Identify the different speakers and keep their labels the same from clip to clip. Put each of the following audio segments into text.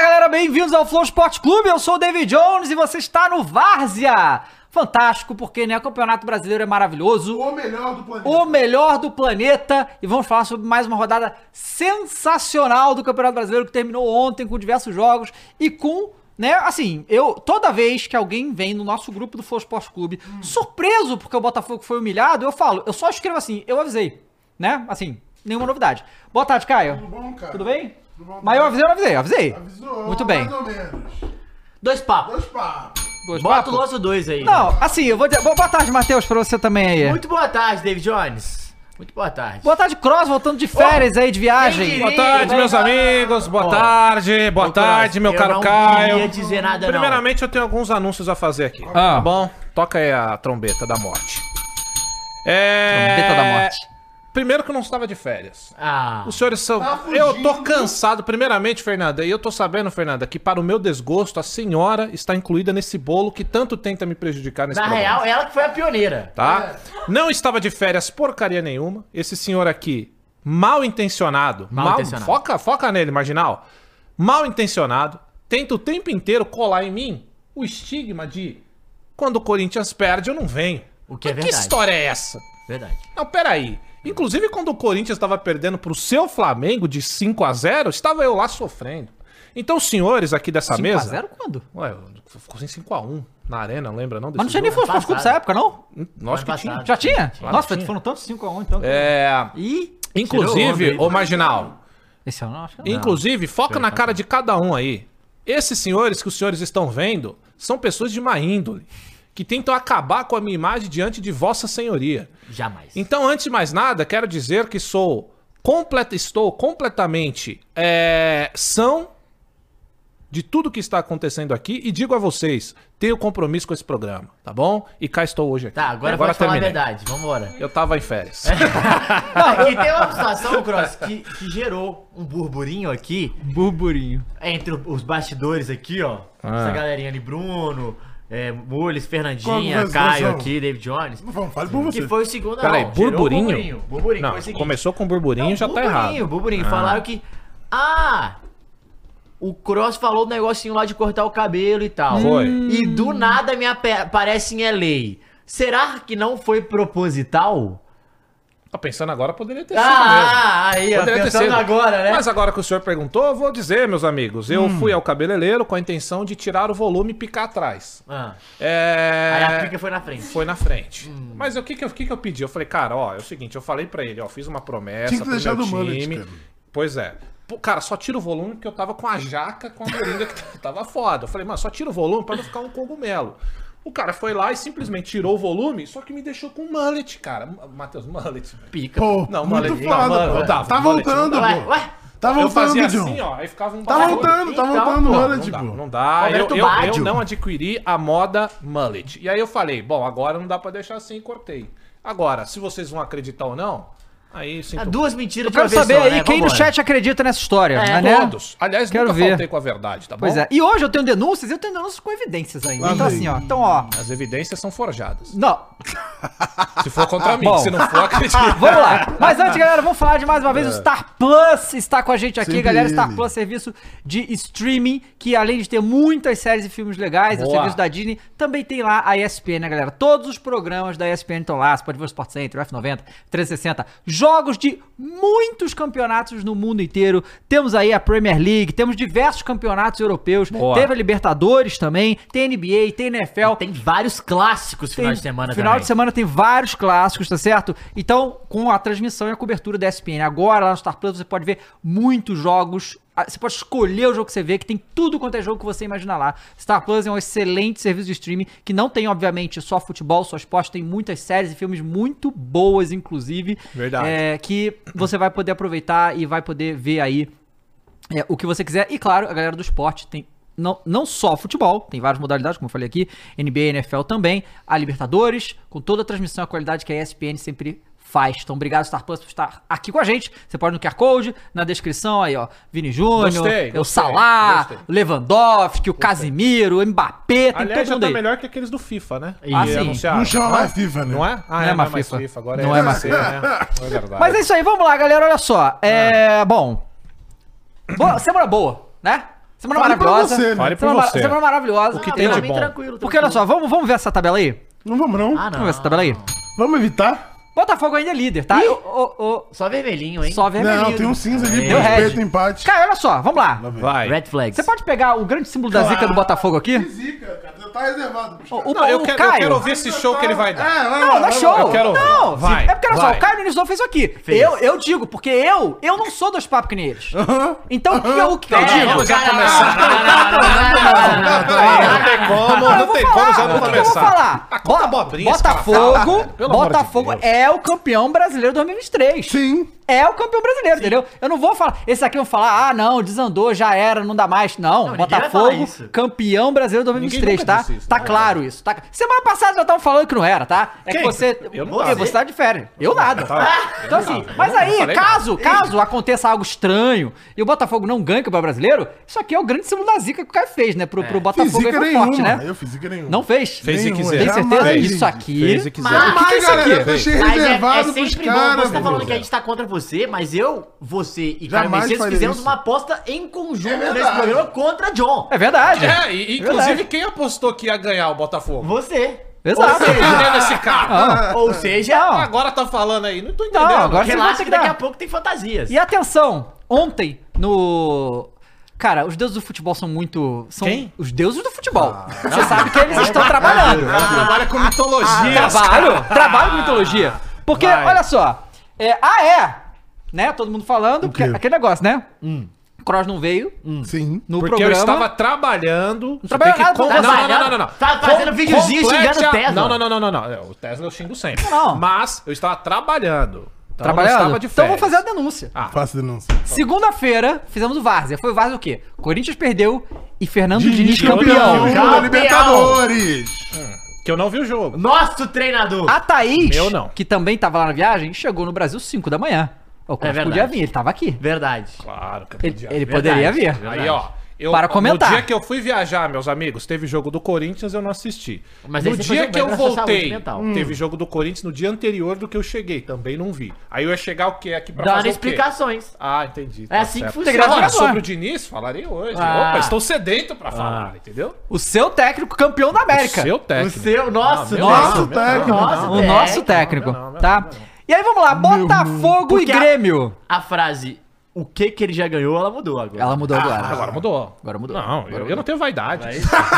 Speaker 1: galera, bem-vindos ao Flow Esporte Clube. Eu sou o David Jones e você está no Várzea. Fantástico, porque né, o Campeonato Brasileiro é maravilhoso.
Speaker 2: O melhor do planeta.
Speaker 1: O melhor do planeta. E vamos falar sobre mais uma rodada sensacional do Campeonato Brasileiro que terminou ontem com diversos jogos e com. Né, assim, eu toda vez que alguém vem no nosso grupo do Flow Esporte Clube, surpreso porque o Botafogo foi humilhado, eu falo, eu só escrevo assim, eu avisei, né? Assim, nenhuma novidade. Boa tarde, Caio.
Speaker 2: Tudo bom, cara?
Speaker 1: Tudo bem?
Speaker 2: Tudo bom,
Speaker 1: Mas eu avisei, eu avisei, eu avisei.
Speaker 2: Avisou,
Speaker 1: Muito bem.
Speaker 2: Mais ou menos.
Speaker 3: Dois papos.
Speaker 2: Dois papos.
Speaker 1: Dois
Speaker 3: Bota
Speaker 1: papos?
Speaker 3: o nosso dois aí. É.
Speaker 1: Não, assim, eu vou dizer. Boa boa tarde, Matheus, pra você também aí.
Speaker 3: Muito boa tarde, David Jones. Muito boa tarde.
Speaker 1: Boa tarde, Cross, voltando de férias aí, de viagem.
Speaker 3: quem
Speaker 4: Boa tarde, meus amigos. Boa
Speaker 3: Ó,
Speaker 4: tarde, boa
Speaker 3: Ô,
Speaker 4: tarde,
Speaker 3: Cross,
Speaker 4: meu
Speaker 3: eu
Speaker 4: caro
Speaker 3: não
Speaker 4: Caio.
Speaker 3: queria dizer nada, não.
Speaker 4: Primeiramente, eu tenho alguns anúncios a fazer aqui.
Speaker 1: Ah.
Speaker 4: Tá bom? Toca aí a trombeta da morte. É.
Speaker 1: Trombeta da morte.
Speaker 4: Primeiro que eu não estava de férias.
Speaker 3: Ah,
Speaker 4: Os senhores são.
Speaker 2: Tá fugindo.
Speaker 4: eu tô cansado, primeiramente, Fernanda. E eu tô sabendo, Fernanda, que para o meu desgosto, a senhora está incluída nesse bolo que tanto tenta me prejudicar nesse
Speaker 3: na
Speaker 4: programa.
Speaker 3: real, ela que foi a pioneira.
Speaker 4: tá? Não estava de férias porcaria nenhuma. Esse senhor aqui, mal intencionado,
Speaker 3: Mal
Speaker 4: mal,
Speaker 3: intencionado.
Speaker 4: Foca, foca nele, marginal. Mal intencionado, tenta o tempo inteiro colar em mim o estigma de quando o Corinthians perde, eu não venho.
Speaker 3: O que é
Speaker 4: Mas
Speaker 3: verdade.
Speaker 4: Que história é essa?
Speaker 3: Verdade.
Speaker 4: Não, peraí. Inclusive, quando o Corinthians estava perdendo pro seu Flamengo de 5 a 0 estava eu lá sofrendo. Então, os senhores aqui dessa mesa.
Speaker 1: 5x0 quando?
Speaker 4: Ué, ficou sem 5x1 na arena, lembra? Não,
Speaker 1: Mas não tinha nem
Speaker 4: desse
Speaker 1: Flow Esporte Clube nessa
Speaker 3: Passado.
Speaker 1: época, não?
Speaker 4: jogo? Nós que
Speaker 3: Ano
Speaker 4: tinha.
Speaker 3: passado.
Speaker 1: Já tinha?
Speaker 3: Tinha,
Speaker 1: Nossa,
Speaker 4: tinha.
Speaker 1: foram tantos 5x1 então.
Speaker 4: É.
Speaker 1: Ih,
Speaker 3: Tirou
Speaker 4: Inclusive,
Speaker 3: onda aí.
Speaker 4: ô Marginal,
Speaker 1: esse eu não acho que não.
Speaker 4: inclusive, foca na cara de cada um aí. Esses senhores que os senhores estão vendo são pessoas de má índole, que tentam acabar com a minha imagem diante de vossa senhoria.
Speaker 3: Jamais.
Speaker 4: Então, antes de mais nada, quero dizer que sou completa, estou completamente é, são de tudo que está acontecendo aqui e digo a vocês, tenho compromisso com esse programa, tá bom? E cá estou hoje aqui.
Speaker 3: Tá, agora, agora pode falar a verdade. Vambora.
Speaker 4: Eu tava em férias.
Speaker 3: Não, e tem uma situação, Cross, que, que gerou um burburinho aqui,
Speaker 1: Burburinho.
Speaker 3: entre os bastidores aqui, ó.
Speaker 4: Ah.
Speaker 3: Essa galerinha ali, Bruno, é, Mules, Fernandinha,
Speaker 2: Qual que foi a
Speaker 3: Caio
Speaker 2: situação?
Speaker 3: aqui, David Jones.
Speaker 2: Não vamos, fale por você.
Speaker 3: Que foi o segundo...
Speaker 4: Peraí,
Speaker 3: não, gerou um
Speaker 4: burburinho?
Speaker 3: burburinho? Burburinho,
Speaker 4: Não,
Speaker 3: foi o seguinte.
Speaker 4: começou com burburinho
Speaker 3: Não,
Speaker 4: já tá
Speaker 3: burburinho,
Speaker 4: errado.
Speaker 3: burburinho.
Speaker 4: Ah.
Speaker 3: Falaram que. Ah! O Cross falou do negocinho lá de cortar o cabelo e tal.
Speaker 4: Foi.
Speaker 3: E do nada me ape- aparece em LA. Será que não foi proposital?
Speaker 4: Tá pensando agora, poderia ter sido mesmo.
Speaker 3: Ah, aí, ó,
Speaker 4: Poderia ter
Speaker 3: pensando
Speaker 4: sido.
Speaker 3: agora, né? Hum.
Speaker 4: Mas agora que o senhor perguntou, eu vou dizer, meus amigos. Eu fui ao cabeleireiro com a intenção de tirar o volume e picar atrás.
Speaker 3: Ah,
Speaker 4: É...
Speaker 3: Aí a pica foi na frente.
Speaker 4: Foi na frente. Mas o que que, eu- o que que eu pedi? Eu falei, cara, ó, é o seguinte, eu falei pra ele, ó, fiz uma promessa
Speaker 2: Tinha que
Speaker 4: pro meu
Speaker 2: deixar do
Speaker 4: time.
Speaker 2: mullet, cara.
Speaker 4: Pois é. Pô, cara, só tira o volume porque eu tava com a jaca com a moringa que tava foda. Eu falei, mano, só tira o volume pra não ficar um cogumelo. O cara foi lá e simplesmente tirou o volume, só que me deixou com mullet, cara. Ma- Matheus, mullet. velho.
Speaker 3: Pica.
Speaker 2: Pô,
Speaker 4: Não,
Speaker 2: muito
Speaker 4: mullet, não,
Speaker 2: foda,
Speaker 4: mullet,
Speaker 2: pô.
Speaker 4: não dava,
Speaker 2: Tá
Speaker 4: mullet,
Speaker 2: voltando,
Speaker 3: não dava.
Speaker 2: pô.
Speaker 3: Ué?
Speaker 2: Tá
Speaker 4: eu fazia
Speaker 2: voltando,
Speaker 4: assim,
Speaker 2: John.
Speaker 4: ó, aí ficava um
Speaker 2: Tá
Speaker 4: bagulho.
Speaker 2: voltando, tá
Speaker 3: Então,
Speaker 2: voltando,
Speaker 3: não,
Speaker 4: Não,
Speaker 2: olha,
Speaker 4: não dá,
Speaker 2: tipo.
Speaker 4: não dá. Eu,
Speaker 3: Roberto
Speaker 4: eu- eu
Speaker 3: Baggio.
Speaker 4: não adquiri a moda mullet. E aí eu falei, bom, agora não dá pra deixar assim, cortei. Agora, se vocês vão acreditar ou não, aí sinto
Speaker 3: Ah,
Speaker 4: muito.
Speaker 3: Duas mentiras
Speaker 1: Eu quero
Speaker 3: uma vez
Speaker 1: saber
Speaker 3: só,
Speaker 1: aí
Speaker 3: né?
Speaker 1: quem
Speaker 3: Vambora.
Speaker 1: no chat acredita nessa história,
Speaker 3: É,
Speaker 1: né?
Speaker 4: todos. Aliás,
Speaker 1: Quero
Speaker 4: nunca
Speaker 1: ver.
Speaker 4: faltei com a verdade, tá bom?
Speaker 1: Pois é. E hoje eu tenho denúncias, eu tenho denúncias com evidências ainda.
Speaker 2: Lá
Speaker 1: Então
Speaker 2: vem.
Speaker 1: assim, ó. Então, ó.
Speaker 4: As evidências são forjadas.
Speaker 1: Não,
Speaker 4: Se for contra mim,
Speaker 1: bom. Ah,
Speaker 4: se não for, acredito.
Speaker 1: Vamos lá. Mas antes, galera, vamos falar de mais uma vez
Speaker 4: É.
Speaker 1: o Star Plus está com a gente aqui,
Speaker 2: Sempre
Speaker 1: galera. Star
Speaker 2: ele.
Speaker 1: Plus, é serviço de streaming que além de ter muitas séries e filmes legais, é o
Speaker 4: Boa.
Speaker 1: serviço da Disney, também tem lá a ESPN, né, galera? Todos os programas da ESPN estão lá, Sport Sport Center, F90, 360, jogos de muitos campeonatos no mundo inteiro. Temos aí a Premier League, temos diversos campeonatos europeus,
Speaker 4: Boa.
Speaker 1: teve a Libertadores também, tem NBA, tem NFL,
Speaker 3: Tem vários clássicos final de semana
Speaker 1: Final
Speaker 3: também.
Speaker 1: de semana tem vários clássicos, tá certo? Então, com a transmissão e a cobertura da ESPN agora lá no Star Plus, você pode ver muitos jogos. Ah, Você pode escolher o jogo que você vê, que tem tudo quanto é jogo que você imaginar lá. Star Plus é um excelente serviço de streaming que não tem, obviamente, só futebol, só esporte, tem muitas séries e filmes muito boas, inclusive.
Speaker 4: Verdade.
Speaker 1: é, que você vai poder aproveitar e vai poder ver aí é, o que você quiser. E claro, a galera do esporte tem não, não só futebol, tem várias modalidades, como eu falei aqui, NBA, NFL também, a Libertadores, com toda a transmissão e a qualidade que a ESPN sempre faz. Então, obrigado, Star Plus, por estar aqui com a gente. Você pode no QR Code, na descrição aí, ó. Vini Júnior,
Speaker 4: Gostei,
Speaker 1: o
Speaker 4: gostei,
Speaker 1: Salah,
Speaker 4: gostei.
Speaker 1: Lewandowski, o Casimiro, o Mbappé, tem
Speaker 4: Aliás,
Speaker 1: todo
Speaker 4: já
Speaker 1: mundo
Speaker 4: tá
Speaker 1: aí.
Speaker 4: melhor que aqueles do FIFA, né?
Speaker 3: Ah,
Speaker 4: Que
Speaker 3: sim.
Speaker 4: anunciaram.
Speaker 2: Não chama
Speaker 4: Não é?
Speaker 2: mais FIFA, né?
Speaker 4: Não é? Ah,
Speaker 1: Não é mais
Speaker 4: mais
Speaker 1: FIFA.
Speaker 4: Agora
Speaker 1: Não é mais
Speaker 4: FC, né? É verdade.
Speaker 1: Mas é
Speaker 4: Ah.
Speaker 1: isso aí, vamos lá, galera, olha só. É, bom. Boa, semana boa, né? Semana
Speaker 2: Fale pra
Speaker 1: maravilhosa.
Speaker 2: você, né?
Speaker 4: Fale por
Speaker 1: semana,
Speaker 4: você.
Speaker 1: semana maravilhosa.
Speaker 4: O que
Speaker 1: Ah,
Speaker 4: tem
Speaker 1: pra
Speaker 4: de
Speaker 1: mim-
Speaker 4: bom?
Speaker 3: Tranquilo,
Speaker 1: Porque olha só, vamos, vamos ver essa tabela aí?
Speaker 2: Não vamos, não.
Speaker 3: Ah,
Speaker 1: Vamos
Speaker 3: não.
Speaker 1: ver tá- essa tabela aí?
Speaker 2: Vamos evitar?
Speaker 1: Botafogo ainda é líder, tá? Eu- o- o-
Speaker 3: Só vermelhinho, hein?
Speaker 1: só vermelho.
Speaker 2: Não, tem um cinza ali,
Speaker 1: Deu
Speaker 2: preto,
Speaker 1: red.
Speaker 2: preto, empate.
Speaker 1: Cara, olha só, vamos lá.
Speaker 4: Vai.
Speaker 3: Red flags.
Speaker 1: Você pode pegar o grande símbolo da zica do Botafogo aqui?
Speaker 2: zica, cara. Tá reservado.
Speaker 1: O, o,
Speaker 4: Não, eu,
Speaker 1: o
Speaker 4: quero, eu
Speaker 1: Caio.
Speaker 4: quero ouvir esse show que ele vai dar.
Speaker 2: É, vai lá,
Speaker 1: Não, dá
Speaker 2: vai
Speaker 1: show.
Speaker 2: lá.
Speaker 4: Eu quero ouvir.
Speaker 1: Não,
Speaker 4: Vai,
Speaker 1: É porque, olha só,
Speaker 4: vai.
Speaker 1: o Caio Nunes não fez isso aqui.
Speaker 3: Fez.
Speaker 1: Eu, eu digo, porque eu, eu não sou dos papos que nem eles. Então, o que eu- o que,
Speaker 4: É,
Speaker 1: eu digo?
Speaker 4: vamos já
Speaker 3: cara,
Speaker 4: começar.
Speaker 3: não, não, não, não, não, não, não, não, não, não, não, não, não, não, não.
Speaker 4: Não tem como,
Speaker 1: Não, eu
Speaker 4: não
Speaker 1: vou
Speaker 4: tem
Speaker 1: falar,
Speaker 4: como já
Speaker 1: o que
Speaker 4: não
Speaker 1: que eu vou
Speaker 4: começar.
Speaker 1: falar?
Speaker 4: Ah, conta
Speaker 1: Bo-
Speaker 4: abobrinha, esse cara.
Speaker 1: Botafogo,
Speaker 4: Pelo amor de
Speaker 1: Botafogo
Speaker 4: Deus.
Speaker 1: é o campeão brasileiro 2023.
Speaker 2: Sim.
Speaker 1: É o campeão brasileiro, entendeu? Eu não vou falar. Esses aqui vão falar, ah, não, desandou, já era, não dá mais. Não,
Speaker 3: ninguém vai falar
Speaker 1: Botafogo,
Speaker 3: isso.
Speaker 1: campeão brasileiro
Speaker 4: Ninguém
Speaker 1: 2023,
Speaker 4: nunca
Speaker 1: tá?
Speaker 4: disse isso,
Speaker 1: tá
Speaker 4: né?
Speaker 1: claro isso. Tá... Semana passada já estavam falando que não era, tá? É
Speaker 4: Quem?
Speaker 1: que você.
Speaker 4: Eu não
Speaker 1: Porque
Speaker 4: tava.
Speaker 1: você tá de férias. Eu nada.
Speaker 4: tava.
Speaker 1: Então assim, mas aí,
Speaker 4: falei nada.
Speaker 1: caso, caso aconteça algo estranho e o Botafogo não ganhe o campeão brasileiro, isso aqui é o grande símbolo da zica que o cara fez, né?
Speaker 4: É.
Speaker 1: Pro, pro Botafogo aí
Speaker 2: Física
Speaker 1: foi
Speaker 2: nenhuma.
Speaker 1: forte, né?
Speaker 2: Eu física nenhuma.
Speaker 1: Não fez.
Speaker 4: Fez se
Speaker 2: Nenhum,
Speaker 4: quiser.
Speaker 1: Tem certeza?
Speaker 2: Jamais,
Speaker 1: Isso
Speaker 2: gente.
Speaker 1: aqui.
Speaker 4: Fez se quiser.
Speaker 1: Mas-
Speaker 2: Por que, é?
Speaker 1: isso aqui?
Speaker 2: galera? Eu deixei
Speaker 3: Mas é, é
Speaker 2: reservado pros
Speaker 3: sempre bom
Speaker 2: caras.
Speaker 3: você tá falando
Speaker 2: mano.
Speaker 3: que a gente tá contra você, mas eu, você e Caio
Speaker 2: Jamais
Speaker 3: Mercedes
Speaker 2: faria
Speaker 3: fizemos
Speaker 2: isso.
Speaker 3: uma aposta em conjunto
Speaker 2: É verdade.
Speaker 3: nesse programa contra John.
Speaker 1: É verdade.
Speaker 4: É, e, inclusive,
Speaker 1: Verdade.
Speaker 4: quem apostou que ia ganhar o Botafogo?
Speaker 3: Você.
Speaker 1: Exato.
Speaker 4: Tá perdendo esse cara.
Speaker 1: Não,
Speaker 3: Ou seja,
Speaker 1: não.
Speaker 4: Agora tá falando aí, não tô entendendo.
Speaker 1: Ah. Não, agora- você vai ter
Speaker 3: relaxa que
Speaker 1: que
Speaker 3: daqui
Speaker 1: dar.
Speaker 3: a pouco tem fantasias.
Speaker 1: E atenção, ontem no. Cara, os deuses do futebol são muito. São
Speaker 4: Quem? Ah.
Speaker 1: Os deuses do futebol. Você sabe que eles estão trabalhando.
Speaker 4: Ela trabalha é com mitologia.
Speaker 1: Ah, Trabalho, trabalho com mitologia. Porque, olha só. É, ah, é! Né? Todo mundo falando. porque
Speaker 2: quê?
Speaker 1: Aquele negócio, né? Cross não veio
Speaker 2: Sim.
Speaker 1: no
Speaker 4: Hum. Porque
Speaker 1: programa.
Speaker 4: eu estava trabalhando. Você
Speaker 1: trabalhava
Speaker 4: tem que
Speaker 1: nada,
Speaker 4: con-
Speaker 1: tá
Speaker 4: não, não, não, não, não, não.
Speaker 3: Tá fazendo
Speaker 4: Com-
Speaker 3: videozinho
Speaker 4: complete
Speaker 3: xingando o
Speaker 4: a-
Speaker 3: Tesla.
Speaker 4: Não, não, não, não, não, não. É, O Tesla eu xingo sempre.
Speaker 1: Não.
Speaker 4: Mas eu estava trabalhando. Então
Speaker 1: Trabalhando.
Speaker 4: Eu não estava de
Speaker 1: então
Speaker 4: férias.
Speaker 1: eu vou fazer a denúncia.
Speaker 2: Faço denúncia.
Speaker 1: Segunda-feira, fizemos o Várzea. Foi o Várzea o quê? Corinthians perdeu e Fernando Diniz,
Speaker 2: Campeão
Speaker 1: campeão. Né?
Speaker 2: da Libertadores.
Speaker 4: Que eu não vi o jogo.
Speaker 3: Nosso treinador.
Speaker 1: A Thaís,
Speaker 4: Meu não.
Speaker 1: que também tava lá na viagem, chegou no Brasil 5 da manhã. O
Speaker 4: É
Speaker 1: Corinthians
Speaker 3: verdade.
Speaker 1: podia vir, ele tava aqui.
Speaker 3: Verdade.
Speaker 4: Claro que eu
Speaker 1: Ele,
Speaker 4: podia.
Speaker 1: ele
Speaker 3: Verdade.
Speaker 1: poderia vir.
Speaker 4: Aí, ó. eu-
Speaker 1: Para comentar.
Speaker 4: No dia que eu fui viajar, meus amigos, teve jogo do Corinthians, eu não assisti.
Speaker 3: Mas aí
Speaker 4: no
Speaker 3: você
Speaker 4: dia
Speaker 3: foi
Speaker 4: que eu
Speaker 3: bem pra sua saúde
Speaker 4: voltei, hum,
Speaker 3: mental. Hum.
Speaker 4: teve jogo do Corinthians no dia anterior do que eu cheguei, também não vi. Aí eu ia chegar o quê aqui pra
Speaker 3: Dando
Speaker 4: fazer o quê?
Speaker 3: explicações.
Speaker 4: Ah, entendi.
Speaker 3: É assim que funciona.
Speaker 1: Tem que
Speaker 4: Agora,
Speaker 1: gravar.
Speaker 4: sobre o Diniz, falarei hoje.
Speaker 3: Ah.
Speaker 4: Opa, estou sedento pra falar, entendeu?
Speaker 1: O seu técnico campeão da América.
Speaker 4: O seu
Speaker 3: O
Speaker 4: técnico.
Speaker 3: seu, nosso,
Speaker 4: É meu
Speaker 2: Nosso
Speaker 4: Deus,
Speaker 2: técnico.
Speaker 3: Nossa.
Speaker 1: O nosso
Speaker 3: É,
Speaker 1: técnico,
Speaker 4: não, não,
Speaker 1: tá? E aí vamos lá, Botafogo e
Speaker 3: Porque a-
Speaker 1: Grêmio.
Speaker 3: A frase, o que que ele já ganhou, ela mudou agora.
Speaker 1: Ela mudou agora.
Speaker 4: Ah, Agora mudou.
Speaker 1: Agora mudou.
Speaker 4: Não,
Speaker 1: Agora
Speaker 4: eu, eu
Speaker 1: mudou.
Speaker 4: não tenho vaidade.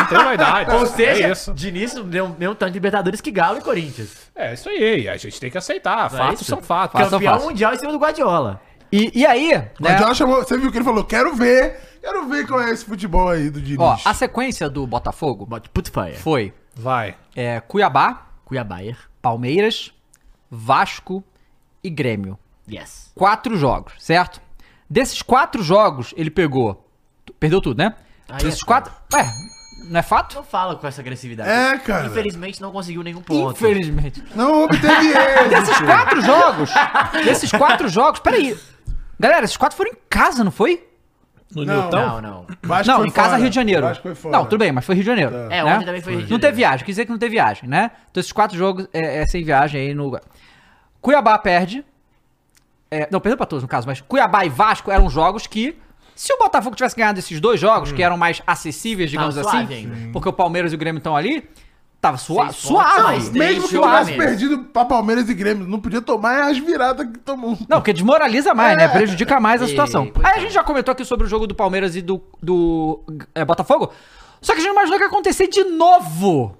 Speaker 4: Não tenho vaidade.
Speaker 3: Ou seja,
Speaker 4: É isso.
Speaker 3: de início, deu mesmo tanto de Libertadores que Galo e Corinthians.
Speaker 4: É isso aí. A gente tem que aceitar.
Speaker 3: Não é
Speaker 4: Fatos
Speaker 3: isso?
Speaker 4: são fatos.
Speaker 1: Fatos são
Speaker 3: Campeão
Speaker 4: Campeão-
Speaker 1: fácil.
Speaker 3: mundial em cima do Guardiola.
Speaker 1: E, e aí, né,
Speaker 2: O
Speaker 4: é
Speaker 2: Guardiola chamou, você viu que ele falou, quero ver, quero ver qual é esse futebol aí do Diniz.
Speaker 1: ó, a sequência do Botafogo
Speaker 3: Bote Putfire.
Speaker 1: foi
Speaker 4: Vai.
Speaker 1: é, Cuiabá,
Speaker 3: Cuiabaia.
Speaker 1: Palmeiras, Vasco e Grêmio.
Speaker 3: Yes.
Speaker 1: Quatro jogos, certo? Desses quatro jogos, ele pegou. tu- Perdeu tudo, né?
Speaker 3: Aí
Speaker 1: Desses
Speaker 3: é
Speaker 1: quatro. Ué, não é fato?
Speaker 3: Não fala com essa agressividade.
Speaker 2: É, cara.
Speaker 3: Infelizmente não conseguiu nenhum ponto.
Speaker 1: Infelizmente.
Speaker 2: Não obteve
Speaker 1: Desses
Speaker 2: êxito.
Speaker 1: quatro jogos. Desses quatro jogos. Peraí. Galera, esses quatro foram em casa, não foi?
Speaker 4: No
Speaker 2: Não.
Speaker 4: Newton.
Speaker 3: Não, não.
Speaker 2: Vasco
Speaker 1: não,
Speaker 2: foi
Speaker 1: em casa é
Speaker 2: fora.
Speaker 1: Rio de Janeiro.
Speaker 2: Vasco foi fora.
Speaker 1: Não, tudo bem, mas foi Rio de Janeiro.
Speaker 3: É,
Speaker 1: né?
Speaker 3: ontem também foi Rio de
Speaker 1: Não
Speaker 3: Janeiro.
Speaker 1: teve viagem, quer dizer que não teve viagem, né? Então esses quatro jogos é, é sem viagem aí no. Cuiabá perde. É, não, perdeu pra todos no caso, mas Cuiabá e Vasco eram jogos que. Se o Botafogo tivesse ganhado esses dois jogos, que eram mais acessíveis, digamos
Speaker 3: Tava suave
Speaker 1: assim,
Speaker 3: ainda.
Speaker 1: porque o Palmeiras e o Grêmio estão ali, tava sua,
Speaker 3: Seis pontos,
Speaker 1: suave.
Speaker 3: mas
Speaker 1: Não,
Speaker 3: tem-
Speaker 2: Mesmo que
Speaker 3: Suave.
Speaker 2: tivesse perdido pra Palmeiras e Grêmio, não podia tomar é as viradas que tomou.
Speaker 1: porque desmoraliza mais, né? Prejudica mais a
Speaker 3: E-
Speaker 1: situação. Aí
Speaker 3: coitado.
Speaker 1: a gente já comentou aqui sobre o jogo do Palmeiras e do, do é, Botafogo. Só que a gente imaginou que ia acontecer de novo.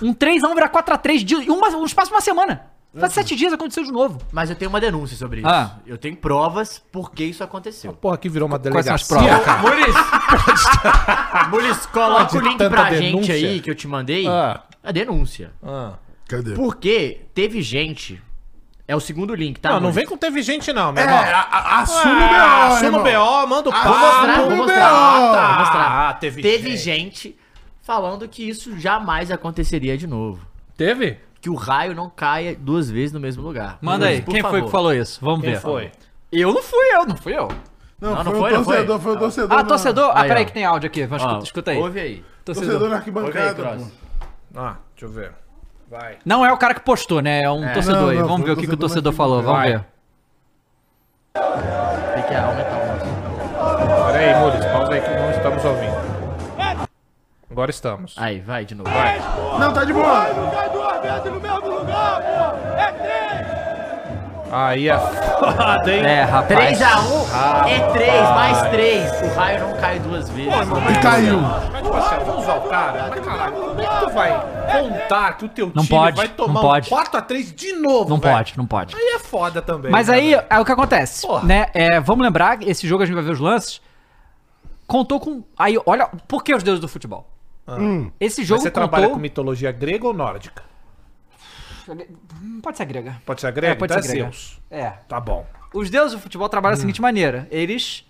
Speaker 1: Um 3x1 virar 4x3 de uma, um espaço de uma semana. Faz sete dias aconteceu de novo.
Speaker 3: Mas eu tenho uma denúncia sobre isso.
Speaker 1: Ah.
Speaker 3: Eu tenho provas porque isso aconteceu.
Speaker 4: Porra, aqui virou uma
Speaker 1: Quais são as
Speaker 4: delegacia.
Speaker 1: provas?
Speaker 3: Muris! Muris, coloca
Speaker 4: Pode
Speaker 3: o link
Speaker 4: tanta
Speaker 3: pra gente
Speaker 4: denúncia.
Speaker 3: aí que eu te mandei.
Speaker 4: Ah.
Speaker 3: A denúncia.
Speaker 4: Ah.
Speaker 2: Cadê?
Speaker 3: Porque teve gente. É o segundo link, tá?
Speaker 4: Não, não
Speaker 3: Muris?
Speaker 4: vem com teve gente, não, meu
Speaker 2: É,
Speaker 4: irmão.
Speaker 2: a- a- assume
Speaker 4: É,
Speaker 2: o B.O.,
Speaker 4: Assume o
Speaker 2: irmão.
Speaker 4: BO, manda o papo.
Speaker 3: Vou mostrar,
Speaker 2: Ah,
Speaker 3: vou
Speaker 2: meu
Speaker 3: mostrar.
Speaker 2: Deus!
Speaker 3: Vou mostrar.
Speaker 4: Ah, teve
Speaker 3: Teve
Speaker 4: gente.
Speaker 3: gente falando que isso jamais aconteceria de novo.
Speaker 4: Teve?
Speaker 3: Que o raio não caia duas vezes no mesmo lugar.
Speaker 1: Manda aí,
Speaker 3: Por
Speaker 1: quem foi
Speaker 3: favor.
Speaker 1: que falou isso? Vamos
Speaker 4: Quem
Speaker 1: ver.
Speaker 4: foi?
Speaker 1: Eu não fui eu, não fui eu.
Speaker 2: Não,
Speaker 3: Não, não
Speaker 2: foi,
Speaker 3: foi,
Speaker 2: o
Speaker 3: não foi?
Speaker 2: torcedor, foi o torcedor.
Speaker 1: Ah,
Speaker 2: na-
Speaker 1: torcedor. Ah,
Speaker 3: Aí,
Speaker 1: peraí
Speaker 3: ó.
Speaker 1: que tem áudio aqui. Vamos,
Speaker 3: Ó,
Speaker 1: escuta, escuta aí.
Speaker 3: Ouve aí.
Speaker 2: Torcedor na
Speaker 3: Ouve aí,
Speaker 2: arquibancada.
Speaker 3: Cross.
Speaker 2: pô.
Speaker 4: Ah, deixa eu ver. Vai.
Speaker 1: Não é o cara que postou, né? É um torcedor
Speaker 2: Não,
Speaker 1: aí.
Speaker 2: não,
Speaker 1: Vamos
Speaker 2: foi
Speaker 1: ver
Speaker 2: um
Speaker 1: o que, que o torcedor
Speaker 2: torcedor
Speaker 1: falou. Vamos
Speaker 4: Vai.
Speaker 1: ver.
Speaker 3: Tem que aumentar o
Speaker 4: Pera aí, Muris, pausa aí que não estamos ouvindo. Agora estamos.
Speaker 3: Aí, vai de novo.
Speaker 2: Não, tá de boa.
Speaker 4: Aí é foda, hein?
Speaker 1: É, rapaz.
Speaker 3: 3x1 é 3, mais 3. O raio não cai duas vezes.
Speaker 2: E caiu.
Speaker 4: Mas, tipo assim, vamos usar o cara. Mas, caralho, como é que tu vai contar que o teu
Speaker 1: Não
Speaker 4: time
Speaker 1: pode,
Speaker 4: vai
Speaker 1: não
Speaker 4: tomar
Speaker 1: pode.
Speaker 4: um 4x3 de novo,
Speaker 1: Não
Speaker 4: velho?
Speaker 1: pode, não pode.
Speaker 4: Aí é foda também.
Speaker 1: Mas
Speaker 4: né,
Speaker 1: aí
Speaker 4: velho?
Speaker 1: é o que acontece,
Speaker 4: Porra.
Speaker 1: né? É, vamos lembrar, que esse jogo a gente vai ver os lances. Contou com. Aí, olha, por que os deuses do futebol? Esse
Speaker 4: Mas
Speaker 1: jogo
Speaker 4: você trabalha
Speaker 1: contou.
Speaker 4: com mitologia grega ou nórdica?
Speaker 1: Hum, Pode ser grega.
Speaker 4: Pode ser grega?
Speaker 1: É, pode
Speaker 4: Então
Speaker 1: ser
Speaker 4: é
Speaker 1: grega.
Speaker 4: Zeus.
Speaker 1: É.
Speaker 4: Tá bom.
Speaker 1: Os deuses do futebol
Speaker 4: Hum.
Speaker 1: trabalham da seguinte maneira: eles.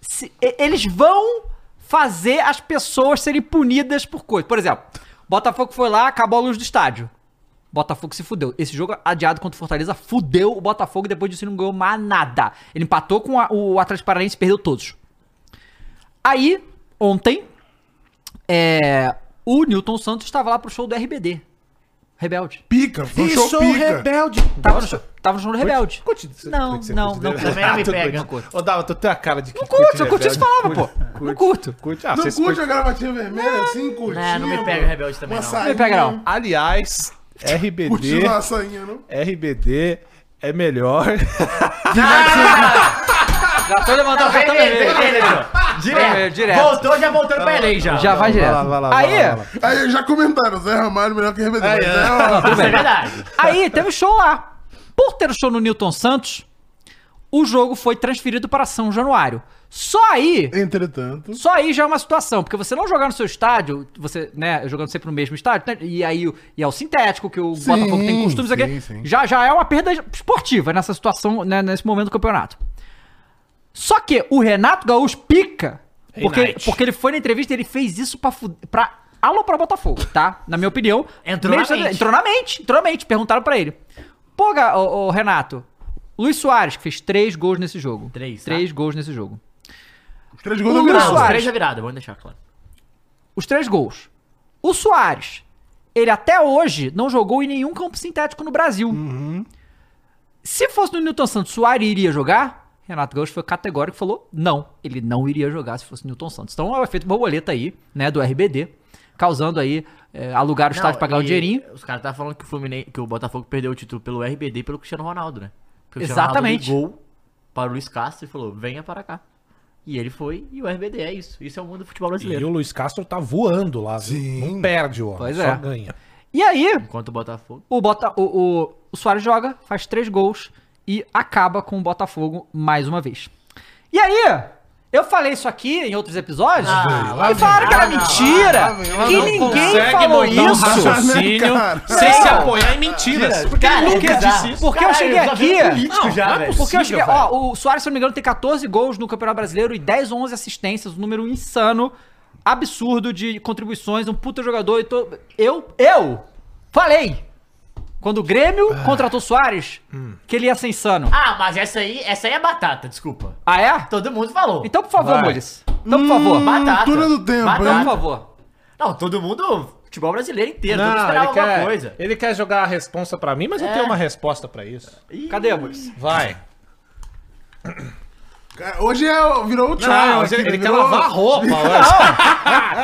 Speaker 1: se- e- eles vão fazer as pessoas serem punidas por coisa. Por exemplo, Botafogo foi lá, acabou a luz do estádio. Botafogo se fudeu. Esse jogo adiado contra o Fortaleza fudeu o Botafogo e depois disso ele não ganhou mais nada. Ele empatou com a- o Atlético Paranaense e perdeu todos. Aí, ontem, é, o Newton Santos estava lá pro show do RBD. Rebelde.
Speaker 2: Pica, foi um show pica.
Speaker 4: rebelde.
Speaker 1: Tava no, show, tava no show do Rebelde.
Speaker 4: Curte- curte-
Speaker 1: Não,
Speaker 4: curte-
Speaker 1: não,
Speaker 4: curte-
Speaker 1: não.
Speaker 4: curte-
Speaker 3: Também não me
Speaker 4: né? tu
Speaker 3: pega.
Speaker 4: curte. Ô, Dava, tu tem a cara de que
Speaker 1: Não curto, eu curti isso falava, pô. Não curto.
Speaker 4: Curte. Ah,
Speaker 2: Não
Speaker 4: vocês
Speaker 2: curte a gravatinha vermelha assim, curtindo?
Speaker 3: Não, não me pega rebelde também,
Speaker 2: Uma
Speaker 3: não.
Speaker 1: Não me pega, não.
Speaker 4: Aliás,
Speaker 2: Curtindo
Speaker 4: RBD,
Speaker 2: a açainha, não?
Speaker 4: RBD é melhor.
Speaker 1: Já Ah, tô levantando tá o
Speaker 4: Tá
Speaker 1: cartão
Speaker 3: Vem, vem, vem,
Speaker 1: vermelho.
Speaker 3: vem, Leandro.
Speaker 1: Vermelho,
Speaker 3: Direto.
Speaker 1: direto.
Speaker 3: Voltou, já voltando pra Enem já.
Speaker 1: Já Tá, vai
Speaker 4: Vai
Speaker 1: direto.
Speaker 4: lá, vai lá, vai lá, vai lá.
Speaker 1: Aí,
Speaker 2: Aí já comentaram, Zé Ramalho melhor que RBD. mas é uma-
Speaker 1: tudo
Speaker 3: Isso é
Speaker 1: bem.
Speaker 3: verdade.
Speaker 1: aí teve show lá. Por ter o show no Newton Santos, o jogo foi transferido para São Januário. Só aí,
Speaker 2: Entretanto.
Speaker 1: só aí já é uma situação, porque você não jogar no seu estádio, você, né, jogando sempre no mesmo estádio, né, e aí o- e é o sintético que o
Speaker 2: Sim,
Speaker 1: Botafogo tem costumes aqui,
Speaker 2: sim, sim.
Speaker 1: já já é uma perda esportiva nessa situação, né, nesse momento do campeonato. Só que o Renato Gaúcho pica. Porque,
Speaker 4: Renate.
Speaker 1: porque ele foi na entrevista e ele fez isso pra, fu- pra aloprar o Botafogo, tá? Na minha opinião.
Speaker 3: Entrou
Speaker 1: Meio
Speaker 3: na
Speaker 1: que-
Speaker 3: mente.
Speaker 1: Entrou na mente. Entrou na mente. Perguntaram pra ele. Pô, ga- ô, ô, Renato, Luiz Soares, que fez três gols nesse jogo.
Speaker 3: Três, tá?
Speaker 1: Três gols nesse jogo.
Speaker 2: Os três gols
Speaker 1: O
Speaker 2: da
Speaker 1: Luiz
Speaker 3: Não,
Speaker 2: virada.
Speaker 3: os
Speaker 1: Soares.
Speaker 3: três já virado, vamos deixar claro.
Speaker 1: Os três gols. O Soares, ele até hoje não jogou em nenhum campo sintético no Brasil. Se fosse no Newton Santos, Soares iria jogar? Renato Gaúcho foi categórico e falou: não, ele não iria jogar se fosse no Newton Santos. Então é o efeito borboleta aí, né, do RBD, causando aí é, alugar o estádio,
Speaker 3: Não,
Speaker 1: pagar o
Speaker 3: e
Speaker 1: dinheirinho.
Speaker 3: Os caras tá falando que o Fluminense, que o Botafogo perdeu o título pelo RBD e pelo Cristiano Ronaldo, né? Porque o Cristiano
Speaker 1: Exatamente.
Speaker 3: Ronaldo ligou para o Luiz Castro e falou: "Venha para cá". E ele foi e o RBD é isso. Isso é o mundo do futebol
Speaker 4: E
Speaker 3: brasileiro.
Speaker 4: o Luiz Castro tá voando lá. viu?
Speaker 2: Sim.
Speaker 4: Não perde o homem,
Speaker 1: Pois
Speaker 4: só
Speaker 1: é.
Speaker 4: ganha.
Speaker 1: E aí,
Speaker 3: Enquanto o Botafogo
Speaker 1: o, Bota, o, o, o Soares joga, faz três gols e acaba com o Botafogo mais uma vez. E aí, eu falei isso aqui em outros episódios
Speaker 3: Ah, lá
Speaker 1: e
Speaker 3: vem,
Speaker 1: falaram que era
Speaker 3: lá vem,
Speaker 1: mentira,
Speaker 2: lá vem, lá
Speaker 1: que
Speaker 2: não
Speaker 1: ninguém falou
Speaker 3: um
Speaker 1: isso.
Speaker 2: Né, cara?
Speaker 4: um sem se apoiar em mentiras. Porque
Speaker 3: Cara,
Speaker 4: ele
Speaker 1: que
Speaker 4: Ah, nunca disse
Speaker 1: é bizarro.
Speaker 4: isso.
Speaker 1: Porque eu cheguei aqui-
Speaker 3: Não, já, velho.
Speaker 1: Porque eu cheguei,
Speaker 4: velho.
Speaker 1: ó, o Soares, se eu não me engano, tem 14 gols no Campeonato Brasileiro e 10 ou 11 assistências, um número insano, absurdo de contribuições, um puta jogador e to... Eu, eu falei, quando o Grêmio contratou o Soares, que ele ia ser insano.
Speaker 3: Ah, mas essa aí, essa aí é batata, desculpa.
Speaker 1: Ah, é?
Speaker 3: Todo mundo falou.
Speaker 1: Então, por favor,
Speaker 4: Vai.
Speaker 1: Mules. Então, por favor.
Speaker 3: batata.
Speaker 2: Cultura do tempo,
Speaker 1: Então, por
Speaker 2: hein?
Speaker 3: batata.
Speaker 1: favor.
Speaker 3: Não, todo mundo, futebol brasileiro inteiro, todo mundo
Speaker 4: Não,
Speaker 3: esperava
Speaker 4: ele
Speaker 3: alguma
Speaker 4: quer,
Speaker 3: coisa.
Speaker 4: ele quer jogar a responsa pra mim, mas
Speaker 1: É.
Speaker 4: eu tenho uma resposta pra isso.
Speaker 1: Cadê, Mules?
Speaker 4: Vai.
Speaker 2: Cara, Hoje é, virou o
Speaker 4: Não,
Speaker 2: tchau.
Speaker 4: Ah, mas
Speaker 2: aqui,
Speaker 4: ele, ele quer
Speaker 2: virou-
Speaker 4: lavar a roupa. Não.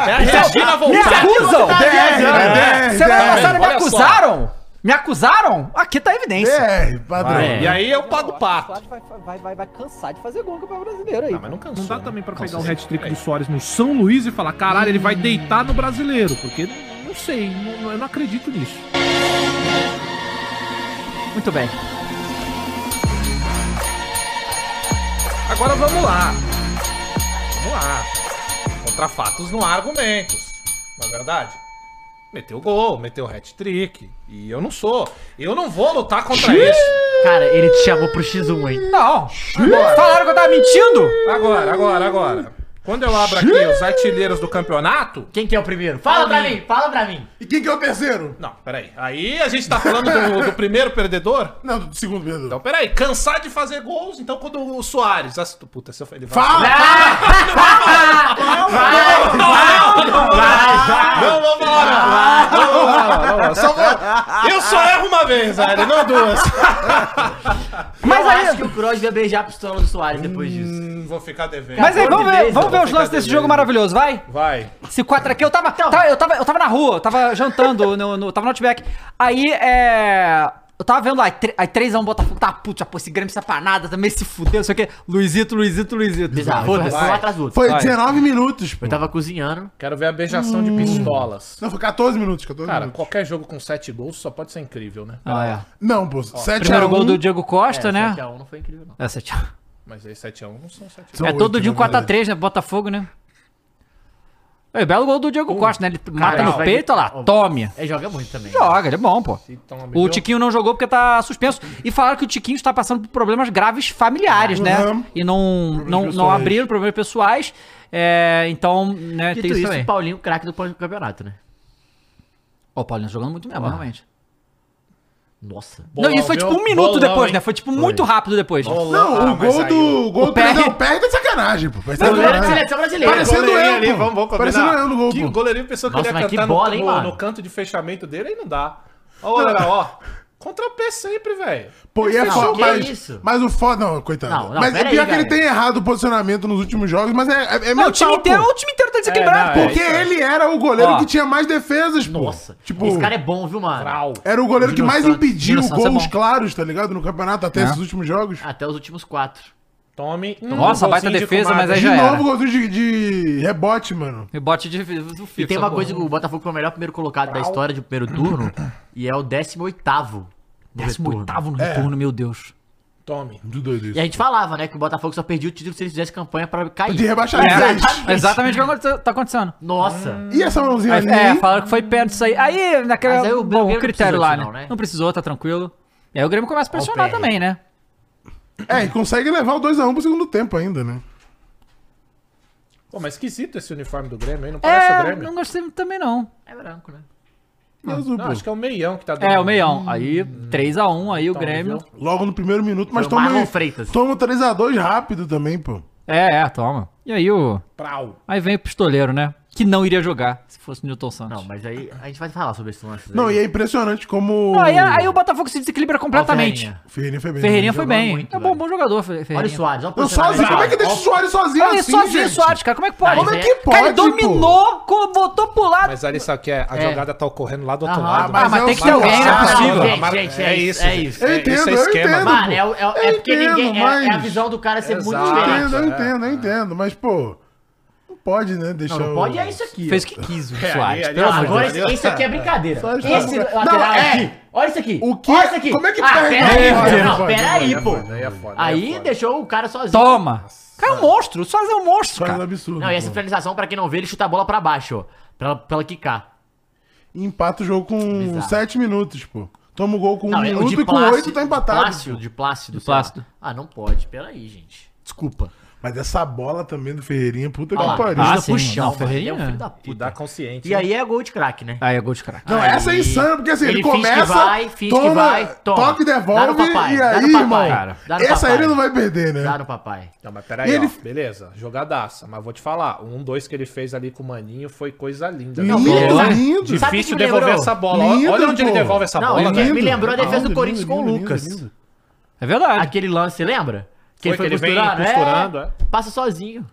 Speaker 4: É a Regina
Speaker 1: Me
Speaker 4: voltar.
Speaker 1: acusam!
Speaker 2: É, BR,
Speaker 1: Semana
Speaker 2: BR,
Speaker 1: passada me
Speaker 4: olha só.
Speaker 1: acusaram? Me acusaram? Aqui tá a evidência.
Speaker 2: BR, É, padrão.
Speaker 4: E aí eu
Speaker 1: Tá
Speaker 4: pago o pato.
Speaker 1: Vai, vai, vai, vai cansar de fazer gol para o brasileiro aí.
Speaker 4: Mas não cansou.
Speaker 5: Não dá
Speaker 4: né?
Speaker 5: também pra
Speaker 4: Cansou.
Speaker 5: pegar o hat-trick do Soares no São Luís e falar, caralho, ele vai deitar no brasileiro, porque não- não sei, não- eu não acredito nisso.
Speaker 1: Muito bem.
Speaker 4: Agora vamos lá. Vamos lá. Contra fatos não há argumentos. Não é verdade? Meteu gol, meteu hat-trick. E eu não sou. Eu não vou lutar contra isso.
Speaker 3: Cara, ele te chamou pro X1, hein?
Speaker 1: Não. Falaram que eu tava mentindo?
Speaker 4: Agora, agora, agora. Quando eu abro aqui os artilheiros do campeonato.
Speaker 3: Quem que é o primeiro? Fala pra mim, fala pra mim.
Speaker 2: E quem que é o terceiro?
Speaker 4: Não, peraí. Aí a gente tá falando do, do primeiro perdedor?
Speaker 2: Não, do segundo perdão.
Speaker 4: Então, peraí. Cansar de fazer gols, então quando o Soares. As... Puta, se eu... ele vai.
Speaker 2: Fala!
Speaker 4: Não, vamos lá, não. Não, vamos lá, não, vamos lá. Só vou- Eu só erro uma vez, velho, não duas.
Speaker 1: Mas mas
Speaker 3: eu
Speaker 1: aí-
Speaker 3: acho que o Kroos vai beijar a pistola do Soares depois disso.
Speaker 4: Hum, vou ficar devendo.
Speaker 1: Mas é aí, vamos ver,
Speaker 3: Beleza,
Speaker 1: vamos ver
Speaker 4: vou
Speaker 1: os
Speaker 4: ficar
Speaker 1: lances desse
Speaker 4: devendo.
Speaker 1: jogo maravilhoso, vai!
Speaker 4: Vai.
Speaker 1: Esse 4 aqui, eu tava, tava- eu, tava, eu tava na rua, eu tava jantando, no, no- tava no Outback. Aí, é... Eu tava vendo lá, aí tre- aí 3x1 Botafogo, tá puto, já, pô, esse Grêmio sapanada também se fudeu, não sei o quê. Luizito, Luizito, Luizito.
Speaker 3: Bizarro. Foi
Speaker 1: Foda-se.
Speaker 3: um atrás do outro.
Speaker 2: Foi 19 minutos, pô.
Speaker 3: Eu tava cozinhando.
Speaker 4: Quero ver a beijação de pistolas.
Speaker 2: Não, foi 14 minutos, 14
Speaker 4: Cara,
Speaker 2: minutos.
Speaker 4: qualquer jogo com sete gols só pode ser incrível, né?
Speaker 1: Ah, é.
Speaker 2: Não, pô, 7
Speaker 1: Primeiro
Speaker 2: a 1,
Speaker 1: gol do Diego
Speaker 4: É,
Speaker 1: Costa, né?
Speaker 3: 7 a 1 não foi incrível, não.
Speaker 1: É, 7 a 1.
Speaker 4: Mas aí 7x1 não são 7
Speaker 2: São
Speaker 1: É todo
Speaker 2: oito,
Speaker 1: dia um
Speaker 2: na verdade.
Speaker 1: 4x3, né? Botafogo, né? É, belo gol do Diego Costa, né? Ele mata
Speaker 3: Cara,
Speaker 1: no
Speaker 3: vai-
Speaker 1: peito, olha lá, tome.
Speaker 3: Ele joga muito também.
Speaker 1: Joga, ele é bom, pô.
Speaker 4: então,
Speaker 1: O
Speaker 4: amigo.
Speaker 1: Tiquinho não jogou porque tá suspenso. E falaram que o Tiquinho está passando por problemas graves familiares, né?
Speaker 2: Uhum.
Speaker 1: E não, não, não
Speaker 2: pessoais.
Speaker 1: abriram problemas pessoais. É, então, né,
Speaker 3: Dito
Speaker 1: tem isso,
Speaker 3: isso,
Speaker 1: também.
Speaker 3: o Paulinho, craque do campeonato, né?
Speaker 1: Ó, o Paulinho tá jogando muito mesmo, realmente.
Speaker 3: Nossa.
Speaker 1: não, isso foi tipo um
Speaker 4: viu?
Speaker 1: minuto
Speaker 4: Bolão,
Speaker 1: depois,
Speaker 4: hein?
Speaker 1: né? Foi tipo muito rápido depois.
Speaker 2: Não,
Speaker 4: Ah,
Speaker 2: o
Speaker 4: mas
Speaker 2: gol
Speaker 4: aí
Speaker 2: do. O gol
Speaker 1: o
Speaker 2: do Pedro
Speaker 1: PR
Speaker 2: é de sacanagem, pô. Parece
Speaker 3: Goleiro
Speaker 2: sacanagem.
Speaker 3: da seleção brasileira.
Speaker 2: Parecendo
Speaker 4: goleirinho
Speaker 2: eu,
Speaker 4: ali,
Speaker 2: pô.
Speaker 4: vamos, vamos combinar.
Speaker 2: Parecendo eu no gol,
Speaker 4: Que
Speaker 2: pô.
Speaker 4: o goleirinho pensou que
Speaker 3: Nossa,
Speaker 4: ele ia
Speaker 3: mas que
Speaker 4: cantar
Speaker 3: bola,
Speaker 4: no,
Speaker 3: hein,
Speaker 4: no-
Speaker 3: mano?
Speaker 4: no canto de fechamento dele, aí não dá. Ó, galera, ó. Contrapé sempre, velho.
Speaker 2: Pô, e é
Speaker 3: Não,
Speaker 2: foda,
Speaker 3: que
Speaker 2: mas,
Speaker 3: isso?
Speaker 2: mas o foda, um não, coitado.
Speaker 3: Não, não,
Speaker 2: mas é
Speaker 3: pera
Speaker 2: pior
Speaker 3: aí,
Speaker 2: que ele
Speaker 3: cara.
Speaker 2: tem errado o posicionamento nos últimos jogos, mas é, é, é
Speaker 1: Não,
Speaker 2: mental,
Speaker 1: o time inteiro,
Speaker 2: pô.
Speaker 1: o time inteiro tá
Speaker 4: É,
Speaker 1: desequilibrado,
Speaker 4: não,
Speaker 1: pô.
Speaker 4: é.
Speaker 2: Porque ele era o goleiro
Speaker 1: Ó.
Speaker 2: que tinha mais defesas, pô.
Speaker 3: Nossa.
Speaker 2: Tipo,
Speaker 3: Esse cara é bom, viu, mano?
Speaker 4: Brau.
Speaker 2: era o goleiro que
Speaker 3: Júnior
Speaker 2: mais
Speaker 3: Santos.
Speaker 2: impediu
Speaker 1: Júnior Santos é
Speaker 2: gols
Speaker 1: bom. Ah,
Speaker 2: claros, tá ligado? No campeonato até esses últimos jogos.
Speaker 3: Até os últimos quatro.
Speaker 4: Tome. Hum,
Speaker 1: Nossa,
Speaker 4: golzinho
Speaker 1: baita
Speaker 4: de
Speaker 1: defesa,
Speaker 4: comadre.
Speaker 1: mas aí
Speaker 2: de
Speaker 1: já
Speaker 2: novo,
Speaker 1: era.
Speaker 2: golzinho de, de rebote, mano.
Speaker 1: Rebote de, do FIFA.
Speaker 3: E tem uma
Speaker 1: pô.
Speaker 3: coisa que o Botafogo foi o melhor primeiro colocado da história de primeiro turno. E é o 18º. no
Speaker 1: 18
Speaker 3: retorno.
Speaker 1: no retorno, meu Deus.
Speaker 4: Tome.
Speaker 2: Muito doido isso.
Speaker 3: E a gente falava, né, que o Botafogo só perdia o título se ele fizesse campanha pra cair.
Speaker 2: De rebaixar
Speaker 3: Exatamente.
Speaker 1: É exatamente o que aconte- tá acontecendo.
Speaker 3: Nossa.
Speaker 2: E essa mãozinha ali?
Speaker 1: É, falaram que foi perto disso aí. Aí, naquela.
Speaker 3: Mas aí o
Speaker 1: bom,
Speaker 3: Belgrano não
Speaker 1: critério
Speaker 3: precisou
Speaker 1: lá,
Speaker 3: disso não,
Speaker 1: né?
Speaker 3: né?
Speaker 1: Não precisou, tá tranquilo. E aí o Grêmio começa a pressionar
Speaker 3: PR.
Speaker 1: também, né?
Speaker 2: É, e consegue levar o 2x1 pro segundo tempo ainda, né?
Speaker 4: Pô, mas esquisito esse uniforme do Grêmio, hein? Não parece o
Speaker 1: É,
Speaker 4: Grêmio?
Speaker 1: não gostei muito também não.
Speaker 3: É branco, né?
Speaker 1: Ah,
Speaker 2: E azul,
Speaker 4: Não,
Speaker 2: pô.
Speaker 4: acho que é o meião que tá dando.
Speaker 3: Hum.
Speaker 1: É, o meião. Aí 3x1, aí o Grêmio.
Speaker 4: viu?
Speaker 2: Logo no primeiro minuto, mas
Speaker 3: o
Speaker 2: toma.
Speaker 3: Marlon Freitas.
Speaker 2: Toma o 3x2 rápido também, pô.
Speaker 1: É, é, toma. E aí o.
Speaker 4: Brau.
Speaker 1: Aí vem o pistoleiro, né? Que não iria jogar se fosse o Newton Santos.
Speaker 3: Não, mas aí a gente vai falar sobre esse lance.
Speaker 2: Não,
Speaker 3: aí. é
Speaker 2: e é impressionante como.
Speaker 1: Não, aí, é- aí o Botafogo se desequilibra
Speaker 3: Olha o
Speaker 1: completamente.
Speaker 3: Ferreirinha.
Speaker 2: o Ferreirinha foi bem.
Speaker 1: Ferreirinha foi
Speaker 3: Jogou
Speaker 1: bem.
Speaker 3: muito,
Speaker 1: é bom,
Speaker 3: velho.
Speaker 1: bom jogador, Fe- Ferreirinha.
Speaker 3: Olha o Soares, olha o
Speaker 2: Não, sozinho.
Speaker 3: posicionamento.
Speaker 2: Como é que deixa o Soares sozinho
Speaker 1: Olha
Speaker 2: assim,
Speaker 1: sozinho o
Speaker 2: gente?
Speaker 1: Soares, cara. Como é que pode?
Speaker 2: Como é que
Speaker 1: O cara
Speaker 2: pode, pô?
Speaker 1: dominou, co- botou pro lado.
Speaker 4: Mas ali sabe que é, a
Speaker 3: É.
Speaker 4: jogada tá ocorrendo lá do outro
Speaker 3: Aham,
Speaker 4: lado.
Speaker 1: Ah, mas
Speaker 2: é
Speaker 1: tem
Speaker 2: o
Speaker 1: que ter alguém, né?
Speaker 2: Soares.
Speaker 1: É possível.
Speaker 4: Ah, mas-
Speaker 3: Gente, gente, é isso, é isso.
Speaker 2: Eu entendo, eu entendo.
Speaker 4: mano.
Speaker 3: Mano, é, o- é, o- é
Speaker 2: Eu
Speaker 3: porque
Speaker 2: entendo,
Speaker 3: ninguém. é- É, a
Speaker 2: mas-
Speaker 3: visão do cara ser muito
Speaker 4: Exato.
Speaker 2: Eu
Speaker 3: diferente.
Speaker 2: entendo, eu
Speaker 4: É,
Speaker 2: entendo, eu entendo. Mas, pô, não pode, né? Deixar
Speaker 3: Não, não
Speaker 2: o-
Speaker 3: pode é isso aqui.
Speaker 1: Fez
Speaker 3: ó.
Speaker 1: o que quis o
Speaker 4: É,
Speaker 1: Soares.
Speaker 4: ali-
Speaker 3: Não,
Speaker 4: ali- Pelo amor de
Speaker 3: agora
Speaker 4: Deus.
Speaker 3: esse, esse aqui é brincadeira.
Speaker 2: Só isso.
Speaker 3: Esse
Speaker 2: Não,
Speaker 3: lateral
Speaker 2: é.
Speaker 3: aqui. Olha isso aqui.
Speaker 2: O que-
Speaker 3: Olha isso aqui.
Speaker 2: como é que
Speaker 3: ah,
Speaker 2: perde?
Speaker 3: pera
Speaker 2: Não,
Speaker 3: aí,
Speaker 2: pode,
Speaker 3: não,
Speaker 2: pode,
Speaker 3: pera
Speaker 2: pode,
Speaker 3: aí,
Speaker 2: pode,
Speaker 3: pô.
Speaker 2: pode,
Speaker 4: Aí é foda.
Speaker 3: Aí
Speaker 4: é foda.
Speaker 3: deixou o cara sozinho.
Speaker 1: Toma! O cara é um monstro, o Soares é um monstro,
Speaker 2: Soares é um
Speaker 1: cara.
Speaker 2: absurdo.
Speaker 3: Não, e essa
Speaker 2: pô.
Speaker 3: finalização, pra quem não vê, ele chuta a bola pra baixo, ó. Pra, pra ela quicar.
Speaker 2: E Empata o jogo com
Speaker 3: Bizarro.
Speaker 2: 7 minutos, pô. Toma o gol com 1
Speaker 3: Não, é o
Speaker 2: minuto e com
Speaker 3: Plácido-
Speaker 2: 8 tá empatado.
Speaker 3: De Plácido, de Plácido.
Speaker 1: De Plácido.
Speaker 3: sei lá. Ah, não pode. Pera aí, gente. Desculpa.
Speaker 2: Mas essa bola também do Ferreirinha, puta que
Speaker 3: Olha lá,
Speaker 2: pariu.
Speaker 1: Ah,
Speaker 3: ajuda
Speaker 1: sim.
Speaker 3: pro chão,
Speaker 1: Não,
Speaker 3: velho. Ele é um
Speaker 1: Ferreirinha.
Speaker 3: filho da
Speaker 4: E
Speaker 3: puta.
Speaker 4: dá consciente.
Speaker 3: E aí é gol de craque, né?
Speaker 1: Aí é gol de craque.
Speaker 2: Não,
Speaker 3: Aí-
Speaker 2: essa é insana, porque assim, ele,
Speaker 3: ele finge que
Speaker 2: começa,
Speaker 3: vai, finge que
Speaker 2: toma,
Speaker 3: vai, toma.
Speaker 2: toque e
Speaker 3: Dá no
Speaker 2: devolve,
Speaker 3: papai,
Speaker 2: e
Speaker 3: dá
Speaker 2: aí,
Speaker 3: no papai,
Speaker 2: irmão,
Speaker 3: cara, dá no
Speaker 2: essa
Speaker 3: papai.
Speaker 2: ele não vai perder, né?
Speaker 3: Dá no papai.
Speaker 4: Não, mas peraí,
Speaker 2: Ele-
Speaker 4: ó. Beleza, jogadaça. Mas vou te falar, um, dois que ele fez ali com o Maninho foi coisa linda.
Speaker 2: Lindo,
Speaker 3: beleza.
Speaker 2: lindo.
Speaker 3: Sabe o que
Speaker 4: Difícil
Speaker 3: me
Speaker 4: devolver
Speaker 3: lembrou?
Speaker 4: essa bola.
Speaker 2: Lindo,
Speaker 4: Olha onde ele
Speaker 2: pô.
Speaker 4: devolve essa
Speaker 3: Não,
Speaker 4: bola,
Speaker 3: ele-
Speaker 4: velho.
Speaker 3: me lembrou a defesa do
Speaker 2: Lindo,
Speaker 3: Corinthians
Speaker 2: lindo,
Speaker 3: com o
Speaker 2: lindo,
Speaker 3: Lucas.
Speaker 2: lindo.
Speaker 1: É verdade.
Speaker 3: Aquele lance, lembra? Que
Speaker 4: Foi que ele vem costurando, é.
Speaker 3: né? Passa sozinho.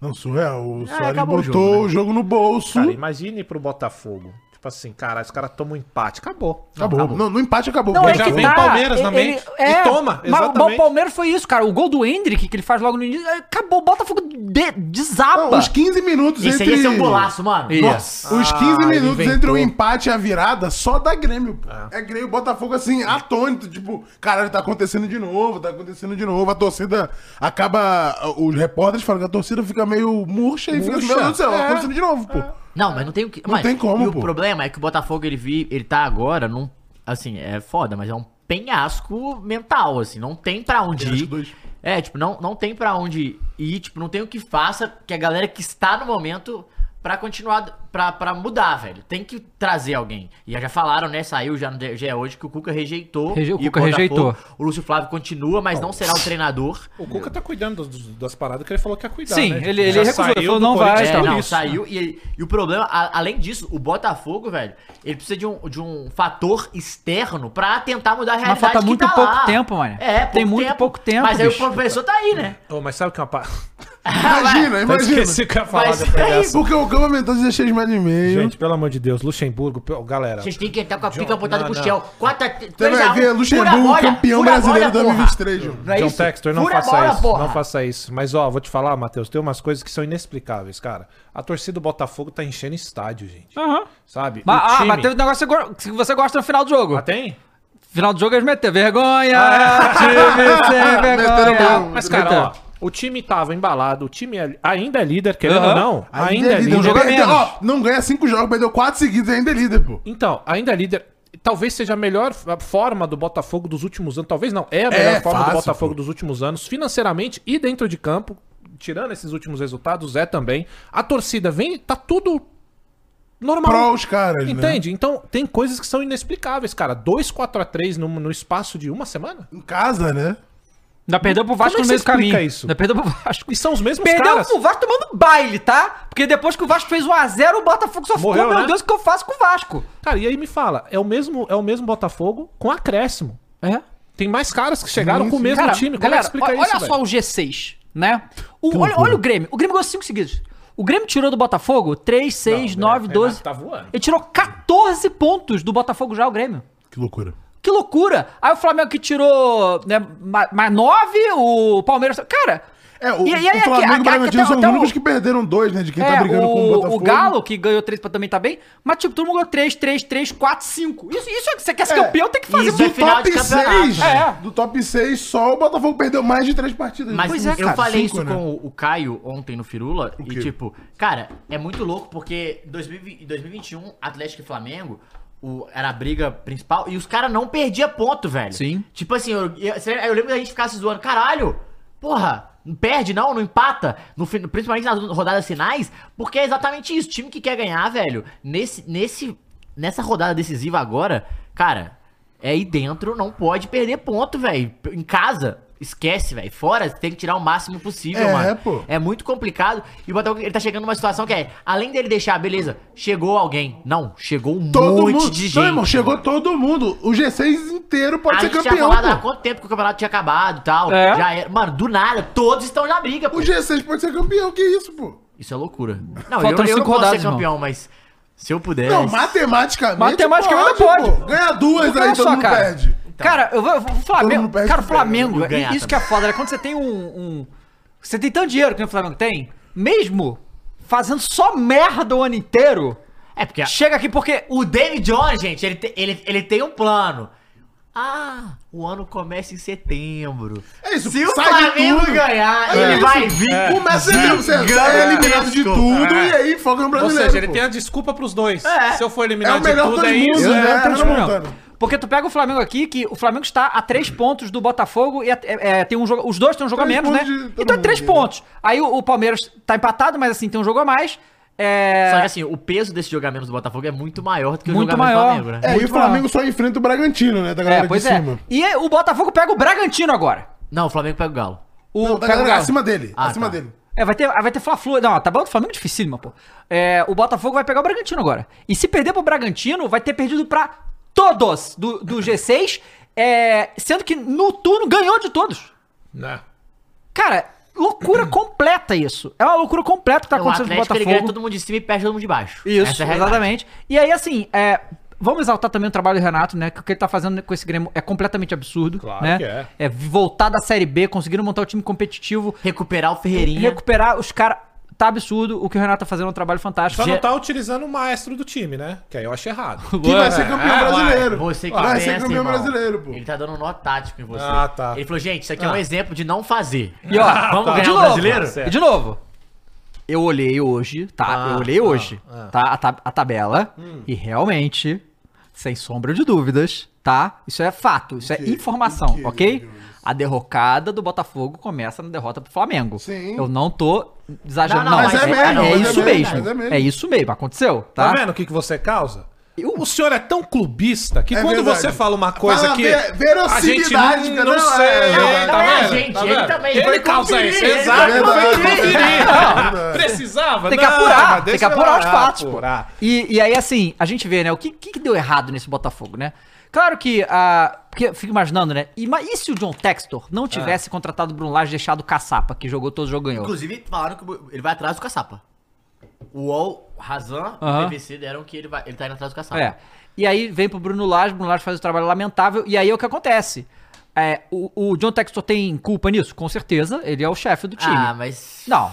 Speaker 2: Não, surreal. O Soares
Speaker 3: acabou
Speaker 2: botou
Speaker 3: o
Speaker 2: o
Speaker 3: jogo,
Speaker 2: jogo,
Speaker 3: né?
Speaker 2: no bolso.
Speaker 4: Cara, imagine pro Botafogo. Tipo assim, cara, os caras tomam um empate. Acabou.
Speaker 2: acabou. Não, no empate acabou.
Speaker 1: Não,
Speaker 2: Porque
Speaker 1: é
Speaker 4: já
Speaker 1: que
Speaker 4: vem
Speaker 1: tá.
Speaker 4: Palmeiras na
Speaker 1: ele-
Speaker 4: mente.
Speaker 1: é,
Speaker 4: E
Speaker 1: mas
Speaker 4: toma,
Speaker 1: o-
Speaker 4: exatamente.
Speaker 1: o Palmeiras foi isso, cara. O gol do Hendrick, que ele faz logo no início, é, acabou. O Botafogo de- desaba.
Speaker 2: Não, os 15 minutos
Speaker 3: Isso aí
Speaker 2: entre...
Speaker 3: ia ser um golaço, mano.
Speaker 1: Ia.
Speaker 3: Nossa.
Speaker 2: Os
Speaker 4: Ah,
Speaker 2: 15
Speaker 4: ele
Speaker 2: minutos entre
Speaker 4: inventou.
Speaker 2: o empate e a virada só dá Grêmio, pô. É Grêmio, Botafogo assim, atônito, tipo, caralho, tá acontecendo de novo, tá acontecendo de novo. A torcida acaba. Os repórteres falam que a torcida fica meio murcha e fica assim,
Speaker 4: Murcha.
Speaker 2: meu Deus do céu,
Speaker 4: É.
Speaker 2: tá acontecendo de novo, pô.
Speaker 3: Não, mas não tem o que.
Speaker 2: Não
Speaker 3: mas-
Speaker 2: tem como,
Speaker 3: E o
Speaker 2: pô.
Speaker 3: problema é que o Botafogo, ele, vi, ele tá agora num. Assim, é foda, mas é um penhasco mental, assim. Não tem pra onde
Speaker 2: Penhasco
Speaker 3: ir.
Speaker 2: dois.
Speaker 3: É, tipo, não, não tem pra onde ir. Tipo, não tem o que faça, que a galera que está no momento pra continuar, pra, pra mudar, velho. Tem que trazer alguém. E já falaram, né? Saiu já no DG hoje que o Cuca rejeitou.
Speaker 1: Reje- o
Speaker 3: e
Speaker 1: Cuca
Speaker 3: Botafogo-
Speaker 1: rejeitou.
Speaker 3: O Lúcio Flávio continua, mas não será o treinador.
Speaker 4: O Cuca tá cuidando dos- das paradas que ele falou que ia cuidar.
Speaker 1: Sim,
Speaker 4: né?
Speaker 1: ele- ele
Speaker 4: Já
Speaker 1: recusou, ele
Speaker 4: saiu
Speaker 1: falou,
Speaker 4: do
Speaker 1: não vai,
Speaker 4: Corinthians
Speaker 3: É,
Speaker 1: tá.
Speaker 4: por
Speaker 3: não,
Speaker 4: isso.
Speaker 3: saiu. E, e o problema, a- além disso, o Botafogo, velho, ele precisa de um, de um fator externo pra tentar mudar a
Speaker 1: Mas
Speaker 3: realidade.
Speaker 1: falta
Speaker 3: que
Speaker 1: muito
Speaker 3: tá
Speaker 1: pouco
Speaker 3: lá.
Speaker 1: tempo, mano.
Speaker 3: É,
Speaker 1: Tem muito pouco tempo,
Speaker 3: Mas
Speaker 1: bicho.
Speaker 3: aí o professor tá aí, né?
Speaker 4: Ô, mas sabe o que é uma parada?
Speaker 2: Imagina,
Speaker 4: Eu
Speaker 2: imagina.
Speaker 4: esqueci o que eu ia falar
Speaker 3: Mas
Speaker 4: depois
Speaker 3: é
Speaker 4: dessa.
Speaker 2: Porque o Gama aumentou 16 metros e meio.
Speaker 4: Gente, pelo amor de Deus, Luxemburgo, pe- galera.
Speaker 3: Vocês têm que entrar com a pica
Speaker 4: John,
Speaker 3: apontada
Speaker 4: não,
Speaker 3: pro
Speaker 4: não.
Speaker 3: céu. 4 a
Speaker 2: Você
Speaker 3: 3 a
Speaker 2: vai
Speaker 3: 1.
Speaker 2: ver Luxemburgo campeão brasileiro de 2023, João.
Speaker 3: Não é
Speaker 4: John
Speaker 3: isso?
Speaker 4: Textor, não
Speaker 3: Fura a
Speaker 4: faça
Speaker 3: bola,
Speaker 4: isso.
Speaker 3: porra.
Speaker 4: Não faça isso. Mas, ó, vou te falar, Matheus, tem umas coisas que são inexplicáveis, cara. A torcida do Botafogo tá enchendo estádio, gente.
Speaker 5: Aham.
Speaker 4: Sabe?
Speaker 1: Mas,
Speaker 4: O
Speaker 1: ah,
Speaker 4: time-
Speaker 1: mas teve um negócio que você go- que você gosta no final do jogo.
Speaker 4: Ah, tem?
Speaker 1: Final do jogo eles meteram vergonha, time sem
Speaker 2: Meteram
Speaker 1: vergonha.
Speaker 2: mesmo.
Speaker 4: Ah, Mas, cara, ó,
Speaker 1: Meteram.
Speaker 4: o time tava embalado, o time é- ainda é líder, querendo
Speaker 1: Aham.
Speaker 4: ou não, ainda, é líder.
Speaker 2: Um
Speaker 1: jogo a
Speaker 2: perdeu-
Speaker 1: menos.
Speaker 2: ó, não ganha 5 jogos, perdeu 4 seguidos e ainda é líder, pô.
Speaker 4: Então, ainda é líder. Talvez seja a melhor f- forma do Botafogo dos últimos anos. Talvez não. É a melhor
Speaker 2: É,
Speaker 4: forma do
Speaker 2: fácil,
Speaker 4: Botafogo
Speaker 2: pô.
Speaker 4: dos últimos anos, financeiramente e dentro de campo. Tirando esses últimos resultados, é também. A torcida vem, tá tudo normal.
Speaker 2: Pró os caras, né?
Speaker 4: Entende? Então, tem coisas que são inexplicáveis, cara. 2 4 a 3 no, no espaço de uma semana?
Speaker 2: Em casa, né?
Speaker 1: Ainda perdeu pro Vasco no
Speaker 4: Como é que
Speaker 1: meio do
Speaker 4: você explica
Speaker 1: caminho.
Speaker 4: isso?
Speaker 1: Ainda perdeu pro Vasco.
Speaker 4: E são os mesmos
Speaker 1: Perdeu um!
Speaker 4: caras.
Speaker 1: pro Vasco tomando baile, tá? Porque depois que o Vasco fez 1x0, o Botafogo só
Speaker 4: Morreu,
Speaker 1: ficou, meu
Speaker 4: né?
Speaker 1: Deus, o que eu faço com o Vasco?
Speaker 4: Cara, e aí me fala, é o mesmo, é o mesmo Botafogo com acréscimo.
Speaker 1: É.
Speaker 4: Tem mais caras que chegaram
Speaker 2: Sim,
Speaker 4: com o
Speaker 2: sim.
Speaker 4: mesmo
Speaker 1: Cara,
Speaker 4: time. Como
Speaker 1: galera,
Speaker 4: é que explica
Speaker 1: olha,
Speaker 4: isso,
Speaker 1: olha
Speaker 4: velho?
Speaker 1: só o G6, né? O, olha, olha o Grêmio. O Grêmio ganhou 5 seguidos. O Grêmio tirou do Botafogo 3, 6, 9, 12.
Speaker 4: Tá voando.
Speaker 1: Ele tirou 14 pontos do Botafogo já, o Grêmio.
Speaker 2: Que loucura.
Speaker 1: Que loucura! Aí o Flamengo que tirou né, ma- mais 9, o Palmeiras. Cara!
Speaker 2: É, o,
Speaker 1: e- e aí
Speaker 2: o
Speaker 1: aqui-
Speaker 2: Flamengo e o
Speaker 1: aqui-
Speaker 2: Bragantino
Speaker 1: até-
Speaker 2: são os
Speaker 1: até o-
Speaker 2: únicos que perderam dois, né? De quem
Speaker 1: é,
Speaker 2: tá brigando
Speaker 1: o,
Speaker 2: com o Botafogo.
Speaker 1: o Galo, que ganhou 3 pra também tá bem, mas tipo, todo mundo ganhou 3, 3, 3, 4, 5. Isso, isso é que você quer ser
Speaker 2: É,
Speaker 1: campeão, tem que fazer
Speaker 3: isso é
Speaker 2: Do
Speaker 1: muito.
Speaker 3: final de
Speaker 2: top
Speaker 3: campeonato.
Speaker 2: 6,
Speaker 1: É.
Speaker 2: do top 6, só o Botafogo perdeu mais de 3 partidas.
Speaker 3: Mas
Speaker 1: Pois é,
Speaker 3: eu
Speaker 1: cara,
Speaker 3: falei
Speaker 2: cinco,
Speaker 3: isso
Speaker 2: né?
Speaker 3: com o- o Caio ontem no Firula.
Speaker 2: quê?
Speaker 3: E tipo, cara, é muito louco porque 2020 em 2021, Atlético e Flamengo. o- era a briga principal e os caras não perdiam ponto, velho.
Speaker 1: Sim.
Speaker 3: Tipo assim, eu, eu, eu lembro da gente ficar se zoando, caralho, porra, não perde não, não empata, no, fin- principalmente nas rodadas finais, porque é exatamente isso. Time que quer ganhar, velho, nesse, nesse, nessa rodada decisiva agora, cara, é aí dentro, não pode perder ponto, velho. Em casa, esquece, velho. Fora, tem que tirar o máximo possível,
Speaker 2: É,
Speaker 3: mano.
Speaker 2: pô.
Speaker 3: É muito complicado. E o Botafogo, ele tá chegando numa situação que é, além dele deixar, beleza, chegou alguém. Não, chegou um
Speaker 2: Todo
Speaker 3: monte
Speaker 2: mundo.
Speaker 3: de gente.
Speaker 2: Não, irmão, chegou todo mundo. O G6 inteiro pode
Speaker 3: a
Speaker 2: ser
Speaker 3: gente tinha
Speaker 2: campeão,
Speaker 3: falado há
Speaker 2: pô.
Speaker 3: quanto tempo que o campeonato tinha acabado e tal.
Speaker 1: É.
Speaker 3: Já era. Mano, do nada, todos estão na briga, pô.
Speaker 2: O G6 pode ser campeão, que isso, pô.
Speaker 3: Isso é loucura. Não, eu, eu
Speaker 1: Faltando
Speaker 3: não
Speaker 1: cinco
Speaker 3: posso
Speaker 1: rodadas,
Speaker 3: ser campeão, mas se eu pudesse.
Speaker 2: Não, matematicamente.
Speaker 1: Matematicamente pode.
Speaker 2: pô. Ganha duas
Speaker 1: Porque
Speaker 2: aí,
Speaker 1: olha
Speaker 2: todo
Speaker 1: só,
Speaker 2: mundo
Speaker 1: cara.
Speaker 2: perde.
Speaker 1: Cara, eu vou, eu vou- o
Speaker 2: Todo
Speaker 1: Flamengo.
Speaker 2: mundo perde
Speaker 1: Cara, o
Speaker 2: pro Flamengo.
Speaker 1: Flamengo.
Speaker 3: E Então. ganhar
Speaker 1: Isso que é foda, né? Quando você tem um, um- Você tem tanto dinheiro que o Flamengo tem, mesmo fazendo só merda o ano inteiro,
Speaker 3: É, porque a-
Speaker 1: chega aqui porque.
Speaker 3: o David Jones, gente, ele, te- ele, ele tem um plano. Ah, o ano começa em setembro.
Speaker 2: É isso,
Speaker 3: Se o
Speaker 2: sai de
Speaker 3: Flamengo
Speaker 2: tudo.
Speaker 3: ganhar,
Speaker 2: É
Speaker 3: ele
Speaker 2: isso.
Speaker 3: vai vir.
Speaker 2: É. Começa mesmo, você
Speaker 3: gigantesco.
Speaker 2: é eliminado de tudo
Speaker 4: É.
Speaker 2: e aí foca no
Speaker 4: Ou
Speaker 2: brasileiro.
Speaker 4: seja, ele
Speaker 2: pô.
Speaker 4: tem a desculpa pros dois.
Speaker 3: É.
Speaker 4: Se eu for
Speaker 2: É o
Speaker 4: eliminado de
Speaker 2: melhor
Speaker 4: tudo,
Speaker 2: todo
Speaker 4: é isso.
Speaker 2: mundo,
Speaker 4: é.
Speaker 2: né?
Speaker 5: então, Tá
Speaker 1: não tem
Speaker 5: tipo,
Speaker 2: Hannah
Speaker 1: problema.
Speaker 2: Montana.
Speaker 1: Porque tu pega o Flamengo aqui, que o Flamengo está a três pontos do Botafogo e é- é- é, tem um jogo, os dois têm um jogo a
Speaker 2: Três
Speaker 1: menos, né?
Speaker 2: pontos de todo
Speaker 1: Então é três
Speaker 2: mundo, né?
Speaker 1: pontos. Aí o, o Palmeiras tá empatado, mas assim, tem um jogo a mais. É.
Speaker 3: Só que assim, o peso desse jogo a menos do Botafogo é muito maior do que o
Speaker 1: Muito
Speaker 3: jogo a menos
Speaker 1: maior.
Speaker 3: do Flamengo, né?
Speaker 2: É, e o
Speaker 1: Muito
Speaker 2: Flamengo só enfrenta o Bragantino, né? Da galera
Speaker 1: é, pois
Speaker 2: de
Speaker 1: é.
Speaker 2: cima.
Speaker 1: E o Botafogo pega o Bragantino agora.
Speaker 3: Não, o Flamengo pega o
Speaker 1: Tá
Speaker 3: Galo.
Speaker 1: O, é
Speaker 2: Não, tá da
Speaker 1: pega o
Speaker 2: galera
Speaker 1: Galo.
Speaker 2: acima dele.
Speaker 3: Ah,
Speaker 2: acima
Speaker 3: tá.
Speaker 2: dele.
Speaker 1: É, vai ter, vai ter Fla-Flu. Não, tá bom, o Flamengo é dificílima, pô. É, o Botafogo vai pegar o Bragantino agora. E se perder pro Bragantino, vai ter perdido pra todos do, do G6, é, sendo que no turno ganhou de todos.
Speaker 4: Né?
Speaker 1: Cara, loucura completa isso. É uma loucura completa que tá
Speaker 3: Então, o
Speaker 1: acontecendo com o
Speaker 3: Atlético ele ganha
Speaker 1: Botafogo.
Speaker 3: todo mundo de cima e perde todo mundo de baixo.
Speaker 1: Isso,
Speaker 3: é a realidade.
Speaker 1: exatamente. E aí, assim, é, vamos exaltar também o trabalho do Renato, né? Que o que ele tá fazendo com esse Grêmio é completamente absurdo.
Speaker 4: Claro
Speaker 1: né?
Speaker 4: que é.
Speaker 1: Voltar da Série B, conseguiram montar o time competitivo,
Speaker 3: Recuperar o Ferreirinha.
Speaker 1: recuperar os caras. Tá absurdo. O que o Renato tá fazendo é um trabalho fantástico.
Speaker 4: Só não tá utilizando o maestro do time, né? Que aí eu acho errado.
Speaker 2: Que vai ser campeão
Speaker 4: é, vai.
Speaker 2: brasileiro.
Speaker 3: Você que
Speaker 2: vai
Speaker 3: pensa,
Speaker 2: ser campeão
Speaker 3: irmão.
Speaker 2: é brasileiro, pô.
Speaker 3: Ele tá dando um nó tático em você.
Speaker 4: Ah, tá.
Speaker 3: Ele falou, gente, isso aqui é um exemplo de não fazer.
Speaker 1: E ó,
Speaker 3: Vamos
Speaker 1: tá.
Speaker 3: ganhar
Speaker 1: de
Speaker 3: o
Speaker 1: novo,
Speaker 3: brasileiro?
Speaker 1: e de novo. Eu olhei hoje, tá? eu olhei hoje, tá? A, ta- a tabela. E realmente, sem sombra de dúvidas, tá? Isso é fato, isso é informação,
Speaker 2: incrível
Speaker 1: ok?
Speaker 2: isso.
Speaker 1: A derrocada do Botafogo começa na derrota pro Flamengo.
Speaker 2: Sim.
Speaker 1: Eu não tô exagerando.
Speaker 3: Não,
Speaker 1: Não,
Speaker 3: não,
Speaker 1: mas
Speaker 3: mas
Speaker 1: é,
Speaker 3: é mesmo,
Speaker 1: é
Speaker 3: mas é
Speaker 1: isso
Speaker 3: mesmo,
Speaker 1: mesmo.
Speaker 2: mas é mesmo.
Speaker 1: É isso mesmo. Aconteceu,
Speaker 4: Tá
Speaker 1: tá?
Speaker 4: vendo o que, que você causa?
Speaker 1: Eu-
Speaker 4: O senhor é tão clubista que
Speaker 2: É
Speaker 4: quando
Speaker 2: verdade.
Speaker 4: você fala uma coisa
Speaker 2: Fala
Speaker 4: que.
Speaker 2: ve- verossimilidade,
Speaker 4: a gente
Speaker 2: cara,
Speaker 4: não, não
Speaker 2: não
Speaker 4: sei. tá
Speaker 2: é-
Speaker 3: Não, não é a
Speaker 4: vendo?
Speaker 3: gente, ele
Speaker 4: vendo?
Speaker 3: também,
Speaker 4: Ele
Speaker 3: ele
Speaker 4: causa
Speaker 3: conferir,
Speaker 4: isso.
Speaker 3: ele
Speaker 4: Exato,
Speaker 2: também
Speaker 4: foi
Speaker 2: conferir.
Speaker 4: conferir.
Speaker 2: Não,
Speaker 4: Não,
Speaker 2: não.
Speaker 4: Precisava.
Speaker 1: Tem que
Speaker 4: Não,
Speaker 1: apurar,
Speaker 4: Ah, deixa
Speaker 1: tem que apurar os
Speaker 4: lá,
Speaker 1: fatos, pô.
Speaker 4: apurar.
Speaker 1: E, e aí, assim, a gente vê, né, o que, que que deu errado nesse Botafogo, né? Claro que, ah, porque eu fico imaginando, né, e, ma- e se o John Textor não tivesse contratado o Bruno Lage e deixado o Caçapa, que jogou todos os jogos e ganhou?
Speaker 3: Inclusive, falaram que ele vai atrás do caçapa. O UOL, Razan e
Speaker 1: Aham.
Speaker 3: o PVC deram que ele, vai, ele tá indo atrás do caçapa.
Speaker 1: É. E aí vem pro Bruno Lage, Bruno Lage faz o trabalho lamentável, e aí é o que acontece. É, o, o John Textor tem culpa nisso? Com certeza, ele é o chefe do time.
Speaker 3: Ah, mas.
Speaker 1: Não.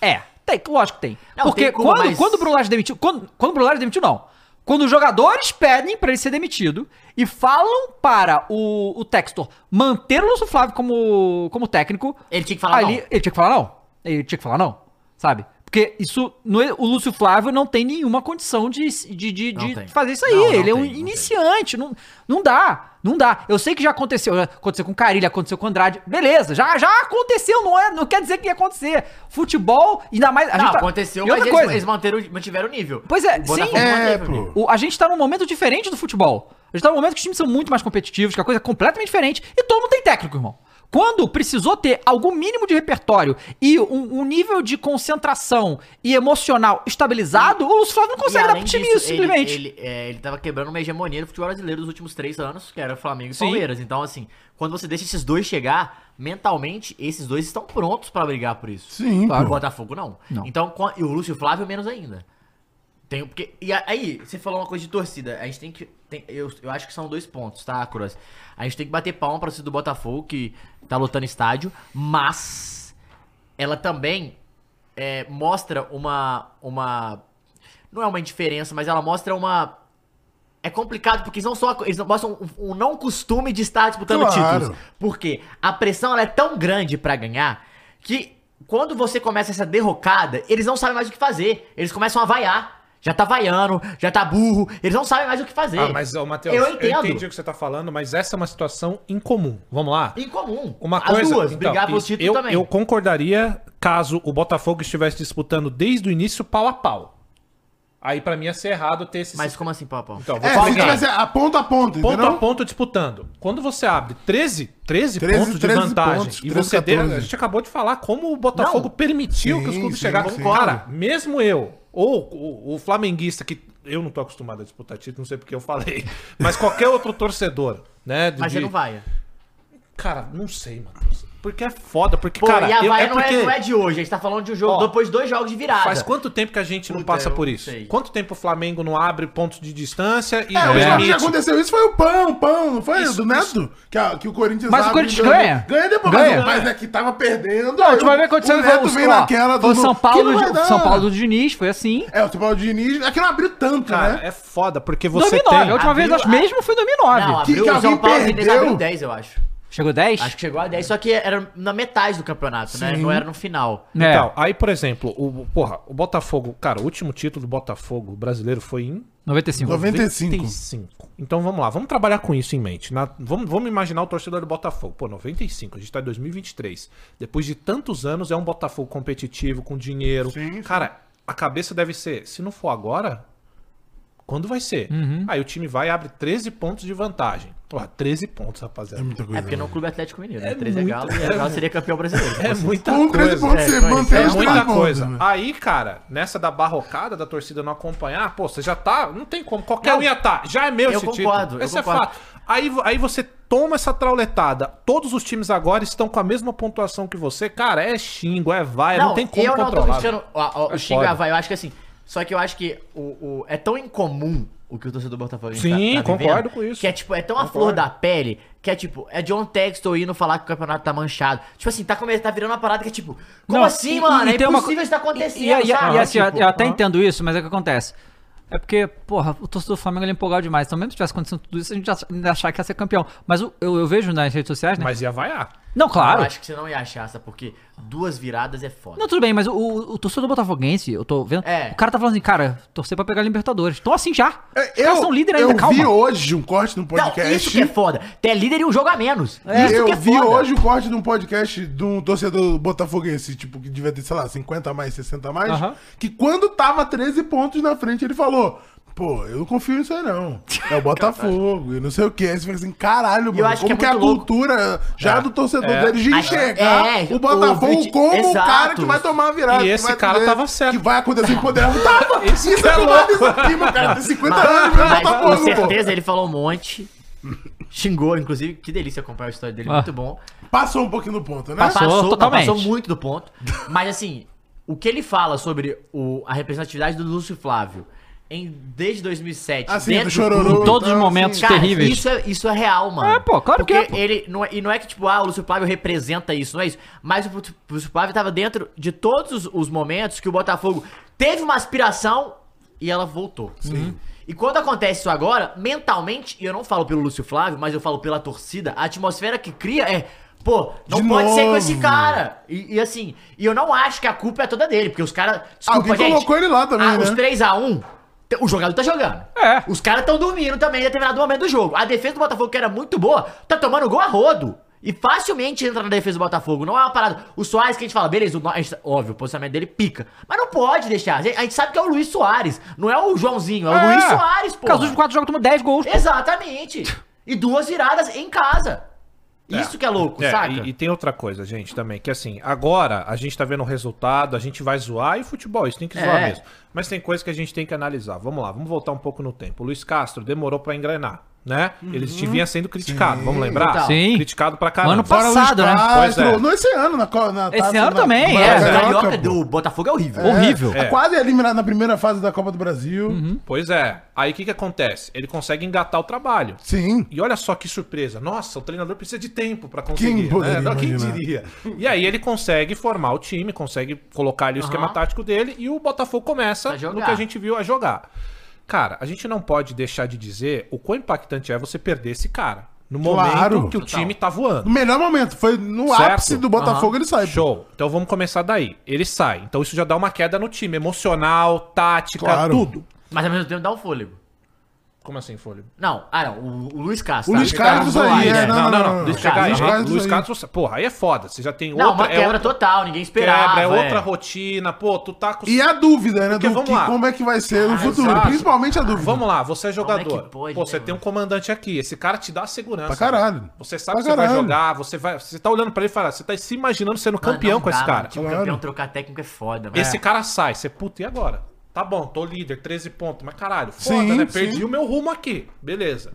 Speaker 1: É, tem, lógico que tem.
Speaker 3: Não,
Speaker 1: Porque
Speaker 3: tem como,
Speaker 1: quando,
Speaker 3: mas-
Speaker 1: quando o Bruno Lage demitiu. Quando, quando o Bruno Lage demitiu, não. Quando os jogadores pedem pra ele ser demitido e falam para o, o Textor manter o Lúcio Flávio como, como técnico,
Speaker 3: Ele tinha que falar
Speaker 1: ali
Speaker 3: não.
Speaker 1: ele tinha que falar não. Ele tinha que falar não, sabe? Porque isso. não é- o Lúcio Flávio não tem nenhuma condição de, de, de,
Speaker 3: Não
Speaker 1: de
Speaker 3: tem.
Speaker 1: fazer isso aí.
Speaker 3: Não, não
Speaker 1: ele é um
Speaker 3: tem, não tem.
Speaker 1: iniciante. Não, não dá. Não dá. Eu sei que já aconteceu. já Aconteceu com Carilha, aconteceu com Andrade. Beleza, já, já aconteceu, não, é, não quer dizer que ia acontecer. Futebol, ainda mais. A
Speaker 3: não,
Speaker 1: tá-
Speaker 3: aconteceu,
Speaker 1: e outra
Speaker 3: mas eles,
Speaker 1: coisa,
Speaker 3: eles manteram, mantiveram o nível.
Speaker 1: Pois é,
Speaker 3: O Botafogo
Speaker 1: sim.
Speaker 2: É,
Speaker 3: manteve o nível.
Speaker 2: pô.
Speaker 1: o- a gente tá num momento diferente do futebol. A gente tá num momento que os times são muito mais competitivos, que a coisa é completamente diferente. E todo mundo tem técnico, irmão. Quando precisou ter algum mínimo de repertório e um, um nível de concentração e emocional estabilizado, o Lúcio Flávio não
Speaker 3: E
Speaker 1: consegue dar
Speaker 3: além
Speaker 1: pro time
Speaker 3: disso,
Speaker 1: isso, simplesmente.
Speaker 3: Ele, ele, é, ele tava quebrando uma hegemonia do futebol brasileiro nos últimos três anos, que era Flamengo e
Speaker 1: Sim.
Speaker 3: Palmeiras. Então, assim, quando você deixa esses dois chegar, mentalmente, esses dois estão prontos pra brigar por isso.
Speaker 2: Sim,
Speaker 1: Claro.
Speaker 3: O
Speaker 2: pô.
Speaker 3: Botafogo não.
Speaker 1: Não.
Speaker 3: Então, com a- e o Lúcio Flávio menos ainda. Tem, porque, e a- aí, você falou uma coisa de torcida. A gente tem que. tem- eu, eu acho que são dois pontos, tá, Cruz? A gente tem que bater palma pra torcida do Botafogo, que tá lotando estádio, mas ela também é, mostra uma. uma. Não é uma indiferença, mas ela mostra uma. É complicado porque eles não só eles não mostram um, um não costume de estar disputando
Speaker 2: Claro.
Speaker 3: títulos. Porque a pressão ela é tão grande pra ganhar que quando você começa essa derrocada, eles não sabem mais o que fazer. Eles começam a vaiar. Já tá vaiando, já tá burro, eles não sabem mais o que fazer.
Speaker 4: Ah, mas, ô, Matheus,
Speaker 3: eu
Speaker 4: eu,
Speaker 3: entendo.
Speaker 4: entendi o que você tá falando, mas essa é uma situação incomum. Vamos lá?
Speaker 3: Incomum.
Speaker 4: Uma coisa.
Speaker 3: As duas,
Speaker 4: então,
Speaker 3: brigar pelos
Speaker 4: isso,
Speaker 3: títulos
Speaker 4: eu,
Speaker 3: também.
Speaker 4: eu concordaria caso o Botafogo estivesse disputando desde o início pau a pau. Aí pra mim ia ser errado ter esse.
Speaker 3: Mas como assim, Papa?
Speaker 4: Então, vou
Speaker 2: É,
Speaker 4: explicar.
Speaker 2: se tivesse a ponta a ponta,
Speaker 4: ponto
Speaker 2: entendeu?
Speaker 4: a ponto disputando. Quando você abre 13, 13,
Speaker 2: 13,
Speaker 4: pontos de
Speaker 2: 13
Speaker 4: vantagem
Speaker 2: pontos,
Speaker 4: e
Speaker 2: 13,
Speaker 4: você deu,
Speaker 2: 14.
Speaker 4: a gente acabou de falar como o Botafogo
Speaker 3: Não.
Speaker 4: permitiu
Speaker 2: Sim,
Speaker 4: que os clubes
Speaker 2: sim,
Speaker 4: chegassem.
Speaker 2: sim.
Speaker 4: Cara, mesmo eu ou o, o flamenguista que eu não tô acostumado a disputar título, não sei porque eu falei, mas qualquer outro torcedor, né, de-
Speaker 3: Mas você não vai.
Speaker 4: Cara, não sei, Matheus. Porque é foda, porque
Speaker 3: Pô,
Speaker 4: cara,
Speaker 3: e a
Speaker 4: eu-
Speaker 3: vaia
Speaker 4: é
Speaker 3: não,
Speaker 4: porque
Speaker 3: é, não é de hoje. A gente tá falando de um jogo
Speaker 4: Ó,
Speaker 3: depois de dois jogos de virada.
Speaker 4: Faz quanto tempo que a gente não
Speaker 3: Puta,
Speaker 4: passa
Speaker 3: eu
Speaker 4: por
Speaker 3: não
Speaker 4: isso?
Speaker 3: sei.
Speaker 4: Quanto tempo o Flamengo não abre pontos de distância e
Speaker 2: É, o
Speaker 4: permite?
Speaker 2: último que aconteceu isso foi o pão, o pão, não foi
Speaker 4: Isso,
Speaker 2: do Neto? Que, a- que o Corinthians
Speaker 1: Mas o
Speaker 2: abre
Speaker 1: Corinthians
Speaker 2: dois-
Speaker 1: ganha.
Speaker 2: Ganha depois,
Speaker 1: Ganha.
Speaker 2: Mas, mas é que tava perdendo.
Speaker 1: Não, a
Speaker 2: aí
Speaker 1: última
Speaker 2: o-
Speaker 1: vez que aconteceu um
Speaker 2: o Neto
Speaker 1: foi,
Speaker 2: veio
Speaker 1: ó,
Speaker 2: naquela
Speaker 1: foi o São Paulo,
Speaker 2: Que não vai dar.
Speaker 1: São Paulo do Diniz, foi assim.
Speaker 2: É, o São Paulo de Diniz, é que não abriu tanto,
Speaker 4: Cara,
Speaker 2: né?
Speaker 4: é foda, porque você
Speaker 1: 2009, a
Speaker 4: tem...
Speaker 1: última vez,
Speaker 3: abriu
Speaker 1: acho
Speaker 3: a-
Speaker 1: mesmo, foi em 2009.
Speaker 3: Não,
Speaker 2: Que-
Speaker 3: abriu,
Speaker 2: que
Speaker 3: o São
Speaker 2: alguém
Speaker 3: Paulo perdeu.
Speaker 2: perdeu.
Speaker 3: abriu 10, eu acho.
Speaker 1: Chegou 10?
Speaker 3: Acho que chegou a 10, só que era na metade do campeonato, né? Não era no final.
Speaker 1: É.
Speaker 4: Então, aí, por exemplo, o, porra, o Botafogo... Cara, o último título do Botafogo brasileiro foi em
Speaker 1: 95.
Speaker 2: 95.
Speaker 4: 95. Então, vamos lá. Vamos trabalhar com isso em mente. Na- vamos, vamos imaginar o torcedor do Botafogo. Pô, 95. A gente tá em 2023. Depois de tantos anos, é um Botafogo competitivo, com dinheiro. Cara, a cabeça deve ser... Se não for agora... Quando vai
Speaker 5: Uhum.
Speaker 4: ser?
Speaker 3: Uhum.
Speaker 4: Aí o time vai e abre 13 pontos de vantagem. Pô, 13 pontos, rapaziada.
Speaker 2: É muita coisa.
Speaker 3: É porque não é um clube Atlético Mineiro, né?
Speaker 4: É
Speaker 3: 3 é
Speaker 4: muito-
Speaker 3: Galo e a Galo seria campeão brasileiro.
Speaker 4: É muita
Speaker 2: Com 13
Speaker 4: coisa.
Speaker 2: pontos,
Speaker 3: É,
Speaker 2: você
Speaker 3: mas
Speaker 2: mantém
Speaker 4: É
Speaker 2: os
Speaker 4: muita
Speaker 2: 13 pontos,
Speaker 4: coisa.
Speaker 2: né?
Speaker 4: Aí, cara, nessa da barrocada da torcida não acompanhar, pô, você já tá. Não tem como. Qualquer
Speaker 3: Não.
Speaker 4: um ia tá. Já é meu
Speaker 3: Eu
Speaker 4: esse
Speaker 3: concordo,
Speaker 4: título.
Speaker 3: eu
Speaker 4: Esse é
Speaker 3: concordo.
Speaker 4: fato. Aí, vo- aí você toma essa trauletada. Todos os times agora estão com a mesma pontuação que você. Cara, é xingo, é vai, não, tem como
Speaker 3: eu não tô
Speaker 4: controlar.
Speaker 3: criticando o, o,
Speaker 4: É
Speaker 3: o Xinga
Speaker 4: foda.
Speaker 3: vai, eu acho que assim, só que eu acho que o, o- é tão incomum o que o torcedor do Botafogo
Speaker 4: Sim, concordo com isso.
Speaker 3: Que é tipo, é tão a
Speaker 4: Concordo.
Speaker 3: flor da pele, que é tipo, é John Textor indo falar que o campeonato tá manchado. Tipo assim, tá, come, tá virando uma parada que é tipo, como
Speaker 1: Não,
Speaker 3: assim,
Speaker 1: e-
Speaker 3: mano?
Speaker 1: e
Speaker 3: é
Speaker 1: tem uma
Speaker 3: impossível
Speaker 1: co-
Speaker 3: isso tá acontecendo,
Speaker 1: E, e, e,
Speaker 3: sabe?
Speaker 1: e assim,
Speaker 3: Tipo,
Speaker 1: eu, eu até
Speaker 3: ah.
Speaker 1: entendo isso, mas é o que acontece. É porque, porra, o torcedor do Flamengo ele é empolgado demais. Então, mesmo se tivesse acontecido tudo isso, a gente ia achar que ia ser campeão. Mas o- eu, eu vejo nas redes sociais, né?
Speaker 4: Mas ia vaiar.
Speaker 1: Não, claro.
Speaker 3: Eu acho que você não ia achar, sabe? Porque duas viradas é foda.
Speaker 1: Não, tudo bem, mas o, o, o torcedor botafoguense, eu tô vendo.
Speaker 3: É.
Speaker 1: O cara tá falando assim, cara, torcer pra pegar a Libertadores. Tô assim já.
Speaker 2: É,
Speaker 1: Os caras são líder ainda,
Speaker 2: eu
Speaker 1: calma.
Speaker 2: vi hoje um corte de um
Speaker 3: Não,
Speaker 2: podcast.
Speaker 3: isso que é foda. Ter líder e um jogo a menos. isso
Speaker 2: eu
Speaker 3: que é
Speaker 2: vi
Speaker 3: foda.
Speaker 2: hoje o corte de um podcast de um torcedor botafoguense, tipo, que devia ter, sei lá, 50 a mais, 60 a mais,
Speaker 1: Aham.
Speaker 2: que quando tava 13 pontos na frente, ele falou, pô, eu não confio nisso aí não, é o Botafogo, e não sei o que, aí você fica assim, caralho, mano,
Speaker 3: acho
Speaker 2: como
Speaker 3: que
Speaker 2: que,
Speaker 3: é
Speaker 2: a
Speaker 3: muito louco.
Speaker 2: cultura já do torcedor
Speaker 4: É.
Speaker 2: dele de
Speaker 3: Acho-
Speaker 2: enxergar
Speaker 3: é,
Speaker 2: o Botafogo
Speaker 3: o vídeo-
Speaker 2: como o cara
Speaker 3: exato.
Speaker 2: que vai tomar a virada.
Speaker 4: E
Speaker 2: que
Speaker 4: esse
Speaker 2: vai
Speaker 4: cara tava certo.
Speaker 2: Que vai acontecer que poderá tava,
Speaker 4: Isso que é
Speaker 2: não
Speaker 4: louco.
Speaker 2: isso aqui, meu cara, tem 50 anos, meu
Speaker 3: Mas, com
Speaker 2: Botafogo, tá pô.
Speaker 3: certeza ele falou um monte. Xingou, inclusive, que delícia acompanhar a história dele,
Speaker 1: Ah.
Speaker 3: muito bom.
Speaker 2: Passou um pouquinho do ponto, né?
Speaker 1: Passou
Speaker 3: não,
Speaker 1: totalmente.
Speaker 3: passou muito do ponto. Mas assim, o que ele fala sobre o- a representatividade do Lúcio Flávio em, desde 2007,
Speaker 2: Assim,
Speaker 3: dentro
Speaker 2: do chororô.
Speaker 1: Em todos os
Speaker 2: então,
Speaker 1: momentos
Speaker 2: assim,
Speaker 3: Cara,
Speaker 1: terríveis.
Speaker 3: Isso é, isso é real, mano.
Speaker 1: É, pô, claro
Speaker 3: Porque
Speaker 1: que é, pô.
Speaker 3: Ele não é- e não é que, tipo, ah, o Lúcio Flávio representa isso, não é isso. Mas o Lúcio Lúcio Flávio tava dentro de todos os, os momentos que o Botafogo teve uma aspiração e ela voltou. Sim. E quando acontece isso agora, mentalmente, e eu não falo pelo Lúcio Flávio, mas eu falo pela torcida, a atmosfera que cria é. Pô, não
Speaker 2: De
Speaker 3: pode ser com
Speaker 2: novo.
Speaker 3: esse cara. E, e assim, e eu não acho que a culpa é toda dele, porque os caras. Desculpa,
Speaker 2: Alguém
Speaker 3: gente.
Speaker 2: colocou ele lá também,
Speaker 3: ah, Os
Speaker 2: né?
Speaker 3: 3x1, o jogador tá jogando.
Speaker 1: É.
Speaker 3: Os caras estão dormindo também em determinado momento do jogo. A defesa do Botafogo, que era muito boa, tá tomando gol a rodo. E facilmente entra na defesa do Botafogo. Não é uma parada. O Soares que a gente fala, beleza, o no- a gente- tá, óbvio, o posicionamento dele pica. Mas não pode deixar. A gente, a gente sabe que é o Luiz Soares. Não é o Joãozinho, é o Luiz Soares, pô.
Speaker 1: Porque os últimos quatro jogos tomou 10
Speaker 3: É.
Speaker 1: gols.
Speaker 3: Exatamente. E duas viradas em casa. Isso que é louco,
Speaker 4: É,
Speaker 3: saca?
Speaker 4: e, e tem outra coisa, gente, também, que assim, agora a gente tá vendo o resultado, a gente vai zoar e futebol, isso tem que zoar
Speaker 3: É.
Speaker 4: mesmo. Mas tem coisa que a gente tem que analisar. Vamos lá, vamos voltar um pouco no tempo. O Luiz Castro demorou pra engrenar, né? Ele
Speaker 3: Uhum.
Speaker 4: vinha sendo criticado, vamos lembrar?
Speaker 3: Total.
Speaker 1: Sim.
Speaker 4: Criticado pra caramba.
Speaker 1: Ano
Speaker 2: Fora o Luiz
Speaker 1: Passado, né?
Speaker 2: Castro.
Speaker 4: Pois é.
Speaker 2: Não, esse ano na, co- na
Speaker 1: Esse ano também,
Speaker 2: na
Speaker 1: é.
Speaker 3: Mas o
Speaker 4: né?
Speaker 2: Carioca,
Speaker 3: Carioca
Speaker 2: pô.
Speaker 3: do Botafogo é horrível.
Speaker 1: É. Horrível. Uhum.
Speaker 2: É. Quase eliminado na primeira fase da Copa do Brasil.
Speaker 4: Pois é. Aí o que que acontece? Ele consegue engatar o trabalho.
Speaker 2: Sim.
Speaker 4: E olha só que surpresa. Nossa, o treinador precisa de tempo pra conseguir.
Speaker 2: Quem poderia
Speaker 4: né? Não, quem
Speaker 2: imaginar?
Speaker 4: diria? E aí ele consegue formar o time, consegue colocar ali o esquema tático dele e o Botafogo começa
Speaker 3: A jogar.
Speaker 4: no que a gente viu a jogar. Cara, a gente não pode deixar de dizer o quão impactante é você perder esse cara. No momento
Speaker 2: Claro.
Speaker 4: que o
Speaker 3: Total.
Speaker 4: time tá voando.
Speaker 2: No melhor momento. Foi no
Speaker 4: Certo.
Speaker 2: ápice do Botafogo ele sai. pô.
Speaker 4: Show. Então vamos começar daí. Ele sai. Então isso já dá uma queda no time, emocional, tática,
Speaker 2: Claro.
Speaker 4: tudo.
Speaker 3: Mas ao mesmo tempo dá um fôlego.
Speaker 4: Como assim, Folha?
Speaker 3: Não, ah, não, o, o Luiz
Speaker 2: O
Speaker 3: Castro. tá?
Speaker 4: Tá,
Speaker 2: Luiz
Speaker 3: Ricardo
Speaker 2: Castro
Speaker 3: Soares,
Speaker 2: aí,
Speaker 3: né?
Speaker 2: é,
Speaker 4: não, não, não, não.
Speaker 3: Luiz
Speaker 4: Deixa eu chegar aí.
Speaker 2: Castro,
Speaker 4: Aham, tá, Luiz
Speaker 2: aí.
Speaker 4: Castro, porra, aí é foda. Você já tem outra.
Speaker 3: Não, uma
Speaker 4: é
Speaker 3: quebra
Speaker 4: outra
Speaker 3: total, ninguém esperava.
Speaker 4: quebra, é outra rotina. Pô, tu tá com.
Speaker 2: E a dúvida, né?
Speaker 4: Porque
Speaker 2: Do
Speaker 4: vamos
Speaker 2: que,
Speaker 4: lá.
Speaker 2: como é que vai ser no
Speaker 4: Ah,
Speaker 2: futuro.
Speaker 4: exato.
Speaker 2: Principalmente a dúvida.
Speaker 4: Vamos lá, você é jogador.
Speaker 3: que pode,
Speaker 4: Pô,
Speaker 3: né,
Speaker 4: você tem um
Speaker 3: mano?
Speaker 4: comandante aqui. Esse cara te dá segurança.
Speaker 2: Pra caralho.
Speaker 4: mano. Você
Speaker 2: Pra
Speaker 4: sabe que você vai
Speaker 2: caralho.
Speaker 4: jogar, você vai. Você tá olhando pra ele e fala, você tá se imaginando sendo
Speaker 3: Mano,
Speaker 4: campeão
Speaker 3: não
Speaker 4: com esse
Speaker 3: dá,
Speaker 4: cara.
Speaker 3: mano, Tipo,
Speaker 2: Claro.
Speaker 3: campeão trocar técnico é foda, mano.
Speaker 4: Esse cara sai, você, puta, e agora? Tá bom, tô líder, 13 pontos, mas caralho, foda,
Speaker 2: Sim,
Speaker 4: né?
Speaker 2: sim.
Speaker 4: Perdi o meu rumo aqui. Beleza.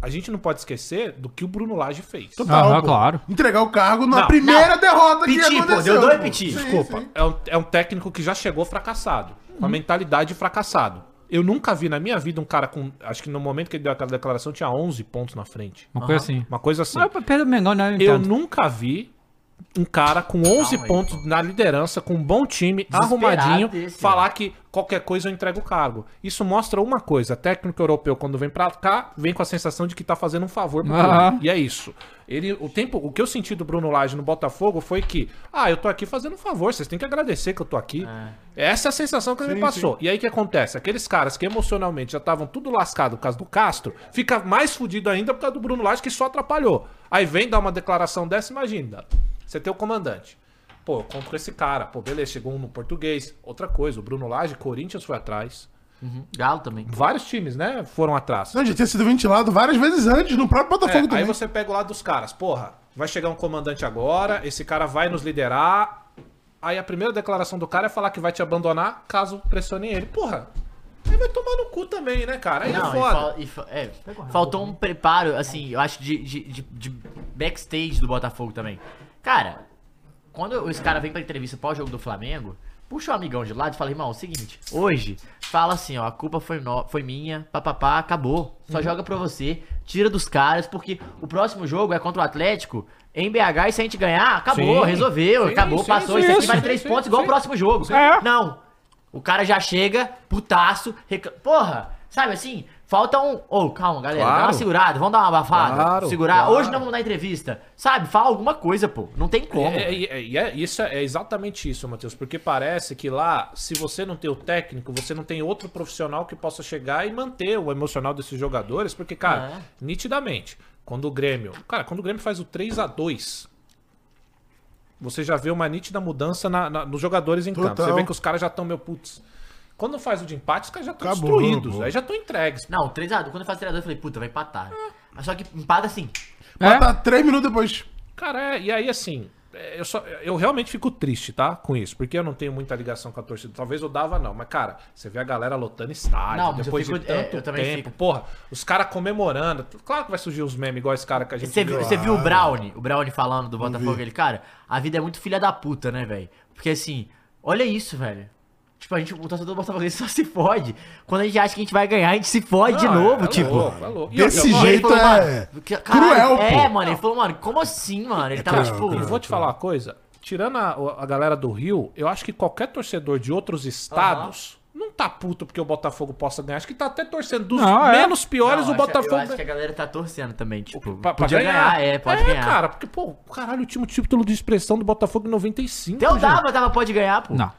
Speaker 4: A gente não pode esquecer do que o Bruno Lage fez.
Speaker 2: Total,
Speaker 1: Aham,
Speaker 2: pô.
Speaker 1: claro.
Speaker 2: Entregar o cargo na
Speaker 4: Não,
Speaker 2: primeira
Speaker 3: não.
Speaker 2: derrota que
Speaker 3: Piti, pô,
Speaker 2: aconteceu.
Speaker 3: deu dois
Speaker 2: pô.
Speaker 3: piti.
Speaker 2: Sim,
Speaker 4: Desculpa,
Speaker 2: sim.
Speaker 4: é um, é um técnico que já chegou fracassado, com
Speaker 1: Uhum.
Speaker 4: a mentalidade de fracassado. Eu nunca vi na minha vida um cara com. Acho que no momento que ele deu aquela declaração tinha 11 pontos na frente.
Speaker 1: Uma coisa assim.
Speaker 4: Uma coisa assim.
Speaker 1: Mas eu perdo o Mengão, né?
Speaker 4: Eu
Speaker 1: entendo.
Speaker 4: nunca vi um cara com 11
Speaker 3: Calma aí,
Speaker 4: pontos na liderança, com um bom time,
Speaker 3: Desesperado
Speaker 4: arrumadinho,
Speaker 3: desse,
Speaker 4: falar que qualquer coisa eu entrego o cargo. Isso mostra uma coisa: técnico europeu, quando vem pra cá, vem com a sensação de que tá fazendo um favor pro
Speaker 1: Aham.
Speaker 4: clube. E é isso. Ele, o, tempo, o que eu senti do Bruno Lage no Botafogo foi que, ah, eu tô aqui fazendo um favor, vocês têm que agradecer que eu tô aqui. Essa é a sensação que ele me passou. E aí o que acontece? Aqueles caras que emocionalmente já estavam tudo lascado por causa do Castro, fica mais fudido ainda por causa do Bruno Lage que só atrapalhou. Aí vem dar uma declaração dessa, imagina. Você tem o comandante. Pô, eu conto com esse cara. Pô, beleza, chegou um no português. Outra coisa, o Bruno Lage, Corinthians foi atrás.
Speaker 3: Uhum. Galo também.
Speaker 4: Vários times, né, foram atrás.
Speaker 2: Não, já tinha sido ventilado várias vezes antes, no próprio
Speaker 4: É,
Speaker 2: Botafogo
Speaker 4: aí
Speaker 2: também.
Speaker 4: você pega o lado dos caras, porra, vai chegar um comandante agora, esse cara vai nos liderar. Aí a primeira declaração do cara é falar que vai te abandonar caso pressione ele. Porra, aí vai tomar no cu também, né, cara? Aí é
Speaker 3: Não, e
Speaker 4: foda.
Speaker 3: fal- e fa- é, faltou um preparo, assim, eu acho, de, de- de- de backstage do Botafogo também. Cara, quando esse cara vem pra entrevista pós-jogo do Flamengo, puxa o amigão de lado e fala, irmão, é o seguinte, hoje, fala assim, ó, a culpa foi, no, foi minha, papapá, acabou.
Speaker 4: Uhum.
Speaker 3: Só joga pra você, tira dos caras, porque o próximo jogo é contra o Atlético em BH e se a gente ganhar, acabou,
Speaker 4: Sim.
Speaker 3: resolveu,
Speaker 4: Sim,
Speaker 3: acabou,
Speaker 4: sim,
Speaker 3: passou,
Speaker 4: sim,
Speaker 3: isso aqui
Speaker 4: sim,
Speaker 3: vale
Speaker 4: sim,
Speaker 3: três
Speaker 4: sim,
Speaker 3: pontos igual
Speaker 4: sim.
Speaker 3: o próximo jogo.
Speaker 1: É.
Speaker 3: Não. O cara já chega, putaço, recla... porra, sabe assim? Faltam. Ô, calma, galera. Dá uma
Speaker 4: Claro.
Speaker 3: segurada, vamos dar uma abafada.
Speaker 4: Claro,
Speaker 3: segurar.
Speaker 4: claro.
Speaker 3: Hoje não vamos dar entrevista. Sabe? Fala alguma coisa, pô. Não tem como.
Speaker 4: É, é, é, é, isso é é exatamente isso, Matheus, porque parece que lá, se você não tem o técnico, você não tem outro profissional que possa chegar e manter o emocional desses jogadores, porque, cara,
Speaker 3: É.
Speaker 4: nitidamente, quando o Grêmio. Cara, quando o Grêmio faz o 3 a 2 você já vê uma nítida mudança na- na- nos jogadores em campo.
Speaker 2: Total.
Speaker 4: Você vê que os caras já estão meio putz. Quando faz o de empate, os caras já estão
Speaker 2: Acabou,
Speaker 4: destruídos,
Speaker 2: acabou.
Speaker 4: aí já estão entregues.
Speaker 3: Não, 3x2. Quando eu faço 3x2, eu falei, puta, vai empatar.
Speaker 4: É.
Speaker 3: Mas só que empata assim.
Speaker 2: Mas tá três minutos depois.
Speaker 4: Cara, é, e aí assim, é, eu, só, eu realmente fico triste, tá? Com isso, porque eu não tenho muita ligação com a torcida. Talvez eu dava, não. Mas, cara, você vê a galera lotando estádio,
Speaker 3: Não, mas eu
Speaker 4: depois
Speaker 3: fico-
Speaker 4: de
Speaker 3: é,
Speaker 4: tanto
Speaker 3: eu também
Speaker 4: tempo.
Speaker 3: fico.
Speaker 4: Porra, os caras comemorando. Claro que vai surgir os memes igual esse cara que a gente
Speaker 3: Você viu, você viu o Brownie? O Brownie falando do Botafogo, ele, cara, a vida é muito filha da puta, né, velho? Porque assim, olha isso, velho. Tipo, a gente, o torcedor do Botafogo só se fode. Quando a gente acha que a gente vai ganhar, a gente se fode de
Speaker 4: Não, é
Speaker 3: novo, tipo.
Speaker 4: louco, é louco. E
Speaker 2: Desse
Speaker 4: eu- eu-
Speaker 3: Ele
Speaker 2: jeito
Speaker 3: falou,
Speaker 2: é.
Speaker 3: mano, que-
Speaker 2: Cruel,
Speaker 3: caralho, É,
Speaker 2: pô. É
Speaker 3: mano, ele falou, mano, como assim, mano? Ele tava,
Speaker 2: cruel,
Speaker 3: tipo.
Speaker 4: Eu vou te falar uma coisa. Tirando a, a galera do Rio, eu acho que qualquer torcedor de outros estados não tá puto porque o Botafogo possa ganhar. Acho que tá até torcendo dos
Speaker 5: Não, é.
Speaker 4: menos piores
Speaker 3: Não,
Speaker 4: o
Speaker 3: acho-
Speaker 4: Botafogo.
Speaker 3: Eu acho
Speaker 4: ganha.
Speaker 3: que a galera tá torcendo também, tipo.
Speaker 4: Pra, pra
Speaker 3: podia ganhar. é, pode ganhar.
Speaker 4: cara, porque, pô, caralho, o time o título de expressão do Botafogo em 95.
Speaker 3: Então
Speaker 4: gente.
Speaker 3: dava, dava, pode ganhar, pô.
Speaker 1: Não.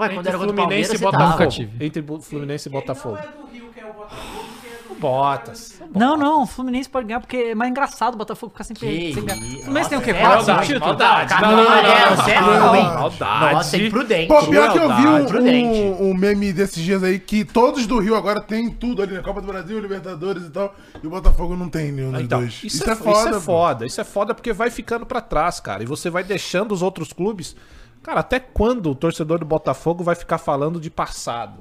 Speaker 3: Ué, quando
Speaker 4: Entre
Speaker 3: era contra o
Speaker 4: Fluminense
Speaker 3: Palmeiras,
Speaker 4: e
Speaker 3: você
Speaker 4: Botafogo.
Speaker 1: Nunca
Speaker 3: tava.
Speaker 1: tive.
Speaker 4: Entre Bu- Fluminense e Botafogo. Não é do Rio que é o Botas.
Speaker 3: Tá
Speaker 1: Não, não, o Fluminense pode ganhar porque é mais engraçado o Botafogo ficar sem perder. sem ganhar.
Speaker 3: isso.
Speaker 1: O Fluminense tem o quê?
Speaker 3: É,
Speaker 1: Quatro
Speaker 3: maldade,
Speaker 1: títulos?
Speaker 4: maldade.
Speaker 1: Tá,
Speaker 3: Não, não, não, não, você é
Speaker 4: Não,
Speaker 3: ruim.
Speaker 4: maldade.
Speaker 3: Nossa, imprudente.
Speaker 2: Pô, pior que eu vi
Speaker 3: Crueldade,
Speaker 2: um-
Speaker 3: prudente.
Speaker 2: um, um meme desses dias aí que todos do Rio agora tem tudo ali, né? Copa do Brasil, Libertadores e tal. E o Botafogo não tem nenhum dos
Speaker 4: Então,
Speaker 2: dois.
Speaker 4: isso, é, foda, isso é foda, isso é foda porque vai ficando pra trás, cara. E você vai deixando os outros clubes. Cara, até quando o torcedor do Botafogo vai ficar falando de passado?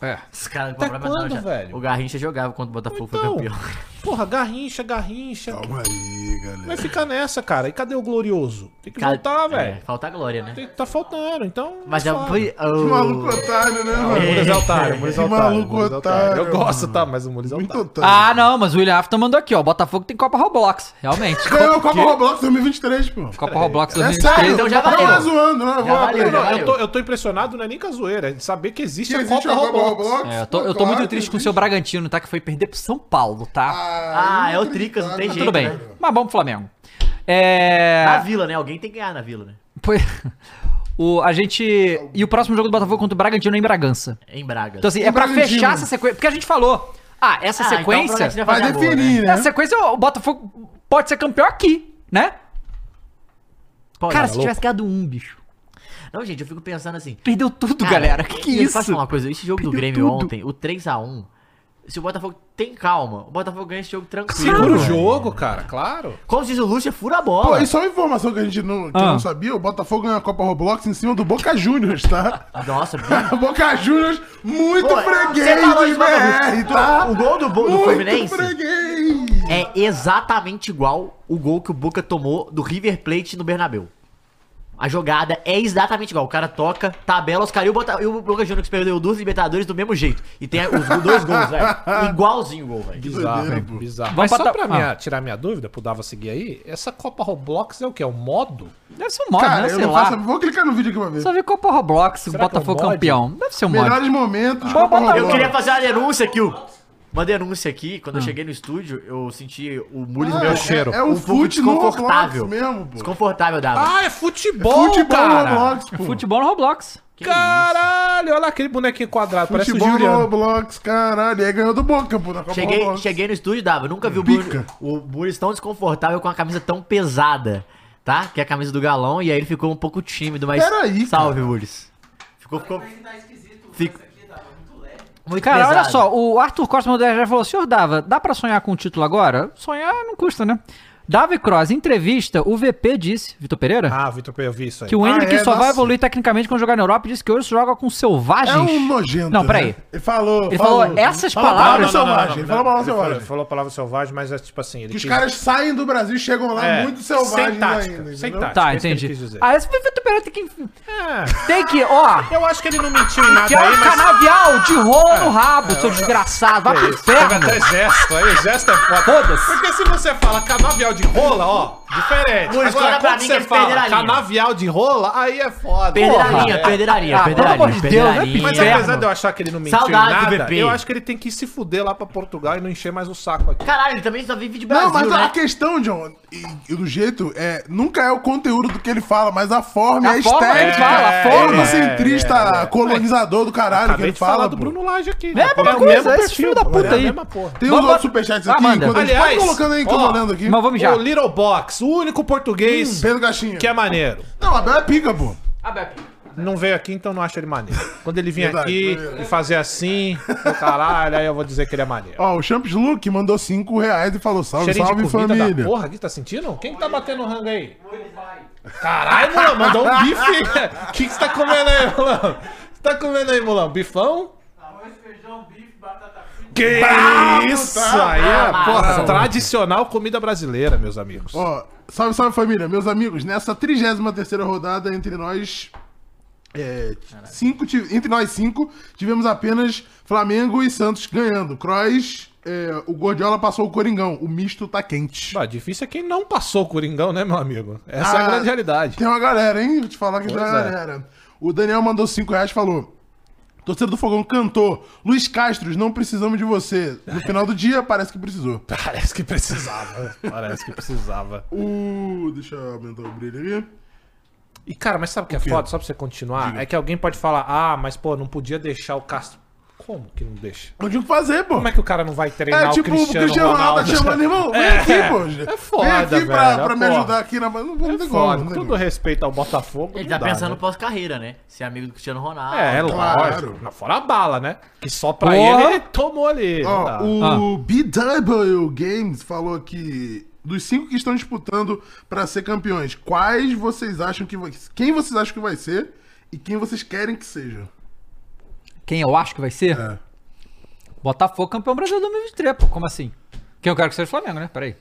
Speaker 4: É.
Speaker 3: Os caras
Speaker 4: Até
Speaker 3: compravam
Speaker 4: quando,
Speaker 3: já.
Speaker 4: velho?
Speaker 3: O Garrincha jogava quando o Botafogo
Speaker 4: Então,
Speaker 3: foi campeão.
Speaker 4: porra, garrincha, garrincha.
Speaker 2: Calma aí,
Speaker 4: Vai
Speaker 2: galera.
Speaker 4: ficar nessa, cara. E cadê o glorioso? Tem que voltar,
Speaker 3: Cara, é,
Speaker 4: velho.
Speaker 3: Falta a glória, né?
Speaker 4: Tem- Tá faltando, então.
Speaker 3: Mas
Speaker 4: é
Speaker 3: é, foi.
Speaker 2: Que
Speaker 3: oh,
Speaker 2: maluco otário, né, mano?
Speaker 4: Mules é otário, Mules é
Speaker 2: Que
Speaker 4: otário.
Speaker 2: maluco
Speaker 4: Mules é otário. Eu
Speaker 2: otário,
Speaker 4: gosto,
Speaker 2: mano.
Speaker 4: tá? Mas o Mules é
Speaker 2: Muito
Speaker 4: otário.
Speaker 2: otário.
Speaker 1: Ah, não, mas o William Afton mandou aqui, ó. o Botafogo tem Copa Roblox, realmente.
Speaker 2: Ganhou a Copa Roblox 2023, pô.
Speaker 1: Copa Roblox
Speaker 2: É sério,
Speaker 1: 2023.
Speaker 3: Então já
Speaker 2: não
Speaker 3: valeu.
Speaker 2: é zoando, não é
Speaker 3: Já valeu,
Speaker 2: zoando.
Speaker 3: já
Speaker 4: Eu tô, eu tô impressionado, não é nem com a zoeira, é de saber que existe
Speaker 2: Que
Speaker 4: a Copa
Speaker 2: existe a Copa
Speaker 4: Roblox.
Speaker 2: Roblox.
Speaker 1: É, eu tô,
Speaker 2: pô,
Speaker 1: eu tô muito
Speaker 2: claro
Speaker 1: triste
Speaker 2: que
Speaker 1: com o seu
Speaker 2: existe.
Speaker 1: Bragantino, tá? Que foi perder pro São Paulo, tá?
Speaker 3: Ah, é o Tricas, não tem
Speaker 1: Tudo
Speaker 3: jeito,
Speaker 1: bem.
Speaker 3: né?
Speaker 1: Mas vamos pro Flamengo.
Speaker 3: Na
Speaker 1: É.
Speaker 3: vila, né? Alguém tem que ganhar na vila, né?
Speaker 1: Foi... O, a gente. E o próximo jogo do Botafogo contra o Bragantino é em Bragança.
Speaker 3: Em Braga.
Speaker 1: Então, assim,
Speaker 2: E
Speaker 1: é pra
Speaker 2: Bragantino?
Speaker 1: fechar essa sequência. Porque a gente falou. Ah, essa
Speaker 3: Ah, então
Speaker 1: sequência.
Speaker 3: provavelmente
Speaker 2: Vai
Speaker 3: fazer a boa, né?
Speaker 2: definir, né?
Speaker 1: essa sequência, o Botafogo pode ser campeão aqui, né?
Speaker 3: Pode,
Speaker 1: Cara,
Speaker 3: né?
Speaker 1: se tivesse ganhado um, bicho.
Speaker 3: Não, gente, eu fico pensando assim.
Speaker 1: Perdeu tudo,
Speaker 3: Cara,
Speaker 1: galera. Que que é
Speaker 3: eu Posso
Speaker 1: isso?
Speaker 3: falar uma coisa? Esse jogo do
Speaker 1: Perdeu
Speaker 3: Grêmio
Speaker 1: tudo.
Speaker 3: ontem, o 3x1, se o Botafogo tem calma, o Botafogo ganha esse jogo tranquilo.
Speaker 4: Segura o
Speaker 3: velho.
Speaker 4: jogo, cara, claro.
Speaker 3: Como diz o Lúcio, fura a
Speaker 2: Pô,
Speaker 3: bola.
Speaker 2: e só uma informação que a gente não, que eu
Speaker 1: Ah.
Speaker 2: não sabia, o Botafogo ganhou a Copa Roblox em cima do Boca Juniors, tá?
Speaker 3: Nossa, bicho.
Speaker 2: Boca Juniors, muito
Speaker 3: Pô, é,
Speaker 2: freguês
Speaker 3: você falou
Speaker 2: de
Speaker 3: isso, Botafogo.
Speaker 2: BR, tá?
Speaker 3: O gol do, Bo- do
Speaker 2: muito
Speaker 3: Fluminense
Speaker 2: freguês.
Speaker 3: é exatamente igual o gol que o Boca tomou do River Plate no Bernabéu. A jogada é exatamente igual. O cara toca, tabela, os caras e o, Bota- e o Boca Júnior que perdeu duas Libertadores do mesmo jeito. E tem os dois gols, velho. Igualzinho o gol, velho.
Speaker 4: Bizarro,
Speaker 2: doideira,
Speaker 4: hein?
Speaker 2: pô.
Speaker 4: bizarro.
Speaker 1: Vamos
Speaker 4: Mas só
Speaker 1: botar-
Speaker 4: pra minha- tirar minha dúvida, pro Dava seguir aí, essa Copa Roblox é o quê? É um modo?
Speaker 1: Deve ser um mod,
Speaker 2: Cara,
Speaker 1: né?
Speaker 2: eu
Speaker 1: Sei
Speaker 2: não
Speaker 1: lá.
Speaker 2: faço... Vou clicar no vídeo aqui pra ver.
Speaker 1: Só ver Copa Roblox, o
Speaker 4: Será que é um
Speaker 1: Botafogo
Speaker 4: mod?
Speaker 1: campeão. Deve ser um mod.
Speaker 2: Melhores momentos,
Speaker 1: Bom,
Speaker 2: Copa
Speaker 1: Botafogo.
Speaker 3: Eu
Speaker 2: Roblox.
Speaker 3: queria fazer uma denúncia aqui, o- uma denúncia aqui. Quando eu cheguei no estúdio, eu senti o Mules
Speaker 2: Ah,
Speaker 3: meu
Speaker 2: é-
Speaker 4: cheiro.
Speaker 2: É um
Speaker 3: fogo
Speaker 2: fute no Roblox mesmo, pô.
Speaker 3: Desconfortável, Dava.
Speaker 4: Ah, é futebol,
Speaker 2: futebol
Speaker 4: cara!
Speaker 2: no Roblox, pô.
Speaker 1: Futebol no Roblox.
Speaker 4: Caralho, olha aquele bonequinho quadrado, parece o
Speaker 2: Futebol é no
Speaker 4: Juliano.
Speaker 2: Roblox, caralho. E aí ganhou do Boca, pô, na Copa
Speaker 3: cheguei,
Speaker 2: Roblox.
Speaker 3: cheguei no estúdio, Dava. Nunca vi o
Speaker 2: Tá Pica.
Speaker 3: Mules, o Mules tão desconfortável com a camisa tão pesada, tá? Que é a camisa do galão. E aí ele ficou um pouco tímido, mas.
Speaker 2: Peraí,
Speaker 3: Salve, Mules. Ficou. ficou... Fico... Muito
Speaker 1: Cara,
Speaker 3: pesado.
Speaker 1: olha só, o Arthur Costa mandou já falou: senhor Dava, dá pra sonhar com o título agora? Sonhar não custa, né? Dava e Cross, em entrevista, o VP disse, Vitor Pereira,
Speaker 4: Ah, Vitor, eu vi isso aí.
Speaker 1: que o
Speaker 2: Ah,
Speaker 1: Henrique
Speaker 2: é,
Speaker 1: só vai
Speaker 2: nossa.
Speaker 1: evoluir tecnicamente quando jogar na Europa e disse que hoje joga com selvagens.
Speaker 2: É um nojento.
Speaker 1: Não, peraí.
Speaker 2: né? Ele falou.
Speaker 1: Ele falou essas
Speaker 2: Fala
Speaker 1: palavras-
Speaker 2: palavra selvagem. Ele falou palavra
Speaker 4: Ele falou-
Speaker 2: selvagem.
Speaker 4: falou palavra selvagem, mas é tipo assim... Ele
Speaker 2: Que os
Speaker 4: quis-
Speaker 2: caras saem do Brasil e chegam lá
Speaker 4: É,
Speaker 2: muito selvagens
Speaker 4: sem tática,
Speaker 2: ainda.
Speaker 4: sem
Speaker 2: entendeu?
Speaker 4: tática.
Speaker 1: Tá,
Speaker 4: É isso que ele
Speaker 1: entendi.
Speaker 4: quis dizer.
Speaker 1: Ah, esse Vitor Pereira tem que.
Speaker 4: É.
Speaker 1: Tem que, ó.
Speaker 4: Eu acho que ele não mentiu em
Speaker 1: Que é
Speaker 4: nada aí,
Speaker 1: um
Speaker 4: mas...
Speaker 1: canavial de rolo no rabo, seu desgraçado. Vai pro
Speaker 4: Isso, Tá Pega
Speaker 1: inferno.
Speaker 4: até gesto, aí gesto é foda.
Speaker 1: Foda-se.
Speaker 4: Porque se você fala canavial de rola, ó, Diferente.
Speaker 3: Agora,
Speaker 4: Agora,
Speaker 3: pra
Speaker 4: quando
Speaker 3: mim,
Speaker 4: você
Speaker 3: eles perderam
Speaker 4: fala
Speaker 3: a linha.
Speaker 4: canavial de rola, aí é foda.
Speaker 3: Perderam
Speaker 4: Porra,
Speaker 3: a linha,
Speaker 4: é.
Speaker 3: perderam a linha,
Speaker 1: Ah,
Speaker 3: perderam a
Speaker 1: pelo amor
Speaker 3: linha,
Speaker 1: de
Speaker 3: perderam a
Speaker 1: Deus, né?
Speaker 3: linha.
Speaker 4: Mas é- apesar de eu achar que ele não mentiu
Speaker 3: Saudade do
Speaker 4: em nada,
Speaker 3: VP.
Speaker 4: eu acho que ele tem que se fuder lá pra Portugal e não encher mais o saco aqui.
Speaker 3: Caralho, ele também só vive de Brasil,
Speaker 2: Não, mas
Speaker 3: né?
Speaker 2: a questão, John, e, e do jeito, é, nunca é o conteúdo do que ele fala, mas a forma,
Speaker 1: A
Speaker 2: a, a
Speaker 1: forma que
Speaker 2: estética.
Speaker 1: ele fala, a forma.
Speaker 2: eurocentrista, colonizador do caralho que
Speaker 4: Acabei
Speaker 2: ele
Speaker 4: de falar
Speaker 2: fala.
Speaker 4: do
Speaker 2: pô.
Speaker 4: Bruno Laje aqui.
Speaker 1: É,
Speaker 4: né?
Speaker 1: a
Speaker 4: Pô,
Speaker 1: mesma
Speaker 4: o
Speaker 1: coisa,
Speaker 4: mesmo
Speaker 1: esse filho da
Speaker 4: porra,
Speaker 1: puta
Speaker 4: é a
Speaker 1: aí.
Speaker 4: mesma porra.
Speaker 2: Tem
Speaker 1: Vamos
Speaker 2: os
Speaker 1: lá-
Speaker 2: outros superchats
Speaker 1: Ah,
Speaker 2: aqui.
Speaker 1: manda.
Speaker 2: quando a gente-
Speaker 4: Aliás,
Speaker 2: pode colocando aí, que eu
Speaker 4: ó,
Speaker 2: tô olhando aqui. Hum,
Speaker 1: Mas vamos já.
Speaker 4: O Little Box, o único português
Speaker 2: Pedro Gaxinha.
Speaker 4: que é maneiro.
Speaker 2: Não, Abel é pica, pô.
Speaker 4: Não veio aqui, então não acho ele maneiro. Quando ele vir
Speaker 2: Verdade,
Speaker 4: aqui
Speaker 2: verdade.
Speaker 4: e fazer assim, do caralho, aí eu vou dizer que ele é maneiro.
Speaker 2: Ó, o Champs Luke mandou 5 reais e falou: salve,
Speaker 4: Cheirinho
Speaker 2: salve,
Speaker 4: de comida
Speaker 2: família.
Speaker 4: da porra aqui, tá sentindo? Quem que tá batendo rango aí? Caralho, Mulão, mandou um bife. O que que você tá comendo aí, Mulão? Você tá comendo aí, Mulão? Bifão? Que isso aí, é, porra, tradicional comida brasileira, meus amigos.
Speaker 2: Ó, salve, salve família, meus amigos. Nessa 33 rodada entre nós. é, cinco, ti- entre nós cinco, tivemos apenas Flamengo e Santos ganhando. Cross, é, o Gordiola passou o Coringão. O misto tá quente.
Speaker 4: Bah, difícil é quem não passou o Coringão, né, meu amigo? Essa é a
Speaker 2: Ah,
Speaker 4: grande realidade.
Speaker 2: Tem uma galera, hein? Vou te falar que tem uma
Speaker 4: Pois é.
Speaker 2: galera. O Daniel mandou 5 reais e falou. Torcedor do Fogão cantou. Luiz Castros, não precisamos de você. No final do dia, parece que precisou.
Speaker 4: Parece que precisava. Parece que precisava.
Speaker 2: Uh, deixa eu aumentar o brilho aqui.
Speaker 4: E, cara, mas sabe o que é foda? Só pra você continuar, é que alguém pode falar, ah, mas, pô, não podia deixar o Castro. Como que não deixa?
Speaker 2: Não tinha o que fazer, pô.
Speaker 4: Como é que o cara não vai
Speaker 2: É
Speaker 4: treinar
Speaker 2: tipo
Speaker 4: o Cristiano, Ronaldo?
Speaker 2: tá chamando, irmão, vem
Speaker 4: É.
Speaker 2: aqui, pô.
Speaker 4: É foda,
Speaker 2: Vem aqui pra,
Speaker 4: velho, é
Speaker 2: pra me
Speaker 4: foda.
Speaker 2: ajudar aqui na... Não, não tem
Speaker 4: É
Speaker 2: como,
Speaker 4: foda,
Speaker 2: não
Speaker 4: com
Speaker 2: tem
Speaker 4: todo
Speaker 2: como.
Speaker 4: respeito ao Botafogo.
Speaker 3: Ele
Speaker 4: não
Speaker 3: tá
Speaker 4: dá,
Speaker 3: pensando
Speaker 4: né?
Speaker 3: pós-carreira, né? Ser amigo do Cristiano Ronaldo.
Speaker 4: É, é
Speaker 2: Claro.
Speaker 4: lógico. Não, Fora a bala, né? Que só pra
Speaker 1: Porra.
Speaker 4: ele, ele tomou ali. Tá. não dá.
Speaker 2: Ó, o BW Games falou que dos cinco que estão disputando pra ser campeões, quais vocês acham que vai... Quem vocês acham que vai ser e quem vocês querem que seja?
Speaker 1: Quem eu acho que vai ser?
Speaker 2: É.
Speaker 1: Botafogo campeão brasileiro 2023, pô. Como assim? Quem eu quero que seja o Flamengo, né? Peraí.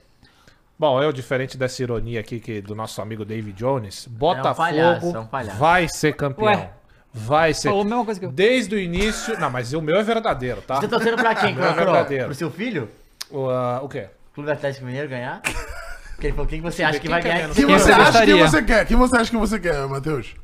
Speaker 4: Bom, eu, diferente dessa ironia aqui que do nosso amigo David Jones, Botafogo
Speaker 3: palhaço, é um palhaço.
Speaker 4: vai ser campeão.
Speaker 1: Ué.
Speaker 4: Vai ser.
Speaker 1: Falou a mesma coisa que eu.
Speaker 4: Desde o início. Não, mas o meu é verdadeiro, tá?
Speaker 3: Você tá torcendo pra quem,
Speaker 4: Não é
Speaker 3: Crocro?
Speaker 4: verdadeiro.
Speaker 3: Pro seu filho?
Speaker 4: O, ah, o quê?
Speaker 3: O Clube Atlético Mineiro ganhar? Porque ele falou, quem que você acha que
Speaker 4: quem
Speaker 3: vai
Speaker 4: que
Speaker 3: ganhar?
Speaker 4: é
Speaker 2: Quem
Speaker 4: Quem
Speaker 2: você
Speaker 1: eu
Speaker 2: acha que
Speaker 1: gostaria?
Speaker 2: você quer? Quem você acha que você quer, Matheus?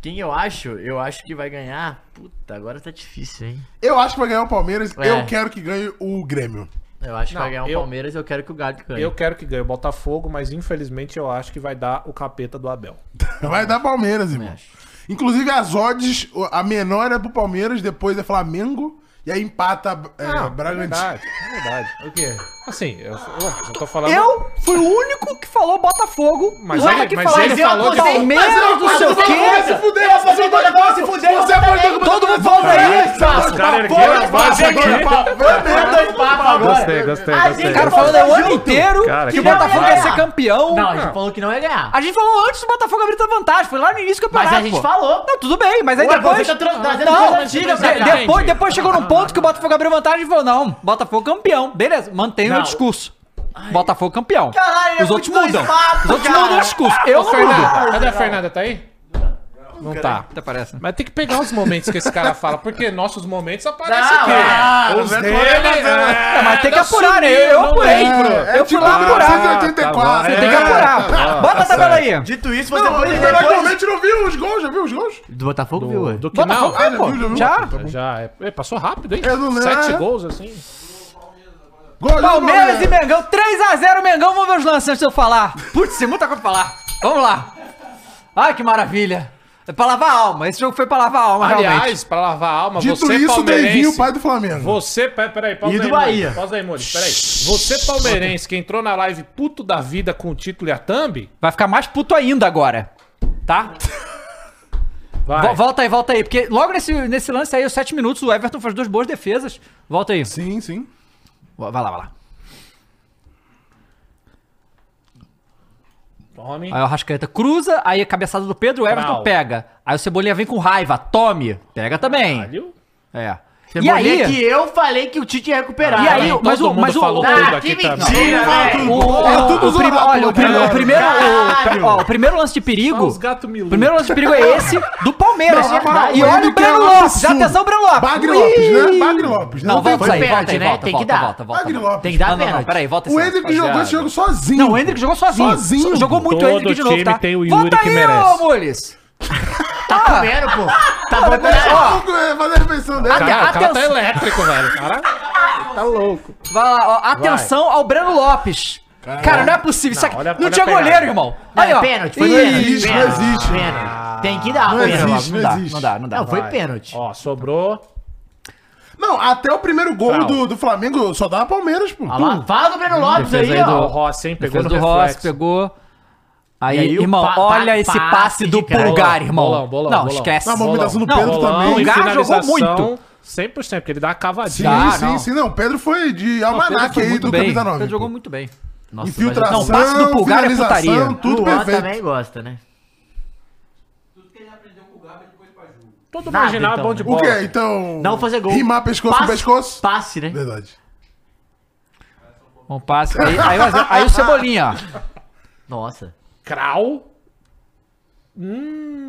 Speaker 3: Quem eu acho? Eu acho que vai ganhar... Puta, agora tá difícil, hein?
Speaker 2: Eu acho que vai ganhar o Palmeiras,
Speaker 3: É.
Speaker 2: eu quero que ganhe o Grêmio.
Speaker 3: Eu acho que
Speaker 4: Não,
Speaker 3: vai ganhar o
Speaker 4: eu-
Speaker 3: Palmeiras eu quero que o Galo ganhe.
Speaker 4: Eu quero que ganhe o Botafogo, mas infelizmente eu acho que vai dar o capeta do Abel.
Speaker 2: Vai dar Palmeiras, irmão.
Speaker 3: acho.
Speaker 2: Inclusive, as odds, o- a menor é pro Palmeiras, depois é Flamengo, e aí empata é,
Speaker 4: Ah,
Speaker 2: Bragantino.
Speaker 4: verdade, é verdade.
Speaker 3: O quê?
Speaker 4: Assim, eu, eu tô falando.
Speaker 1: Eu fui o único que falou Botafogo.
Speaker 4: Mas
Speaker 1: Não
Speaker 4: aí-
Speaker 1: é que
Speaker 4: mas
Speaker 1: falou
Speaker 4: aí
Speaker 1: de
Speaker 4: você falou de-
Speaker 1: Palmeiras, do seu quê?
Speaker 2: fudeu, você pode dar se fuder,
Speaker 3: é
Speaker 1: tá
Speaker 2: você pode
Speaker 1: Todo mundo falou pra isso.
Speaker 4: Os caras
Speaker 5: Tá
Speaker 4: ergueram a base aqui. Gostei, gostei,
Speaker 3: A
Speaker 4: gostei.
Speaker 1: O cara tá falando é
Speaker 3: é
Speaker 1: o ano inteiro
Speaker 4: Cara,
Speaker 1: que o
Speaker 4: que-
Speaker 1: Botafogo ia ser
Speaker 3: Não,
Speaker 1: campeão.
Speaker 3: Não, a gente falou que não ia ganhar.
Speaker 1: A gente falou antes do Botafogo abrir tanta vantagem. Foi lá no início que eu
Speaker 3: Mas a gente falou.
Speaker 1: Não, tudo bem, mas aí
Speaker 3: Ué,
Speaker 1: depois. Ah,
Speaker 3: você tá tra- trazendo
Speaker 1: não,
Speaker 3: coisa antiga pra Ah,
Speaker 1: de-
Speaker 3: cá.
Speaker 1: depois, depois chegou num ponto que o Botafogo abriu vantagem e falou: não, Botafogo campeão. Beleza, mantém o
Speaker 3: Não.
Speaker 1: discurso. Botafogo campeão.
Speaker 3: Caralho, ele é
Speaker 1: Os outros
Speaker 3: muito
Speaker 1: mudam.
Speaker 3: dois-pato,
Speaker 1: Os outros
Speaker 3: cara.
Speaker 1: mudam o discurso. Eu não mudo.
Speaker 4: Cadê a Fernanda? Tá aí? Não tá.
Speaker 1: Até parece. né?
Speaker 4: Mas tem que pegar os momentos que esse cara fala, porque nossos momentos aparecem
Speaker 3: Não,
Speaker 4: aqui. né?
Speaker 3: é.
Speaker 4: os
Speaker 2: Não,
Speaker 4: dele,
Speaker 5: tá
Speaker 1: É, mas tem que apurar, né?
Speaker 4: sumiu,
Speaker 1: Eu, eu
Speaker 4: não
Speaker 1: apurei.
Speaker 2: É,
Speaker 4: lembro.
Speaker 3: É,
Speaker 1: eu
Speaker 3: tipo,
Speaker 2: tipo
Speaker 1: fui
Speaker 3: ah,
Speaker 1: lá apurar. Você tem que apurar. Bota a tabela aí.
Speaker 3: Dito isso, você pode
Speaker 4: é
Speaker 2: Ele
Speaker 3: depois...
Speaker 2: normalmente não viu os gols, já viu os gols?
Speaker 3: Do Botafogo, viu? ué?
Speaker 4: Do que não?
Speaker 1: Botafogo
Speaker 2: Ah,
Speaker 1: foi,
Speaker 2: já
Speaker 1: pô.
Speaker 2: viu, já viu?
Speaker 1: Já.
Speaker 2: Tá bom.
Speaker 4: Já, é, é, passou rápido, hein?
Speaker 2: Eu não lembro.
Speaker 4: Sete gols, assim.
Speaker 2: Gol do
Speaker 1: Palmeiras e Mengão, 3x0 Mengão. Vamos ver os lances antes de eu falar. Putz, tem muita coisa pra falar. Vamos lá. Ai, que maravilha. É pra lavar a alma. Esse jogo foi pra lavar a alma, realmente.
Speaker 4: Aliás, pra lavar a alma,
Speaker 2: Dito
Speaker 4: você é
Speaker 2: isso,
Speaker 4: palmeirense-
Speaker 2: Deivinho, pai do Flamengo.
Speaker 4: Você, pe- peraí, pausa
Speaker 3: E do
Speaker 4: aí, Muri.
Speaker 3: Bahia.
Speaker 4: Pausa aí, Muri, peraí. Você, palmeirense, que entrou na live puto da vida com o título e a thumb,
Speaker 1: Vai ficar mais puto ainda agora. Tá?
Speaker 4: vai.
Speaker 1: Vo- Volta aí, volta aí. Porque logo nesse, nesse lance aí, os 7 minutos, o Everton faz duas boas defesas. Volta aí.
Speaker 2: Sim, sim.
Speaker 1: Vai lá, vai lá.
Speaker 4: Tome.
Speaker 1: Aí o Rascaeta cruza, aí a cabeçada do Pedro, o Everton
Speaker 4: Brau.
Speaker 1: pega. Aí o Cebolinha vem com raiva. Tome. Pega também.
Speaker 4: Caralho.
Speaker 1: É.
Speaker 3: Você
Speaker 1: E
Speaker 3: pode ver
Speaker 1: aí-
Speaker 3: que eu falei que o Tite ia recuperar.
Speaker 1: E aí,
Speaker 3: né?
Speaker 1: mas
Speaker 4: Todo
Speaker 1: o, mas
Speaker 4: mundo
Speaker 1: o,
Speaker 4: falou
Speaker 1: o-
Speaker 4: tudo
Speaker 3: Ah,
Speaker 4: aqui tá?
Speaker 3: que
Speaker 4: também.
Speaker 3: mentira, velho!
Speaker 1: o-
Speaker 2: É tudo
Speaker 1: o prim-
Speaker 2: zoado,
Speaker 1: olha, o, prim- o primeiro,
Speaker 3: Caralho!
Speaker 1: o, ó, o primeiro lance de perigo.
Speaker 4: Os gatos
Speaker 1: O
Speaker 4: milu.
Speaker 1: primeiro lance de perigo é esse do Palmeiras.
Speaker 3: Não, é verdade.
Speaker 1: e olha o
Speaker 2: Ele quer
Speaker 1: Breno
Speaker 2: um
Speaker 1: Lopes.
Speaker 2: absurdo.
Speaker 1: Atenção, Breno Lopes.
Speaker 2: Bagre
Speaker 1: Ui!
Speaker 2: Lopes, né? Bagre Lopes. né?
Speaker 1: Não,
Speaker 2: tem-
Speaker 1: volta isso aí,
Speaker 3: pênalti,
Speaker 1: volta aí,
Speaker 3: né?
Speaker 1: volta,
Speaker 3: Tem
Speaker 1: volta,
Speaker 3: que Tá dar.
Speaker 1: volta, volta,
Speaker 2: Bagre
Speaker 1: volta.
Speaker 2: Lopes.
Speaker 1: Tem que dar
Speaker 3: Não, não,
Speaker 1: pênalti.
Speaker 3: não,
Speaker 1: Peraí, volta
Speaker 2: O
Speaker 1: esse lance.
Speaker 2: Hendrick jogou esse jogo sozinho.
Speaker 1: Não, o Hendrick jogou sozinho.
Speaker 2: Sozinho.
Speaker 1: So- Jogou muito o
Speaker 5: Todo
Speaker 1: Hendrick de novo,
Speaker 5: time
Speaker 1: tá?
Speaker 5: tem o Yuri
Speaker 1: Volta
Speaker 5: que
Speaker 1: aí,
Speaker 5: merece.
Speaker 1: ô, Mules.
Speaker 3: Tá
Speaker 4: Ah!
Speaker 3: comendo, pô! Tá bom
Speaker 2: Até o Hugo ia né? é, fazer a refeição dele.
Speaker 4: Cara, o cara tá
Speaker 1: Atenção.
Speaker 4: elétrico, velho. O cara tá louco.
Speaker 1: Vai lá, ó, atenção ao Breno Lopes. Cara, não é possível. isso aqui- Não,
Speaker 4: olha- olha
Speaker 1: tinha
Speaker 4: a pegada.
Speaker 1: goleiro, irmão.
Speaker 3: Não,
Speaker 1: Aí,
Speaker 3: é
Speaker 1: ó.
Speaker 3: pênalti, foi
Speaker 1: Ih,
Speaker 3: pênalti.
Speaker 2: existe, não
Speaker 3: pênalti,
Speaker 2: existe.
Speaker 3: pênalti. Tem que dar,
Speaker 2: Não
Speaker 3: pênalti.
Speaker 2: existe.
Speaker 1: Não dá,
Speaker 2: existe.
Speaker 1: não dá, não dá.
Speaker 3: Não, foi
Speaker 1: Vai.
Speaker 3: pênalti.
Speaker 4: Ó, sobrou.
Speaker 2: Não, até o primeiro gol do, do Flamengo só dava Palmeiras, pô.
Speaker 3: Olha Tá lá, fala do Breno Lopes
Speaker 1: Defesa
Speaker 3: aí,
Speaker 1: aí
Speaker 4: Ó, o
Speaker 3: ó.
Speaker 4: Rossi, hein? Pegou
Speaker 1: Defesa
Speaker 4: no
Speaker 1: do Ross,
Speaker 4: reflexo.
Speaker 1: pegou. Aí,
Speaker 3: E aí o
Speaker 1: irmão,
Speaker 3: pa- pa-
Speaker 1: olha esse passe,
Speaker 3: passe de
Speaker 1: do
Speaker 3: cara.
Speaker 1: pulgar, irmão.
Speaker 4: Bolão, bolão,
Speaker 1: não,
Speaker 4: bolão.
Speaker 1: esquece.
Speaker 2: Na movimentação do
Speaker 1: Não,
Speaker 2: Pedro
Speaker 1: bolão,
Speaker 2: também.
Speaker 1: O Gá jogou muito.
Speaker 4: 100%, porque ele dá uma
Speaker 2: Sim,
Speaker 4: cavadinha.
Speaker 1: Dá,
Speaker 2: sim,
Speaker 1: não.
Speaker 2: sim. Não, Pedro foi de
Speaker 1: Não, o Pedro
Speaker 2: almanac
Speaker 1: foi
Speaker 2: aí
Speaker 1: muito
Speaker 2: do
Speaker 1: bem.
Speaker 2: Camisa
Speaker 1: O
Speaker 2: 9.
Speaker 1: Pedro
Speaker 2: pô.
Speaker 1: jogou muito bem.
Speaker 3: Nossa,
Speaker 2: Infiltração,
Speaker 1: Não, passe do Pulgar é
Speaker 2: finalização,
Speaker 1: putaria.
Speaker 2: tudo
Speaker 3: Luan
Speaker 2: perfeito.
Speaker 3: também gosta, né?
Speaker 4: Todo
Speaker 3: Nada,
Speaker 4: marginal é
Speaker 3: então,
Speaker 4: bom
Speaker 3: né?
Speaker 4: de
Speaker 2: O
Speaker 4: bola.
Speaker 2: que é, então?
Speaker 3: Não fazer gol.
Speaker 2: Rimar pescoço
Speaker 3: passe,
Speaker 2: com pescoço?
Speaker 3: Passe, né?
Speaker 2: Verdade.
Speaker 1: Bom Um passe. Aí, aí, aí, aí o Cebolinha, ó.
Speaker 3: Nossa.
Speaker 4: Crau.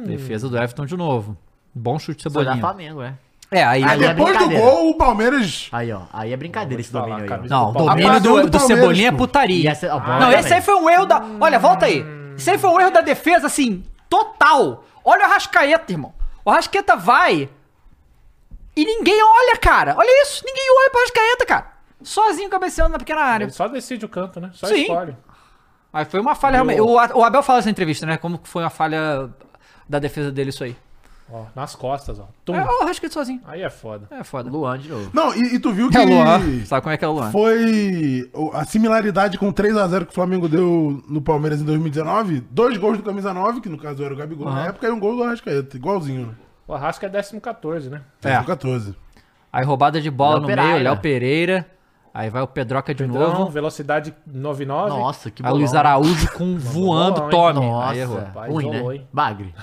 Speaker 1: Defesa do Everton de novo. Bom chute do
Speaker 3: Foi da
Speaker 1: Cebolinha.
Speaker 3: Flamengo, é.
Speaker 1: É, aí...
Speaker 3: Ali é
Speaker 2: Depois do
Speaker 3: brincadeira.
Speaker 2: gol, o Palmeiras.
Speaker 3: Aí, ó. Aí é brincadeira esse
Speaker 4: falar,
Speaker 3: domínio aí.
Speaker 4: cara.
Speaker 3: ó.
Speaker 1: Não, o
Speaker 2: Apagou
Speaker 1: domínio
Speaker 2: do
Speaker 1: do, do
Speaker 2: Palmeiras,
Speaker 1: Cebolinha é
Speaker 2: pô.
Speaker 1: putaria.
Speaker 3: E essa- ó, bola
Speaker 1: Não, esse
Speaker 3: também.
Speaker 1: aí foi um erro da... Olha, volta aí. Esse aí foi um erro da defesa, assim, total. Olha o Rascaeta, irmão. O Rascaeta vai e ninguém olha, cara. Olha isso. Ninguém olha pro Rascaeta, cara. Sozinho cabeceando na pequena área.
Speaker 4: Ele só decide o canto, né? Só
Speaker 1: Sim.
Speaker 4: escolhe.
Speaker 1: Mas foi uma falha realmente. O, A- o Abel fala nessa entrevista, né? Como que foi uma falha da defesa dele isso aí.
Speaker 4: Ó, nas costas, ó. Tum.
Speaker 1: É, o Rascaeta sozinho.
Speaker 4: Aí é foda.
Speaker 1: É foda.
Speaker 3: Luan de novo.
Speaker 2: Não, e, e tu viu que.
Speaker 1: É o Luan. Sabe como é que é o Luan?
Speaker 2: Foi o- a similaridade com o 3x0 que o Flamengo deu no Palmeiras em 2019. Dois gols do Camisa 9, que no caso era o Gabigol na época, e um gol do Arrascaeta. Igualzinho, né?
Speaker 4: O Arrasca é 14, né?
Speaker 1: É.
Speaker 2: 14.
Speaker 1: Aí roubada de bola
Speaker 3: Léo
Speaker 1: no meio,
Speaker 3: Pereira.
Speaker 1: Léo Pereira. Aí vai o Pedroca de
Speaker 4: Então,
Speaker 1: novo.
Speaker 4: velocidade 99.
Speaker 3: Nossa, que
Speaker 1: Aí o Luiz
Speaker 3: bolão.
Speaker 1: Araújo com voando,
Speaker 4: bolão, hein?
Speaker 1: tome. Aí errou.
Speaker 3: Nossa,
Speaker 4: Rapaz,
Speaker 3: ruim,
Speaker 4: isolou,
Speaker 3: né?
Speaker 4: hein?
Speaker 3: Bagre.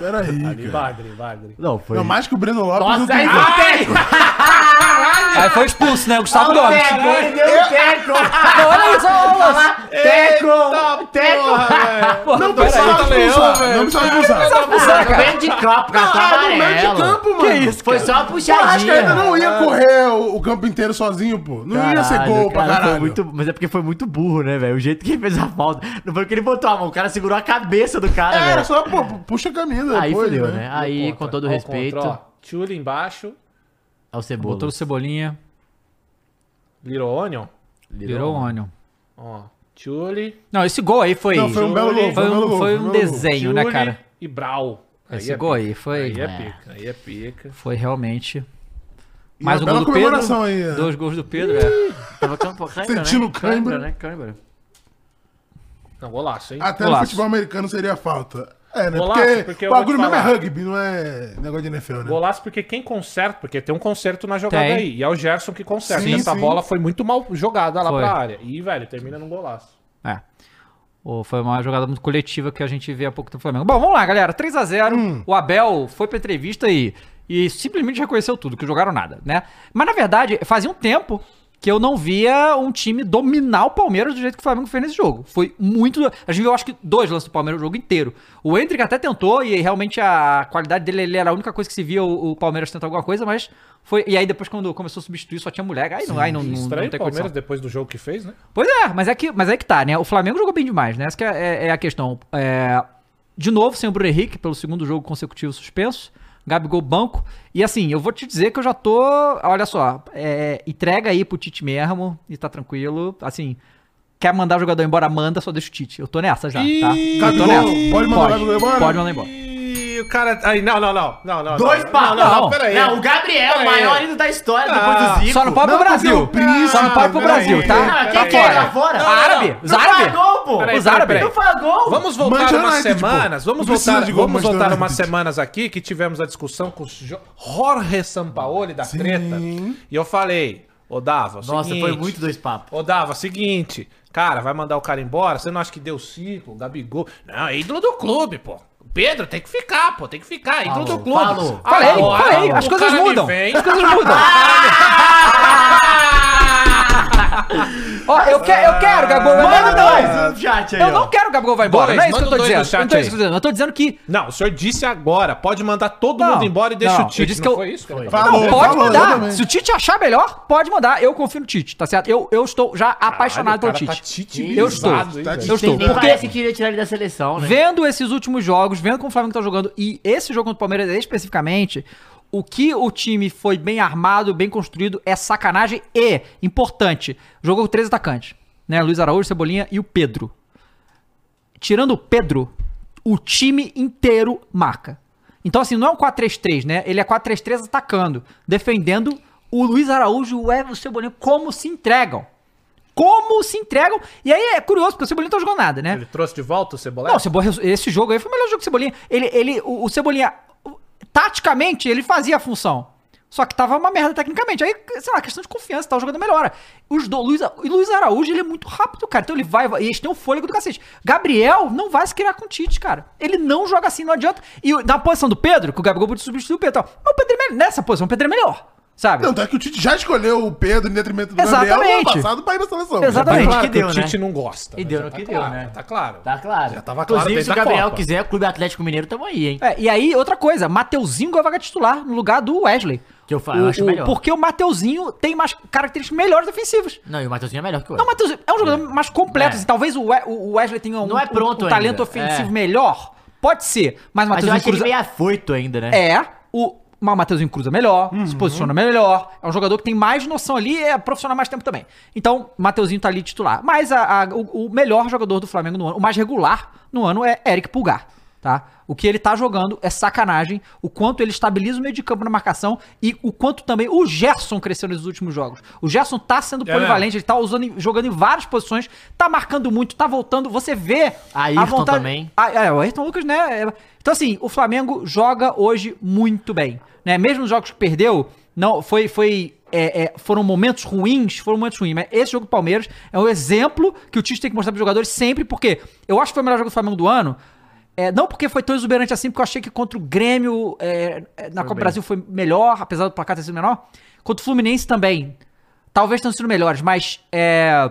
Speaker 2: Peraí,
Speaker 4: Ali,
Speaker 2: cara.
Speaker 4: Bagre, Bagre.
Speaker 3: Não, Ah, foi...
Speaker 2: Não, mais que o Breno Lopes. não
Speaker 3: Nossa,
Speaker 2: tem-
Speaker 3: aí deu técnico!
Speaker 1: Aí foi expulso, né? O Gustavo Gomes.
Speaker 3: Aí deu técnico!
Speaker 1: Não, olha isso, olha
Speaker 3: Teco! Teco!
Speaker 1: isso.
Speaker 2: não precisava
Speaker 4: Peraí,
Speaker 2: expulsar.
Speaker 4: Leão,
Speaker 2: não precisava expulsar.
Speaker 1: Abusar,
Speaker 3: No
Speaker 1: cara.
Speaker 3: meio Tá de campo,
Speaker 2: Ah, no meio de
Speaker 3: cartão amarelo.
Speaker 2: campo, mano. Que isso?
Speaker 3: Foi só uma
Speaker 2: O Arrascaeta
Speaker 3: puxadinha.
Speaker 2: não ia correr o, o campo inteiro sozinho, pô. Não ia ser
Speaker 3: Caralho,
Speaker 2: gol pra
Speaker 3: cara, foi
Speaker 2: caralho.
Speaker 3: muito- mas é porque foi muito burro, né, velho? O jeito que ele fez a falta. Não foi porque ele botou a mão, o cara segurou a cabeça do cara,
Speaker 2: É,
Speaker 3: velho.
Speaker 2: só pô, puxa a camisa.
Speaker 3: Aí
Speaker 2: depois,
Speaker 3: fudeu, né? Aí, com todo
Speaker 4: Ó,
Speaker 3: respeito,
Speaker 4: contra, ó. Tchuli embaixo.
Speaker 3: ao Cebola.
Speaker 1: Botou o Cebolinha,
Speaker 4: Little Onion.
Speaker 1: virou o Onion.
Speaker 4: Ó. Tchuli.
Speaker 1: Não, esse gol aí foi...
Speaker 2: Não, foi um belo gol.
Speaker 1: foi
Speaker 2: belo
Speaker 1: um,
Speaker 2: gol,
Speaker 1: foi
Speaker 2: belo
Speaker 1: um
Speaker 2: gol.
Speaker 1: desenho, né,
Speaker 4: Tchuli
Speaker 1: cara?
Speaker 4: E Brau.
Speaker 1: Esse
Speaker 4: é
Speaker 1: gol
Speaker 4: pica.
Speaker 1: aí né? foi...
Speaker 4: Aí é
Speaker 3: É.
Speaker 4: pica. Aí é pica.
Speaker 1: Foi realmente...
Speaker 2: E
Speaker 1: Mais
Speaker 2: uma
Speaker 1: um
Speaker 2: bela
Speaker 1: gol do Pedro.
Speaker 2: comemoração aí, é.
Speaker 1: Dois gols do Pedro, é.
Speaker 3: Tava campo, câimbra,
Speaker 2: Sentindo
Speaker 3: né?
Speaker 2: câimbra.
Speaker 3: né? Câimbra.
Speaker 4: Não, golaço, hein?
Speaker 2: Até no
Speaker 1: Golaço.
Speaker 2: futebol americano seria falta. É, né?
Speaker 4: Golaço,
Speaker 2: porque,
Speaker 4: porque
Speaker 2: o
Speaker 4: eu vou
Speaker 2: bagulho
Speaker 4: te
Speaker 2: mesmo é
Speaker 4: falar.
Speaker 2: rugby, não é negócio de NFL, né?
Speaker 4: Golaço porque quem conserta, porque tem um conserto na jogada
Speaker 1: Tem.
Speaker 4: aí, e é o Gerson que conserta.
Speaker 2: Sim,
Speaker 4: e essa
Speaker 2: sim.
Speaker 4: bola foi muito mal jogada lá
Speaker 1: Foi.
Speaker 4: pra área. E, velho, termina num golaço.
Speaker 1: É. Ou foi uma jogada muito coletiva que a gente vê há pouco do Flamengo. Bom, vamos lá, galera. 3 a 0
Speaker 4: Hum.
Speaker 1: O Abel foi pra entrevista e, e simplesmente reconheceu tudo, que jogaram nada, né? Mas na verdade, fazia um tempo que eu não via um time dominar o Palmeiras do jeito que o Flamengo fez nesse jogo. Foi muito. A gente viu, acho que, dois lances do Palmeiras o jogo inteiro. O Hendrick até tentou, e realmente a qualidade dele ele era a única coisa que se via o, o Palmeiras tentar alguma coisa, mas foi. E aí depois, quando começou a substituir, só tinha mulher. Aí não, aí não, não, não
Speaker 4: Estranho o
Speaker 1: tem
Speaker 4: Palmeiras
Speaker 1: condição.
Speaker 4: depois do jogo que fez, né?
Speaker 1: Pois é, mas é que, mas é que tá, né? O Flamengo jogou bem demais, né? Essa que é, é- é a questão. É, de novo, sem o Bruno Henrique, pelo segundo jogo consecutivo suspenso. Gabigol banco. E assim, eu vou te dizer que eu já tô. Olha só, é, entrega aí pro Tite mesmo e tá tranquilo. Assim, quer mandar o jogador embora, manda, só deixa o Tite. Eu tô nessa já, tá? Eu tô
Speaker 2: Gabigol, pode mandar o Gabigol embora?
Speaker 1: Pode mandar embora.
Speaker 4: E o cara. Aí, não, não, não. não, não
Speaker 3: Dois
Speaker 4: não,
Speaker 3: pa-
Speaker 4: Não, não,
Speaker 1: não,
Speaker 4: não, peraí.
Speaker 3: Não, o Gabriel, o
Speaker 4: Peraí.
Speaker 3: maior ídolo da história
Speaker 4: Ah,
Speaker 3: depois do Zico.
Speaker 1: Só não pode
Speaker 2: Não,
Speaker 1: pro Brasil.
Speaker 2: porque é o príncipe,
Speaker 1: Só não pode pro
Speaker 2: peraí.
Speaker 1: Brasil, tá?
Speaker 3: Não,
Speaker 1: Tá
Speaker 3: quem que era
Speaker 1: fora.
Speaker 3: fora?
Speaker 1: Árabe,
Speaker 3: Não
Speaker 1: os árabes.
Speaker 3: pagou, pô!
Speaker 4: Peraí,
Speaker 1: Os árabes.
Speaker 4: peraí,
Speaker 3: Não
Speaker 4: peraí.
Speaker 3: pagou!
Speaker 4: Vamos voltar
Speaker 2: Manchester
Speaker 4: umas
Speaker 2: United, pô.
Speaker 4: semanas. Vamos
Speaker 2: Não precisa
Speaker 4: voltar,
Speaker 2: de gol,
Speaker 4: vamos
Speaker 2: Manchester
Speaker 4: voltar umas
Speaker 2: United.
Speaker 4: semanas aqui que tivemos a discussão com o Jo- Jorge Sampaoli da treta. E eu falei, ô Dava, é o
Speaker 3: Nossa, foi
Speaker 4: seguinte,
Speaker 3: muito dois papos.
Speaker 4: Ô, Dava, seguinte. Cara, vai mandar o cara embora? Você não acha que deu ciclo, Gabigol? Não, é ídolo é do clube, pô. Pedro tem que ficar, pô, tem que ficar. Entrou
Speaker 3: Falou,
Speaker 4: do clube.
Speaker 3: falou.
Speaker 1: Falei,
Speaker 4: Agora,
Speaker 1: falei,
Speaker 4: Ah, o
Speaker 1: as coisas
Speaker 4: cara me
Speaker 1: mudam.
Speaker 4: vem-
Speaker 1: As coisas mudam. Ó, eu, que, eu quero, Gabigol vai embora, não.
Speaker 3: no chat aí,
Speaker 1: Eu
Speaker 3: ó.
Speaker 1: não quero que o Gabigol vai embora,
Speaker 4: Dois,
Speaker 1: não é isso que eu tô
Speaker 4: manda dois
Speaker 1: dizendo.
Speaker 4: no chat
Speaker 1: Não tô
Speaker 4: aí.
Speaker 1: isso que eu tô dizendo. Eu tô dizendo que
Speaker 4: Não, o senhor disse agora. Pode mandar todo
Speaker 1: Não,
Speaker 4: mundo embora e deixa
Speaker 1: não,
Speaker 4: o
Speaker 1: eu
Speaker 4: Tite.
Speaker 1: disse
Speaker 4: Não
Speaker 1: que eu-
Speaker 4: foi isso que ele falou?
Speaker 1: Não,
Speaker 2: Falou,
Speaker 1: pode
Speaker 2: falou,
Speaker 1: mandar.
Speaker 2: exatamente.
Speaker 1: Se o Tite achar melhor, pode mandar. Eu confio no Tite, tá certo? Eu, eu estou já apaixonado pelo
Speaker 4: Cara, tá
Speaker 1: Tite.
Speaker 4: Tite
Speaker 1: Eu estou.
Speaker 4: usado, hein,
Speaker 2: Tá
Speaker 4: velho?
Speaker 1: Eu estou.
Speaker 3: Nem
Speaker 1: Porque
Speaker 3: parece que iria tirar ele da seleção, né?
Speaker 1: vendo esses últimos jogos, vendo como o Flamengo tá jogando e esse jogo contra o Palmeiras especificamente, o que o time foi bem armado, bem construído é sacanagem e, importante, jogou com três atacantes, né? Luiz Araújo, Cebolinha e o Pedro. Tirando o Pedro, o time inteiro marca. Então, assim, não é um 4-3-3, né? Ele é 4-3-3 atacando, defendendo o Luiz Araújo e o Everton Cebolinha. Como se entregam? Como se entregam? E aí é curioso, porque o Cebolinha não tá jogando nada, né?
Speaker 4: Ele trouxe de volta o Cebolé?
Speaker 1: Não, o Cebolinha- esse jogo aí foi o melhor jogo do Cebolinha. Ele, ele, o, o Cebolinha, o- taticamente, ele fazia a função. Só que tava uma merda tecnicamente. Aí, sei lá, questão de confiança, tava jogando melhora. Os do, Luiz, e Luiz Araújo, ele é muito rápido, cara. Então ele vai, vai- e eles têm um fôlego do cacete. Gabriel não vai se criar com o Tite, cara. Ele não joga assim, não adianta. E o- na posição do Pedro, que o Gabigol podia substituir o Pedro. e tal. Mas o Pedro é melhor. Nessa posição, o Pedro é melhor. Sabe?
Speaker 2: Não, tá que o Tite já escolheu o Pedro em detrimento do Gabriel no
Speaker 1: Exatamente.
Speaker 2: ano passado pra ir pra seleção.
Speaker 1: Exatamente.
Speaker 4: Claro
Speaker 3: que
Speaker 4: que,
Speaker 3: deu,
Speaker 4: o
Speaker 3: né?
Speaker 4: Tite não gosta.
Speaker 3: E
Speaker 4: né?
Speaker 3: deu
Speaker 4: Já
Speaker 3: no
Speaker 4: tá
Speaker 3: que deu,
Speaker 4: claro,
Speaker 3: né?
Speaker 4: Tá claro.
Speaker 3: Tá claro.
Speaker 4: Já tava claro
Speaker 3: Inclusive, se
Speaker 4: desde
Speaker 3: o
Speaker 4: a
Speaker 3: Gabriel
Speaker 4: Copa.
Speaker 3: quiser, o Clube Atlético Mineiro tamo aí, hein?
Speaker 1: É, e aí, outra coisa, Mateuzinho ganhou a vaga titular no lugar do Wesley.
Speaker 3: Que eu fa- eu
Speaker 1: O-
Speaker 3: acho
Speaker 1: o-
Speaker 3: melhor.
Speaker 1: Porque o Mateuzinho tem mais características melhores defensivas.
Speaker 3: Não, e o Matheusinho é melhor que o
Speaker 1: Não,
Speaker 3: Wesley.
Speaker 1: Matheus, é um jogador mais completo.
Speaker 3: É.
Speaker 1: assim, talvez o We- o Wesley tenha um,
Speaker 3: Não é pronto
Speaker 1: um talento
Speaker 3: ainda,
Speaker 1: ofensivo
Speaker 3: é.
Speaker 1: melhor. Pode ser. Mas o
Speaker 3: Mas eu
Speaker 1: Matheusinho
Speaker 3: acho ele é
Speaker 1: cruza...
Speaker 3: meio afoito ainda, né?
Speaker 1: É. O mas o Matheusinho cruza melhor, se posiciona melhor. É um jogador que tem mais noção ali e é profissional há mais tempo também. Então, o Matheusinho tá ali titular. Mas a- a- o, o melhor jogador do Flamengo no ano, o mais regular no ano é Eric Pulgar. Tá? O que ele tá jogando é sacanagem. O quanto ele estabiliza o meio de campo na marcação e o quanto também o Gerson cresceu nesses últimos jogos. O Gerson tá sendo
Speaker 4: É
Speaker 1: polivalente, ele tá usando, em- jogando em várias posições, tá marcando muito, tá voltando. Você vê
Speaker 3: Ayrton também.
Speaker 1: ah, é, o Ayrton Lucas, né? é- Então, assim, o Flamengo joga hoje muito bem. Né? Mesmo os jogos que perdeu, não foi, foi, é, é, foram momentos ruins, foram momentos ruins. Mas esse jogo do Palmeiras é um exemplo que o Tite tem que mostrar para os jogadores sempre, porque eu acho que foi o melhor jogo do Flamengo do ano. É, não porque foi tão exuberante assim, porque eu achei que contra o Grêmio é, é, na Copa Brasil foi melhor, apesar do placar ter sido menor. Contra o Fluminense também. Talvez tenham sido melhores, mas é,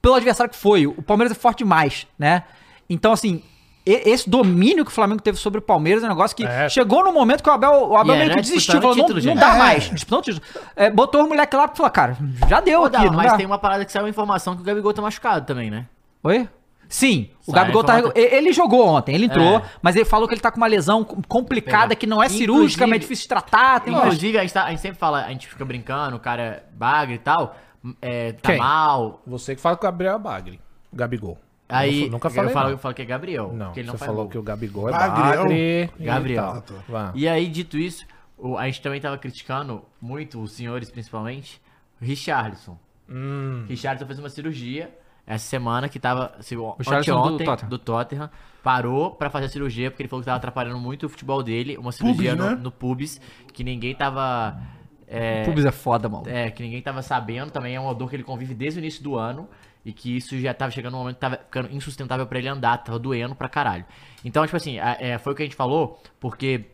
Speaker 1: pelo adversário que foi. O Palmeiras é forte demais, né? Então, assim, e- esse domínio que o Flamengo teve sobre o Palmeiras é um negócio que
Speaker 4: É.
Speaker 1: chegou no momento que o Abel, o Abel
Speaker 3: E
Speaker 1: meio
Speaker 3: era
Speaker 1: que desistiu.
Speaker 3: disputando
Speaker 1: Falou,
Speaker 3: título,
Speaker 1: não, não
Speaker 3: gente.
Speaker 1: dá
Speaker 3: É.
Speaker 1: mais. Disputando título. É, botou o moleque lá e falou, cara, já deu
Speaker 3: Pô,
Speaker 1: aqui.
Speaker 3: Dal,
Speaker 1: não
Speaker 3: mas
Speaker 1: dá.
Speaker 3: tem um uma parada que saiu a informação que o Gabigol tá machucado também, né?
Speaker 1: Oi? Sim, o
Speaker 3: Sai,
Speaker 1: Gabigol tá.
Speaker 3: volta.
Speaker 1: Ele ele jogou ontem, ele entrou,
Speaker 3: É.
Speaker 1: mas ele falou que ele tá com uma lesão com- complicada,
Speaker 3: Pega.
Speaker 1: que não é cirúrgica,
Speaker 3: Inclusive-
Speaker 1: mas é difícil de tratar. Tem umas-
Speaker 3: Inclusive, a gente, tá- a gente sempre fala, a gente fica brincando, o cara é bagre e tal, é, tá
Speaker 4: Quem?
Speaker 3: mal.
Speaker 4: Você que fala que o Gabriel é bagre. Gabigol.
Speaker 3: Aí
Speaker 4: Eu nunca
Speaker 3: eu
Speaker 4: falei.
Speaker 3: falo,
Speaker 4: não.
Speaker 3: eu falo que é Gabriel,
Speaker 4: Não,
Speaker 3: porque ele não
Speaker 4: você
Speaker 3: faz
Speaker 4: falou
Speaker 3: gol.
Speaker 4: que o Gabigol é
Speaker 2: Bagrião?
Speaker 4: bagre. e
Speaker 3: Gabriel.
Speaker 4: tal. Vá.
Speaker 3: E aí, dito isso, o- a gente também tava criticando muito, os senhores principalmente, o Richarlison.
Speaker 1: Hum.
Speaker 3: Richarlison fez uma cirurgia essa semana que tava. Se,
Speaker 1: Richarlison do
Speaker 3: anteontem, do
Speaker 1: Tottenham.
Speaker 3: Tottenham. Parou pra fazer a cirurgia, porque ele falou que tava atrapalhando muito o futebol dele. Uma cirurgia
Speaker 2: Pubis,
Speaker 3: no,
Speaker 2: né?
Speaker 3: no pubis, que ninguém tava.
Speaker 1: O
Speaker 3: É,
Speaker 1: Pubis é foda, mano.
Speaker 3: é, que ninguém tava sabendo, também é uma dor que ele convive desde o início do ano. E que isso já tava chegando um momento que tava ficando insustentável pra ele andar, tava doendo pra caralho. Então, tipo assim, a- é, foi o que a gente falou, porque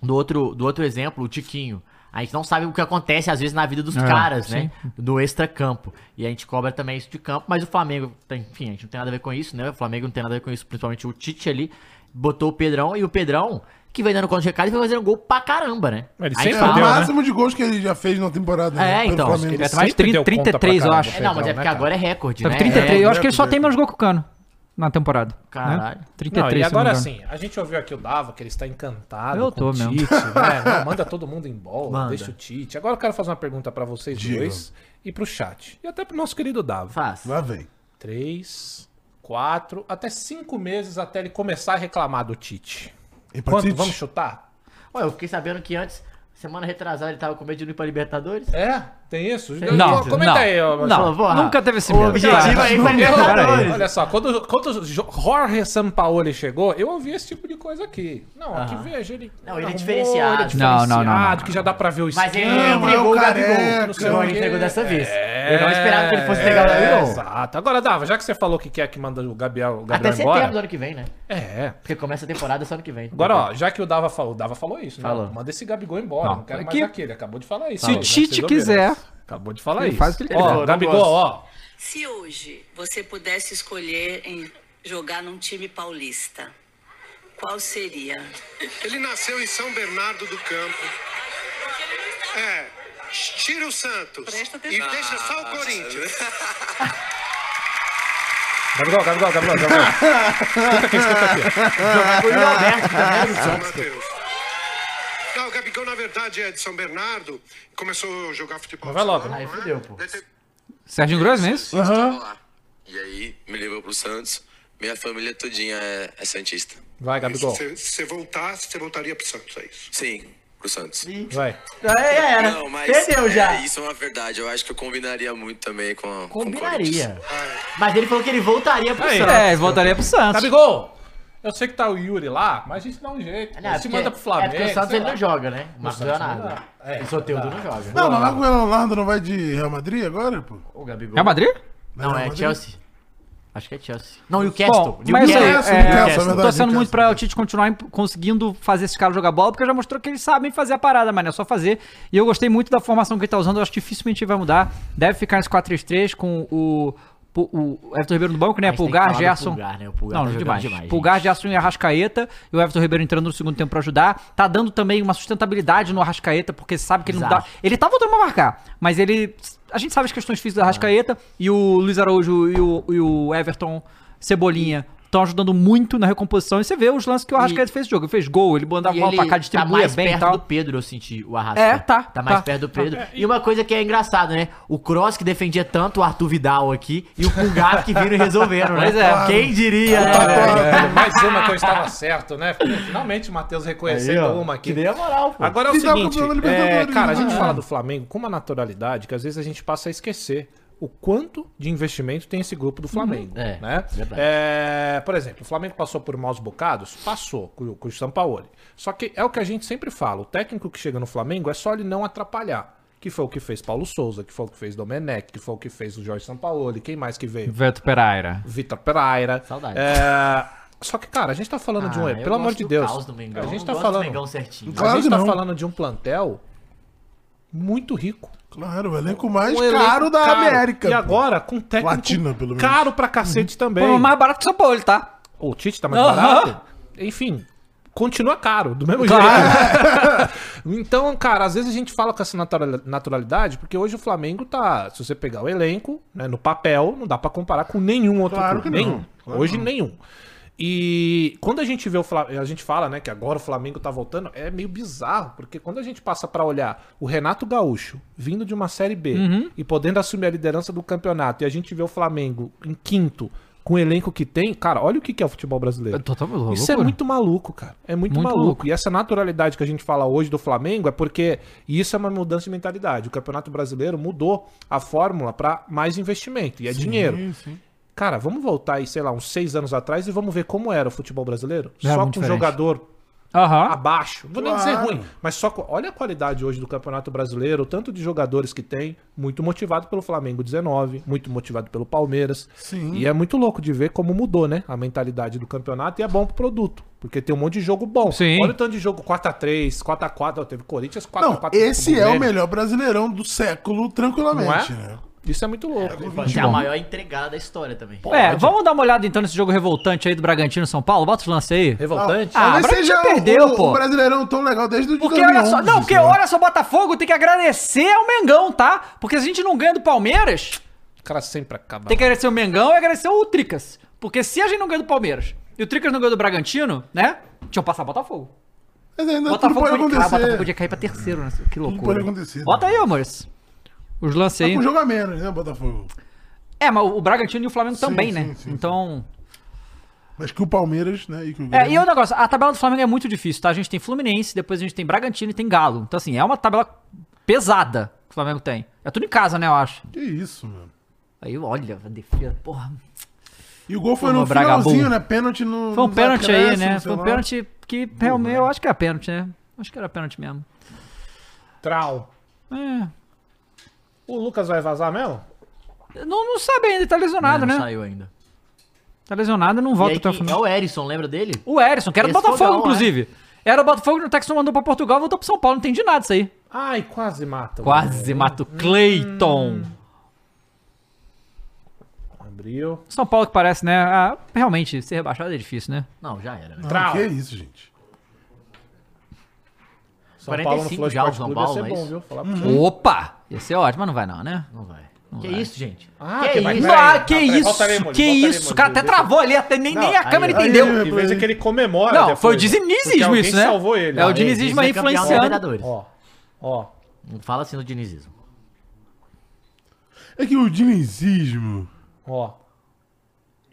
Speaker 3: do outro, do outro exemplo, o Tiquinho. A gente não sabe o que acontece às vezes na vida dos caras, né? Do extracampo. E a gente cobra também isso de campo, mas o Flamengo, tem- enfim, a gente não tem nada a ver com isso, né? O Flamengo não tem nada a ver com isso, principalmente o Tite ali. Botou o Pedrão e o Pedrão, que vem dando conta de recado e foi fazendo gol pra caramba, né?
Speaker 4: Ele
Speaker 3: A gente
Speaker 4: sempre
Speaker 2: É, o
Speaker 4: Fudeu, né?
Speaker 2: máximo de gols que ele já fez na temporada. né,
Speaker 3: É, então,
Speaker 2: Flamengo.
Speaker 1: Ele é mais
Speaker 4: sempre
Speaker 1: 30,
Speaker 4: deu conta
Speaker 1: 33,
Speaker 4: pra
Speaker 1: eu
Speaker 4: caramba,
Speaker 1: acho.
Speaker 3: É, não, mas é
Speaker 4: Pedrão, né,
Speaker 3: porque
Speaker 4: cara?
Speaker 3: agora é recorde, né?
Speaker 1: Sabe, 33,
Speaker 3: É,
Speaker 1: eu acho que ele só
Speaker 2: Neto,
Speaker 1: tem
Speaker 2: Neto.
Speaker 1: menos gol que o Cano na temporada. né?
Speaker 3: Caralho.
Speaker 1: 33,
Speaker 4: Não, e
Speaker 1: se não me
Speaker 4: agora
Speaker 1: engano.
Speaker 4: sim, a gente ouviu aqui o Dava que ele está encantado
Speaker 1: Eu tô
Speaker 4: o
Speaker 1: mesmo.
Speaker 4: Tite, né? Não, manda todo mundo embora,
Speaker 3: Manda.
Speaker 4: deixa o Tite. Agora eu quero fazer uma pergunta pra vocês
Speaker 2: Diga.
Speaker 4: dois e pro chat. E até pro nosso querido Dava.
Speaker 3: Faz.
Speaker 2: Lá vem.
Speaker 4: Três, quatro, até cinco meses até ele começar a reclamar do Tite. Quanto?
Speaker 2: Hepatite.
Speaker 4: Vamos chutar?
Speaker 3: Olha, eu fiquei sabendo que antes Semana retrasada ele tava com medo de não ir pra Libertadores.
Speaker 4: É? Tem isso?
Speaker 1: Não,
Speaker 4: Comenta
Speaker 1: não,
Speaker 4: aí, ó, Marcelo.
Speaker 1: não,
Speaker 3: Porra.
Speaker 1: nunca teve esse
Speaker 3: O
Speaker 1: medo.
Speaker 3: objetivo aí foi
Speaker 1: Pera aí.
Speaker 3: Libertadores.
Speaker 4: Olha só, quando, quando o Jo- Jorge Sampaoli chegou, eu ouvi esse tipo de coisa aqui. Não, aqui veja, ele.
Speaker 3: Não, ele é
Speaker 4: arrumou,
Speaker 3: diferenciado.
Speaker 4: ele é
Speaker 1: Não, não, não,
Speaker 4: diferenciado,
Speaker 1: não.
Speaker 4: Que já dá pra ver é o
Speaker 3: Mas ele
Speaker 4: esquema.
Speaker 3: entregou o
Speaker 2: careca.
Speaker 3: Gabigol.
Speaker 4: não sei
Speaker 3: Não,
Speaker 4: o
Speaker 3: ele
Speaker 4: quê.
Speaker 3: entregou dessa vez.
Speaker 4: É,
Speaker 3: Eu não esperava que ele fosse pegar o
Speaker 4: é,
Speaker 3: Gabigol.
Speaker 4: Exato. Agora, Dava, já que você falou que quer que manda o Gabriel, o Gabriel
Speaker 3: Até
Speaker 4: embora.
Speaker 3: setembro do ano que vem, né?
Speaker 4: É.
Speaker 3: Porque começa a temporada só ano que vem.
Speaker 4: Agora, ó, já que o Dava falou, o Dava falou isso, né?
Speaker 3: Falou.
Speaker 4: Manda esse Gabigol embora, não,
Speaker 1: Não,
Speaker 4: quero
Speaker 1: é
Speaker 4: mais
Speaker 1: que-
Speaker 4: aquele. Acabou de falar isso.
Speaker 1: Se o
Speaker 4: né?
Speaker 1: Tite
Speaker 4: Vocês ouviram.
Speaker 1: quiser,
Speaker 4: Acabou de falar
Speaker 1: Ele
Speaker 4: isso.
Speaker 1: faz o que ele
Speaker 4: ó,
Speaker 1: quiser. Eu não
Speaker 4: Gabigol,
Speaker 3: gosto.
Speaker 4: ó.
Speaker 6: Se hoje você pudesse escolher em jogar num time paulista, qual seria?
Speaker 7: Ele nasceu em São Bernardo do Campo. É. Tira o Santos. E deixa só o
Speaker 3: Ah,
Speaker 7: Corinthians.
Speaker 4: Gabigol, Gabigol, Gabigol, Gabigol.
Speaker 3: Foi o Alberto também do
Speaker 7: São
Speaker 3: Santos.
Speaker 7: Mateus. Não, o Gabigol, na verdade, é de São Bernardo. Começou a jogar futebol.
Speaker 4: Vai logo.
Speaker 3: Aí fudeu, pô.
Speaker 1: Serginho Grosman, é isso?
Speaker 8: Tava lá. E aí me levou pro Santos. Minha família todinha é, é Santista.
Speaker 4: Vai,
Speaker 7: Se
Speaker 4: Gabigol.
Speaker 7: você- se você voltasse, você voltaria pro Santos, é isso.
Speaker 8: Sim, pro Santos.
Speaker 4: Vai.
Speaker 3: Aí já É, era.
Speaker 8: Não, mas
Speaker 3: Perdeu já.
Speaker 8: é, isso é uma verdade. Eu acho que eu combinaria muito também com a. com o Corinthians.
Speaker 3: Combinaria. Mas ele falou que ele voltaria pro
Speaker 4: Aí.
Speaker 3: Santos.
Speaker 1: É, voltaria pro Santos.
Speaker 4: Gabigol! Eu sei que tá o Yuri lá, mas a gente dá um jeito.
Speaker 3: Não, é
Speaker 4: Não, se manda pro Flamengo.
Speaker 3: É porque o Santos
Speaker 4: sei
Speaker 3: ele
Speaker 4: lá.
Speaker 3: não joga, né? O Marcos
Speaker 4: Santos não
Speaker 3: Leonardo.
Speaker 4: dá. É,
Speaker 3: E o Soteudo não joga.
Speaker 2: Não, mas lá com o Leonardo não vai de Real Madrid agora, pô?
Speaker 3: O Gabigol.
Speaker 1: Real Madrid?
Speaker 3: Não, é
Speaker 2: Real Madrid?
Speaker 3: Chelsea. Acho que é Chelsea. Não, e o
Speaker 1: Bom,
Speaker 3: Castle.
Speaker 1: mas isso aí,
Speaker 2: Newcastle,
Speaker 1: é,
Speaker 2: Newcastle, é
Speaker 1: tô
Speaker 2: verdade,
Speaker 1: torcendo muito
Speaker 2: Newcastle.
Speaker 1: pra o Tite continuar imp- conseguindo fazer esses caras jogar bola, porque já mostrou que eles sabem fazer a parada, mas não é só fazer. E eu gostei muito da formação que ele tá usando, eu acho que dificilmente vai mudar. Deve ficar nesse 4-3-3 com o, o, o Everton Ribeiro no banco, né? Pulgar, Gerson.
Speaker 3: Pulgar, né? O Pulgar
Speaker 1: Não,
Speaker 3: tá jogando
Speaker 1: demais.
Speaker 3: demais,
Speaker 1: Pulgar,
Speaker 3: gente.
Speaker 1: Gerson e Arrascaeta. E o Everton Ribeiro entrando no segundo tempo pra ajudar. Tá dando também uma sustentabilidade no Arrascaeta, porque sabe que ele não
Speaker 3: Exato.
Speaker 1: dá. Ele tá voltando pra marcar, mas ele. A gente sabe as questões físicas do Arrascaeta. E o Luiz Araújo e o, e o Everton Cebolinha estão ajudando muito na recomposição. E você vê os lances que o Arrascaeta fez esse jogo. Ele fez gol, ele mandava
Speaker 3: E
Speaker 1: mal pra
Speaker 3: ele
Speaker 1: cá, distribuía
Speaker 3: tá mais
Speaker 1: bem e
Speaker 3: perto
Speaker 1: tal.
Speaker 3: do Pedro, eu senti o Arrasca.
Speaker 1: É, tá,
Speaker 3: Tá mais
Speaker 1: tá.
Speaker 3: perto do Pedro. E uma coisa que é engraçada, né? O Cross que defendia tanto o Arthur Vidal aqui e o Pulgar que viram resolvendo, né?
Speaker 1: Pois é.
Speaker 3: Quem diria, né? velho?
Speaker 4: É, mais uma que eu estava certo, né? Finalmente o Matheus reconhecendo
Speaker 3: Aí, ó,
Speaker 4: uma aqui.
Speaker 3: Que deu a moral, pô.
Speaker 4: Agora é o
Speaker 2: Ele tava
Speaker 4: seguinte,
Speaker 2: campeão da
Speaker 4: é,
Speaker 2: Libertadores,
Speaker 4: cara, a
Speaker 2: né?
Speaker 4: gente fala do Flamengo com uma naturalidade que às vezes a gente passa a esquecer o quanto de investimento tem esse grupo do Flamengo,
Speaker 3: Uhum. É,
Speaker 4: né?
Speaker 3: verdade.
Speaker 4: É, por exemplo, o Flamengo passou por maus bocados? Passou, com, o- com o Sampaoli. Só que é o que a gente sempre fala, o técnico que chega no Flamengo é só ele não atrapalhar. Que foi o que fez Paulo Souza, que foi o que fez Domenech, que foi o que fez o Jorge Sampaoli, quem mais que veio?
Speaker 1: Veto Pereira.
Speaker 4: Vitor Pereira.
Speaker 3: Saudades.
Speaker 4: É, Só que, cara, a gente tá falando de um.
Speaker 3: Ah, eu
Speaker 4: Pelo amor
Speaker 3: gosto
Speaker 4: de
Speaker 3: do
Speaker 4: Deus.
Speaker 3: caos do Mengão,
Speaker 4: a gente
Speaker 3: eu
Speaker 4: tá
Speaker 3: gosto do
Speaker 4: falando.
Speaker 3: Mengão certinho.
Speaker 4: A
Speaker 2: Claro
Speaker 4: gente
Speaker 2: que
Speaker 4: tá
Speaker 2: não.
Speaker 4: falando de um plantel muito rico.
Speaker 2: Claro, o elenco mais
Speaker 4: Um elenco
Speaker 2: caro da
Speaker 4: caro.
Speaker 2: América.
Speaker 4: E
Speaker 2: pô.
Speaker 4: agora, com um técnico
Speaker 2: Latina, pelo menos. Uhum.
Speaker 4: caro pra cacete também.
Speaker 1: Pô, mais barato que o São Paulo, tá?
Speaker 4: O Tite tá mais
Speaker 1: Aham.
Speaker 4: barato. Enfim, continua caro, do mesmo jeito. então, cara, às vezes a gente fala com essa natura- naturalidade, porque hoje o Flamengo tá. Se você pegar o elenco, né, no papel, não dá pra comparar com nenhum outro
Speaker 2: Claro
Speaker 4: clube,
Speaker 2: que não,
Speaker 4: nenhum. hoje, nenhum. E quando a gente vê o Flamengo, a gente fala, né, que agora o Flamengo tá voltando, é meio bizarro, porque quando a gente passa pra olhar o Renato Gaúcho vindo de uma Série B e podendo assumir a liderança do campeonato, e a gente vê o Flamengo em quinto com o elenco que tem, cara, olha o que que é o futebol brasileiro. Isso é muito maluco, cara. É muito,
Speaker 1: Muito
Speaker 4: maluco.
Speaker 1: louco.
Speaker 4: E essa naturalidade que a gente fala hoje do Flamengo é porque e isso é uma mudança de mentalidade. O Campeonato Brasileiro mudou a fórmula pra mais investimento e é dinheiro. Cara, vamos voltar aí, sei lá, uns seis anos atrás e vamos ver como era o futebol brasileiro.
Speaker 1: Era
Speaker 4: só com
Speaker 1: muito diferente.
Speaker 4: jogador
Speaker 1: Aham.
Speaker 4: abaixo. Não vou nem dizer
Speaker 2: Claro.
Speaker 4: ruim, mas só com- olha a qualidade hoje do Campeonato Brasileiro, o tanto de jogadores que tem, muito motivado pelo Flamengo 19, muito motivado pelo Palmeiras.
Speaker 2: Sim.
Speaker 4: E é muito louco de ver como mudou, né, a mentalidade do campeonato e é bom pro produto, porque tem um monte de jogo bom.
Speaker 1: Sim.
Speaker 4: Olha o tanto de jogo 4 a 3, 4 a 4, ó, teve Corinthians 4 a
Speaker 2: Não,
Speaker 4: 4.
Speaker 2: esse é o melhor brasileirão do século, tranquilamente,
Speaker 4: Não é?
Speaker 2: né?
Speaker 4: Isso é muito louco.
Speaker 3: Que é a maior entregada da história também.
Speaker 1: É, vamos dar uma olhada então nesse jogo revoltante aí do Bragantino São Paulo. Bota os lances aí.
Speaker 4: Revoltante.
Speaker 1: Ah,
Speaker 2: Talvez
Speaker 1: Braga
Speaker 2: seja
Speaker 1: já perdeu,
Speaker 2: o,
Speaker 1: pô.
Speaker 2: o brasileirão tão legal desde o de
Speaker 1: Porque olha só,
Speaker 2: 2011,
Speaker 1: não, porque
Speaker 2: né?
Speaker 1: olha só, Botafogo tem que agradecer ao Mengão, tá? Porque se a gente não ganha do Palmeiras,
Speaker 4: O cara sempre acaba.
Speaker 1: tem que agradecer o Mengão e agradecer o Tricas. Porque se a gente não ganha do Palmeiras e o Tricas não ganha do Bragantino, né? Tinham que passar Botafogo.
Speaker 2: Mas ainda
Speaker 1: Botafogo
Speaker 2: tudo pode
Speaker 1: podia, ah, Botafogo podia
Speaker 2: acontecer.
Speaker 1: cair pra terceiro, né? Que loucura.
Speaker 2: pode acontecer, né?
Speaker 1: Bota aí, amores. Os lances aí.
Speaker 2: Com um jogo a menos, né, Botafogo?
Speaker 1: É, mas o Bragantino e o Flamengo também,
Speaker 2: sim,
Speaker 1: né?
Speaker 2: sim, sim.
Speaker 1: então.
Speaker 2: Mas que o Palmeiras, né? E que o
Speaker 1: É,
Speaker 2: Grêmio-
Speaker 1: e é um negócio, a tabela do Flamengo é muito difícil, tá? A gente tem Fluminense, depois a gente tem Bragantino e tem Galo. Então, assim, é uma tabela pesada que o Flamengo tem. É tudo em casa, né, eu acho.
Speaker 2: Que isso, mano.
Speaker 1: Aí, olha, defesa, porra.
Speaker 2: E o gol foi
Speaker 1: Toma,
Speaker 2: no
Speaker 1: Bragabu.
Speaker 2: finalzinho, né? Pênalti no.
Speaker 1: Foi um
Speaker 2: nos
Speaker 1: pênalti aí,
Speaker 2: acréscimos,
Speaker 1: né?
Speaker 2: sei
Speaker 1: Foi um
Speaker 2: lá.
Speaker 1: pênalti que realmente, eu acho que era pênalti, né? Acho que era pênalti mesmo. É.
Speaker 4: Trau. O Lucas vai vazar mesmo?
Speaker 1: Não, não sabe ainda, tá lesionado,
Speaker 3: não
Speaker 1: né?
Speaker 3: saiu ainda.
Speaker 1: Tá lesionado, não
Speaker 3: e
Speaker 1: volta
Speaker 3: aí,
Speaker 1: até o
Speaker 3: quem-
Speaker 1: final.
Speaker 3: é o Erisson, lembra dele?
Speaker 1: O Erisson, que era do
Speaker 3: Esse
Speaker 1: Botafogo,
Speaker 3: fogão,
Speaker 1: inclusive. Era o Botafogo, o Texton mandou pra Portugal, voltou pro São Paulo. Não entendi nada isso aí.
Speaker 4: Ai, quase mata.
Speaker 1: Quase mata o Cleiton.
Speaker 4: Abriu.
Speaker 1: São Paulo que parece, né? ah, realmente, ser rebaixado é difícil, né?
Speaker 3: Não, já era, né?
Speaker 4: Trau.
Speaker 2: Que isso, gente?
Speaker 4: São Paulo no
Speaker 3: 45
Speaker 4: Flow
Speaker 3: já, o
Speaker 4: Sport
Speaker 3: São
Speaker 4: Clube
Speaker 3: Paulo,
Speaker 4: ia ser
Speaker 3: não é
Speaker 4: bom,
Speaker 3: isso?
Speaker 4: viu? Falar
Speaker 1: Uhum. Opa! Ia ser ótimo, mas não vai não, né?
Speaker 3: Não vai. que
Speaker 1: vai.
Speaker 3: isso, gente?
Speaker 4: Ah,
Speaker 3: que, é
Speaker 4: que vai-
Speaker 3: isso?
Speaker 4: Pera aí,
Speaker 1: Ah, que
Speaker 4: tá, pera,
Speaker 1: isso,
Speaker 4: volta aí, Molho,
Speaker 1: que
Speaker 4: volta aí,
Speaker 1: isso.
Speaker 4: Molho,
Speaker 1: O cara até
Speaker 4: deixa eu-
Speaker 1: travou ali, até nem, nem a
Speaker 3: aí,
Speaker 1: câmera
Speaker 3: aí,
Speaker 1: entendeu.
Speaker 2: aí,
Speaker 4: Que vez é que ele comemora.
Speaker 1: não,
Speaker 4: depois,
Speaker 1: foi o
Speaker 4: porque
Speaker 1: dinizismo
Speaker 4: alguém
Speaker 1: isso, né?
Speaker 4: salvou ele.
Speaker 1: É o
Speaker 4: Olha aí.
Speaker 1: dinizismo aí
Speaker 3: Diniz é campeão
Speaker 1: influenciando.
Speaker 3: Libertadores.
Speaker 4: Ó, ó.
Speaker 3: Não fala assim do dinizismo.
Speaker 2: É que o dinizismo.
Speaker 4: Ó.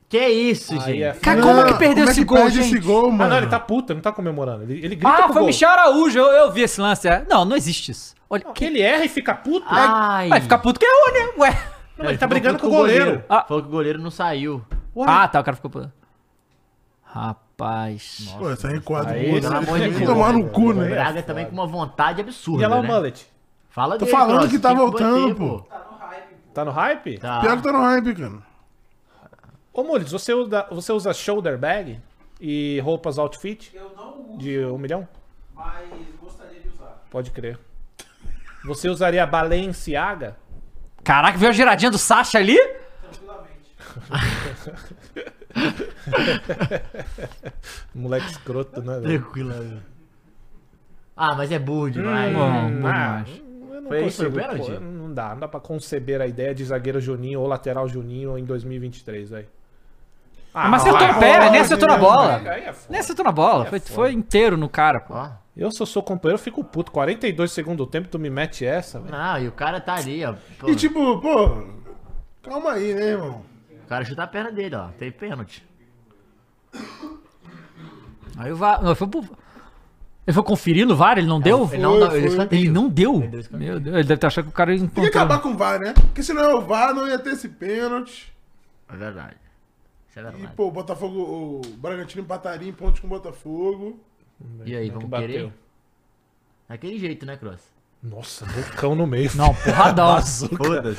Speaker 3: Que isso, gente?
Speaker 4: é
Speaker 1: Cara,
Speaker 2: Não,
Speaker 1: como que perdeu esse gol,
Speaker 2: perde
Speaker 1: gente?
Speaker 2: esse gol,
Speaker 4: Ah,
Speaker 2: mano?
Speaker 4: não, ele tá puto, ele não tá comemorando. Ele, ele grita
Speaker 1: Ah,
Speaker 4: pro
Speaker 1: foi o
Speaker 4: gol.
Speaker 1: Michel Araújo, eu, eu vi esse lance. é. Não, não existe isso. Olha,
Speaker 4: Não,
Speaker 1: que...
Speaker 4: Ele erra e fica puto. né?
Speaker 1: Ah,
Speaker 3: Ai.
Speaker 1: Vai ficar puto que errou, né? Ué.
Speaker 4: Não, ele tá brigando com o goleiro.
Speaker 1: Ah.
Speaker 3: Falou que o goleiro não saiu.
Speaker 1: Ah, tá, o cara ficou... puto. Rapaz...
Speaker 2: Pô, essa recuada
Speaker 4: Aí,
Speaker 2: do
Speaker 3: pelo amor de Deus.
Speaker 2: né? Tomar no cu,
Speaker 3: O
Speaker 4: é
Speaker 2: né?
Speaker 3: Braga também com uma vontade absurda,
Speaker 4: E olha lá o
Speaker 3: né?
Speaker 4: mullet.
Speaker 3: Fala
Speaker 2: Tô
Speaker 3: dele,
Speaker 2: falando
Speaker 3: Cross,
Speaker 2: que tá
Speaker 3: tem
Speaker 2: voltando,
Speaker 3: bater,
Speaker 2: pô.
Speaker 4: Tá no hype?
Speaker 3: Tá.
Speaker 2: Pior que tá no hype, cara.
Speaker 4: Ô, Mules, você usa, você usa shoulder bag e roupas outfit? Eu não uso. De um milhão? Mas gostaria de usar. Pode crer. Você usaria a Balenciaga?
Speaker 1: Caraca, viu a giradinha do Sasha ali?
Speaker 4: Moleque escroto, né? velho?
Speaker 3: Tranquila. velho. Ah, mas é burro demais. né?
Speaker 1: Bom, bom
Speaker 4: Ah,
Speaker 1: demais.
Speaker 4: eu não
Speaker 3: Foi isso,
Speaker 4: consigo,
Speaker 3: foi pênalti?
Speaker 4: pô, não dá, não dá pra conceber a ideia de zagueiro Juninho ou lateral Juninho em 2023, velho. Ah,
Speaker 1: Mas acertou
Speaker 4: vai,
Speaker 1: no pé, né?
Speaker 4: pô,
Speaker 1: nem acertou na
Speaker 4: aí,
Speaker 1: bola.
Speaker 4: aí é foda.
Speaker 1: Nem acertou na bola, foi, foi inteiro no cara, pô.
Speaker 3: Ó.
Speaker 4: Eu, se eu sou companheiro, eu fico puto. 42 segundos do tempo, tu me mete essa, velho.
Speaker 3: Não, e o cara tá ali, ó. Pô,
Speaker 2: E tipo, pô. Calma aí, né, irmão?
Speaker 3: O cara chuta a perna dele, ó. Tem pênalti.
Speaker 1: Aí o VAR. Não, foi pro- Ele foi conferir no VAR, ele não deu?
Speaker 3: Ele não, dá- ele escanteia.
Speaker 1: Ele não deu?
Speaker 3: deu escanteio.
Speaker 1: Meu Deus, ele deve ter achado que o cara ia
Speaker 2: Tem que acabar
Speaker 1: encontrar.
Speaker 2: com o VAR, né? Porque se não é o VAR, não ia ter esse pênalti.
Speaker 3: É verdade. Isso é
Speaker 2: E,
Speaker 3: verdade.
Speaker 2: pô, o Botafogo, o Bragantino empataria em pontos com o Botafogo.
Speaker 3: E, aí, vamos
Speaker 4: bateu.
Speaker 3: querer? Daquele jeito, né, Cross?
Speaker 4: Nossa, bocão no meio.
Speaker 1: Não, porradão.
Speaker 3: Foda-se.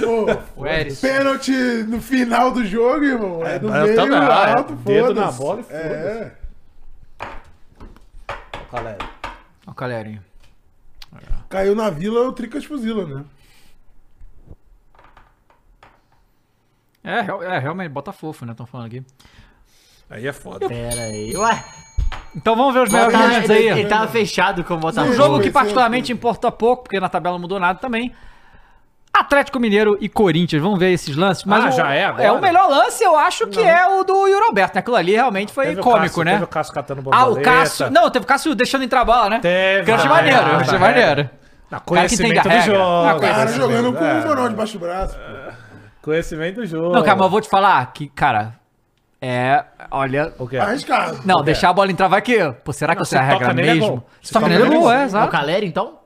Speaker 2: Pô,
Speaker 1: o Eris.
Speaker 2: pênalti no final do jogo, irmão. É do meio,
Speaker 4: tá na área,
Speaker 2: alto,
Speaker 4: dedo na
Speaker 2: foda-se.
Speaker 4: bola e foda-se.
Speaker 2: É.
Speaker 4: Galera.
Speaker 1: Ó, galerinha.
Speaker 2: Caiu na vila, o Tricas fuzila, né?
Speaker 1: É, real- é, realmente, bota fofo, né? Estão falando aqui.
Speaker 4: Aí é foda.
Speaker 3: Pera aí. Ué,
Speaker 1: Então vamos ver os melhores
Speaker 3: tá,
Speaker 1: momentos
Speaker 3: ele, ele
Speaker 1: aí.
Speaker 3: tava fechado com o Botafogo.
Speaker 1: Um
Speaker 2: Sim,
Speaker 1: jogo que
Speaker 2: sim,
Speaker 1: particularmente importa pouco, porque na tabela não mudou nada também. Atlético Mineiro e Corinthians, vamos ver esses lances. Mas
Speaker 4: Ah,
Speaker 1: o-
Speaker 4: já é agora?
Speaker 1: o melhor lance, eu acho que é o do Yuri Alberto. né? Aquilo ali realmente foi
Speaker 4: Teve o
Speaker 1: cômico,
Speaker 4: Cássio-
Speaker 1: né?
Speaker 4: Teve o Cássio catando
Speaker 1: Ah,
Speaker 4: borboleta.
Speaker 1: o Cássio. Não, teve o Cássio deixando entrar a bola, né?
Speaker 4: Teve,
Speaker 1: Que eu achei
Speaker 4: ah,
Speaker 1: maneiro,
Speaker 4: é,
Speaker 1: eu achei
Speaker 4: é.
Speaker 1: maneiro.
Speaker 4: Não,
Speaker 1: cara que tem
Speaker 4: conhecimento do
Speaker 1: regra.
Speaker 4: jogo.
Speaker 1: Não,
Speaker 2: Cara
Speaker 1: conhecimento.
Speaker 2: jogando com
Speaker 4: É,
Speaker 2: o Manoel debaixo do braço.
Speaker 4: Conhecimento do jogo.
Speaker 1: Não, cara, mas eu vou te falar que, cara, é. Olha.
Speaker 4: O quê?
Speaker 2: Arriscado.
Speaker 1: Não, deixar a bola entrar vai que. Pô, será que
Speaker 4: Não,
Speaker 1: eu sei a
Speaker 4: se
Speaker 1: regra
Speaker 4: toca nele é
Speaker 1: mesmo?
Speaker 4: gol.
Speaker 1: Se toca nele é gol, é,
Speaker 3: O
Speaker 1: exato.
Speaker 3: Calera, então?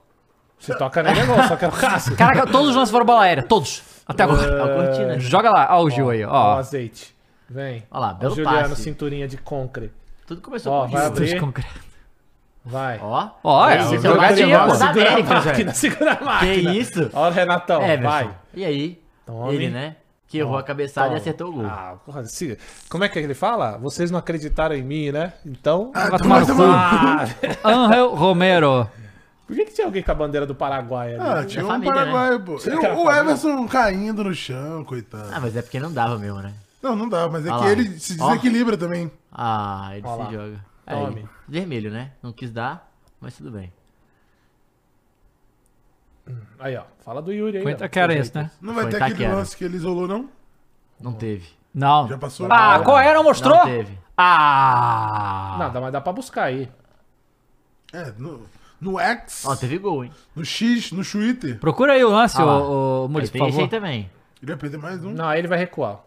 Speaker 4: Se toca nele é gol, só que é o Cássio.
Speaker 1: Caraca, todos os lances foram bola aérea, todos.
Speaker 4: Tá
Speaker 1: Até agora.
Speaker 3: É o Cortina.
Speaker 1: Joga lá, ó, o Gil aí,
Speaker 4: Ó, o
Speaker 1: ó.
Speaker 4: azeite. Vem.
Speaker 3: Olha lá, belo
Speaker 4: Juliano,
Speaker 3: passe.
Speaker 4: cinturinha de concre.
Speaker 3: Tudo começou
Speaker 4: Ó,
Speaker 3: com
Speaker 4: vai
Speaker 3: isso.
Speaker 4: abrir.
Speaker 1: Todos concreto.
Speaker 4: Vai.
Speaker 3: Ó.
Speaker 1: Ó, é,
Speaker 3: Esse
Speaker 1: é
Speaker 3: é o
Speaker 1: jogadinha,
Speaker 3: Gabriel
Speaker 1: pô.
Speaker 3: da
Speaker 4: Segura a
Speaker 3: América,
Speaker 4: máquina,
Speaker 3: velho.
Speaker 4: segura a
Speaker 3: Que
Speaker 4: máquina.
Speaker 3: isso?
Speaker 4: Olha o Renatão,
Speaker 3: É,
Speaker 4: vai.
Speaker 3: E aí?
Speaker 4: Tome.
Speaker 3: Ele, né? Que errou a cabeçada e acertou o gol.
Speaker 4: Ah, porra, se- como é que ele fala? Vocês não acreditaram em mim, né? Então...
Speaker 1: Vai tomar no
Speaker 2: Mas,
Speaker 1: cu.
Speaker 4: Ah,
Speaker 1: Angel Romero.
Speaker 4: por que, que tinha alguém com a bandeira do Paraguai ali?
Speaker 2: Ah, tinha
Speaker 3: É
Speaker 2: um
Speaker 3: família,
Speaker 2: Paraguai, pô.
Speaker 4: Será
Speaker 2: E
Speaker 4: que era
Speaker 2: o- o
Speaker 4: família?
Speaker 2: Everson caindo no chão, coitado.
Speaker 3: Ah, mas é porque não dava mesmo, né?
Speaker 2: Não, não dá, mas é
Speaker 3: Ah
Speaker 2: que
Speaker 3: lá.
Speaker 2: ele se
Speaker 3: Ó.
Speaker 2: desequilibra também.
Speaker 3: Ah, ele
Speaker 4: Ó
Speaker 3: se
Speaker 4: lá.
Speaker 3: joga.
Speaker 4: Tome.
Speaker 3: Aí, vermelho, né? Não quis dar, mas tudo bem.
Speaker 4: Aí, ó. Fala do Yuri aí. ó.
Speaker 1: Aguenta que
Speaker 3: é
Speaker 1: era esse, né?
Speaker 2: Não vai
Speaker 3: Foi
Speaker 2: ter aquele
Speaker 3: Itaquera.
Speaker 2: lance que ele isolou, não?
Speaker 3: Não teve.
Speaker 1: Não.
Speaker 2: Já passou?
Speaker 1: Ah, qual era? Não mostrou?
Speaker 3: Não teve.
Speaker 1: Ah.
Speaker 4: Não, dá, mas dá pra buscar aí.
Speaker 2: É, no, no X,
Speaker 3: Ó, teve gol, hein?
Speaker 2: no X, no Twitter.
Speaker 1: Procura aí o lance,
Speaker 3: Ah lá.
Speaker 1: ô, ô Muniz, por
Speaker 3: Aí tem esse
Speaker 1: favor.
Speaker 3: aí também.
Speaker 2: Ele vai perder mais um.
Speaker 4: Não, aí ele vai recuar.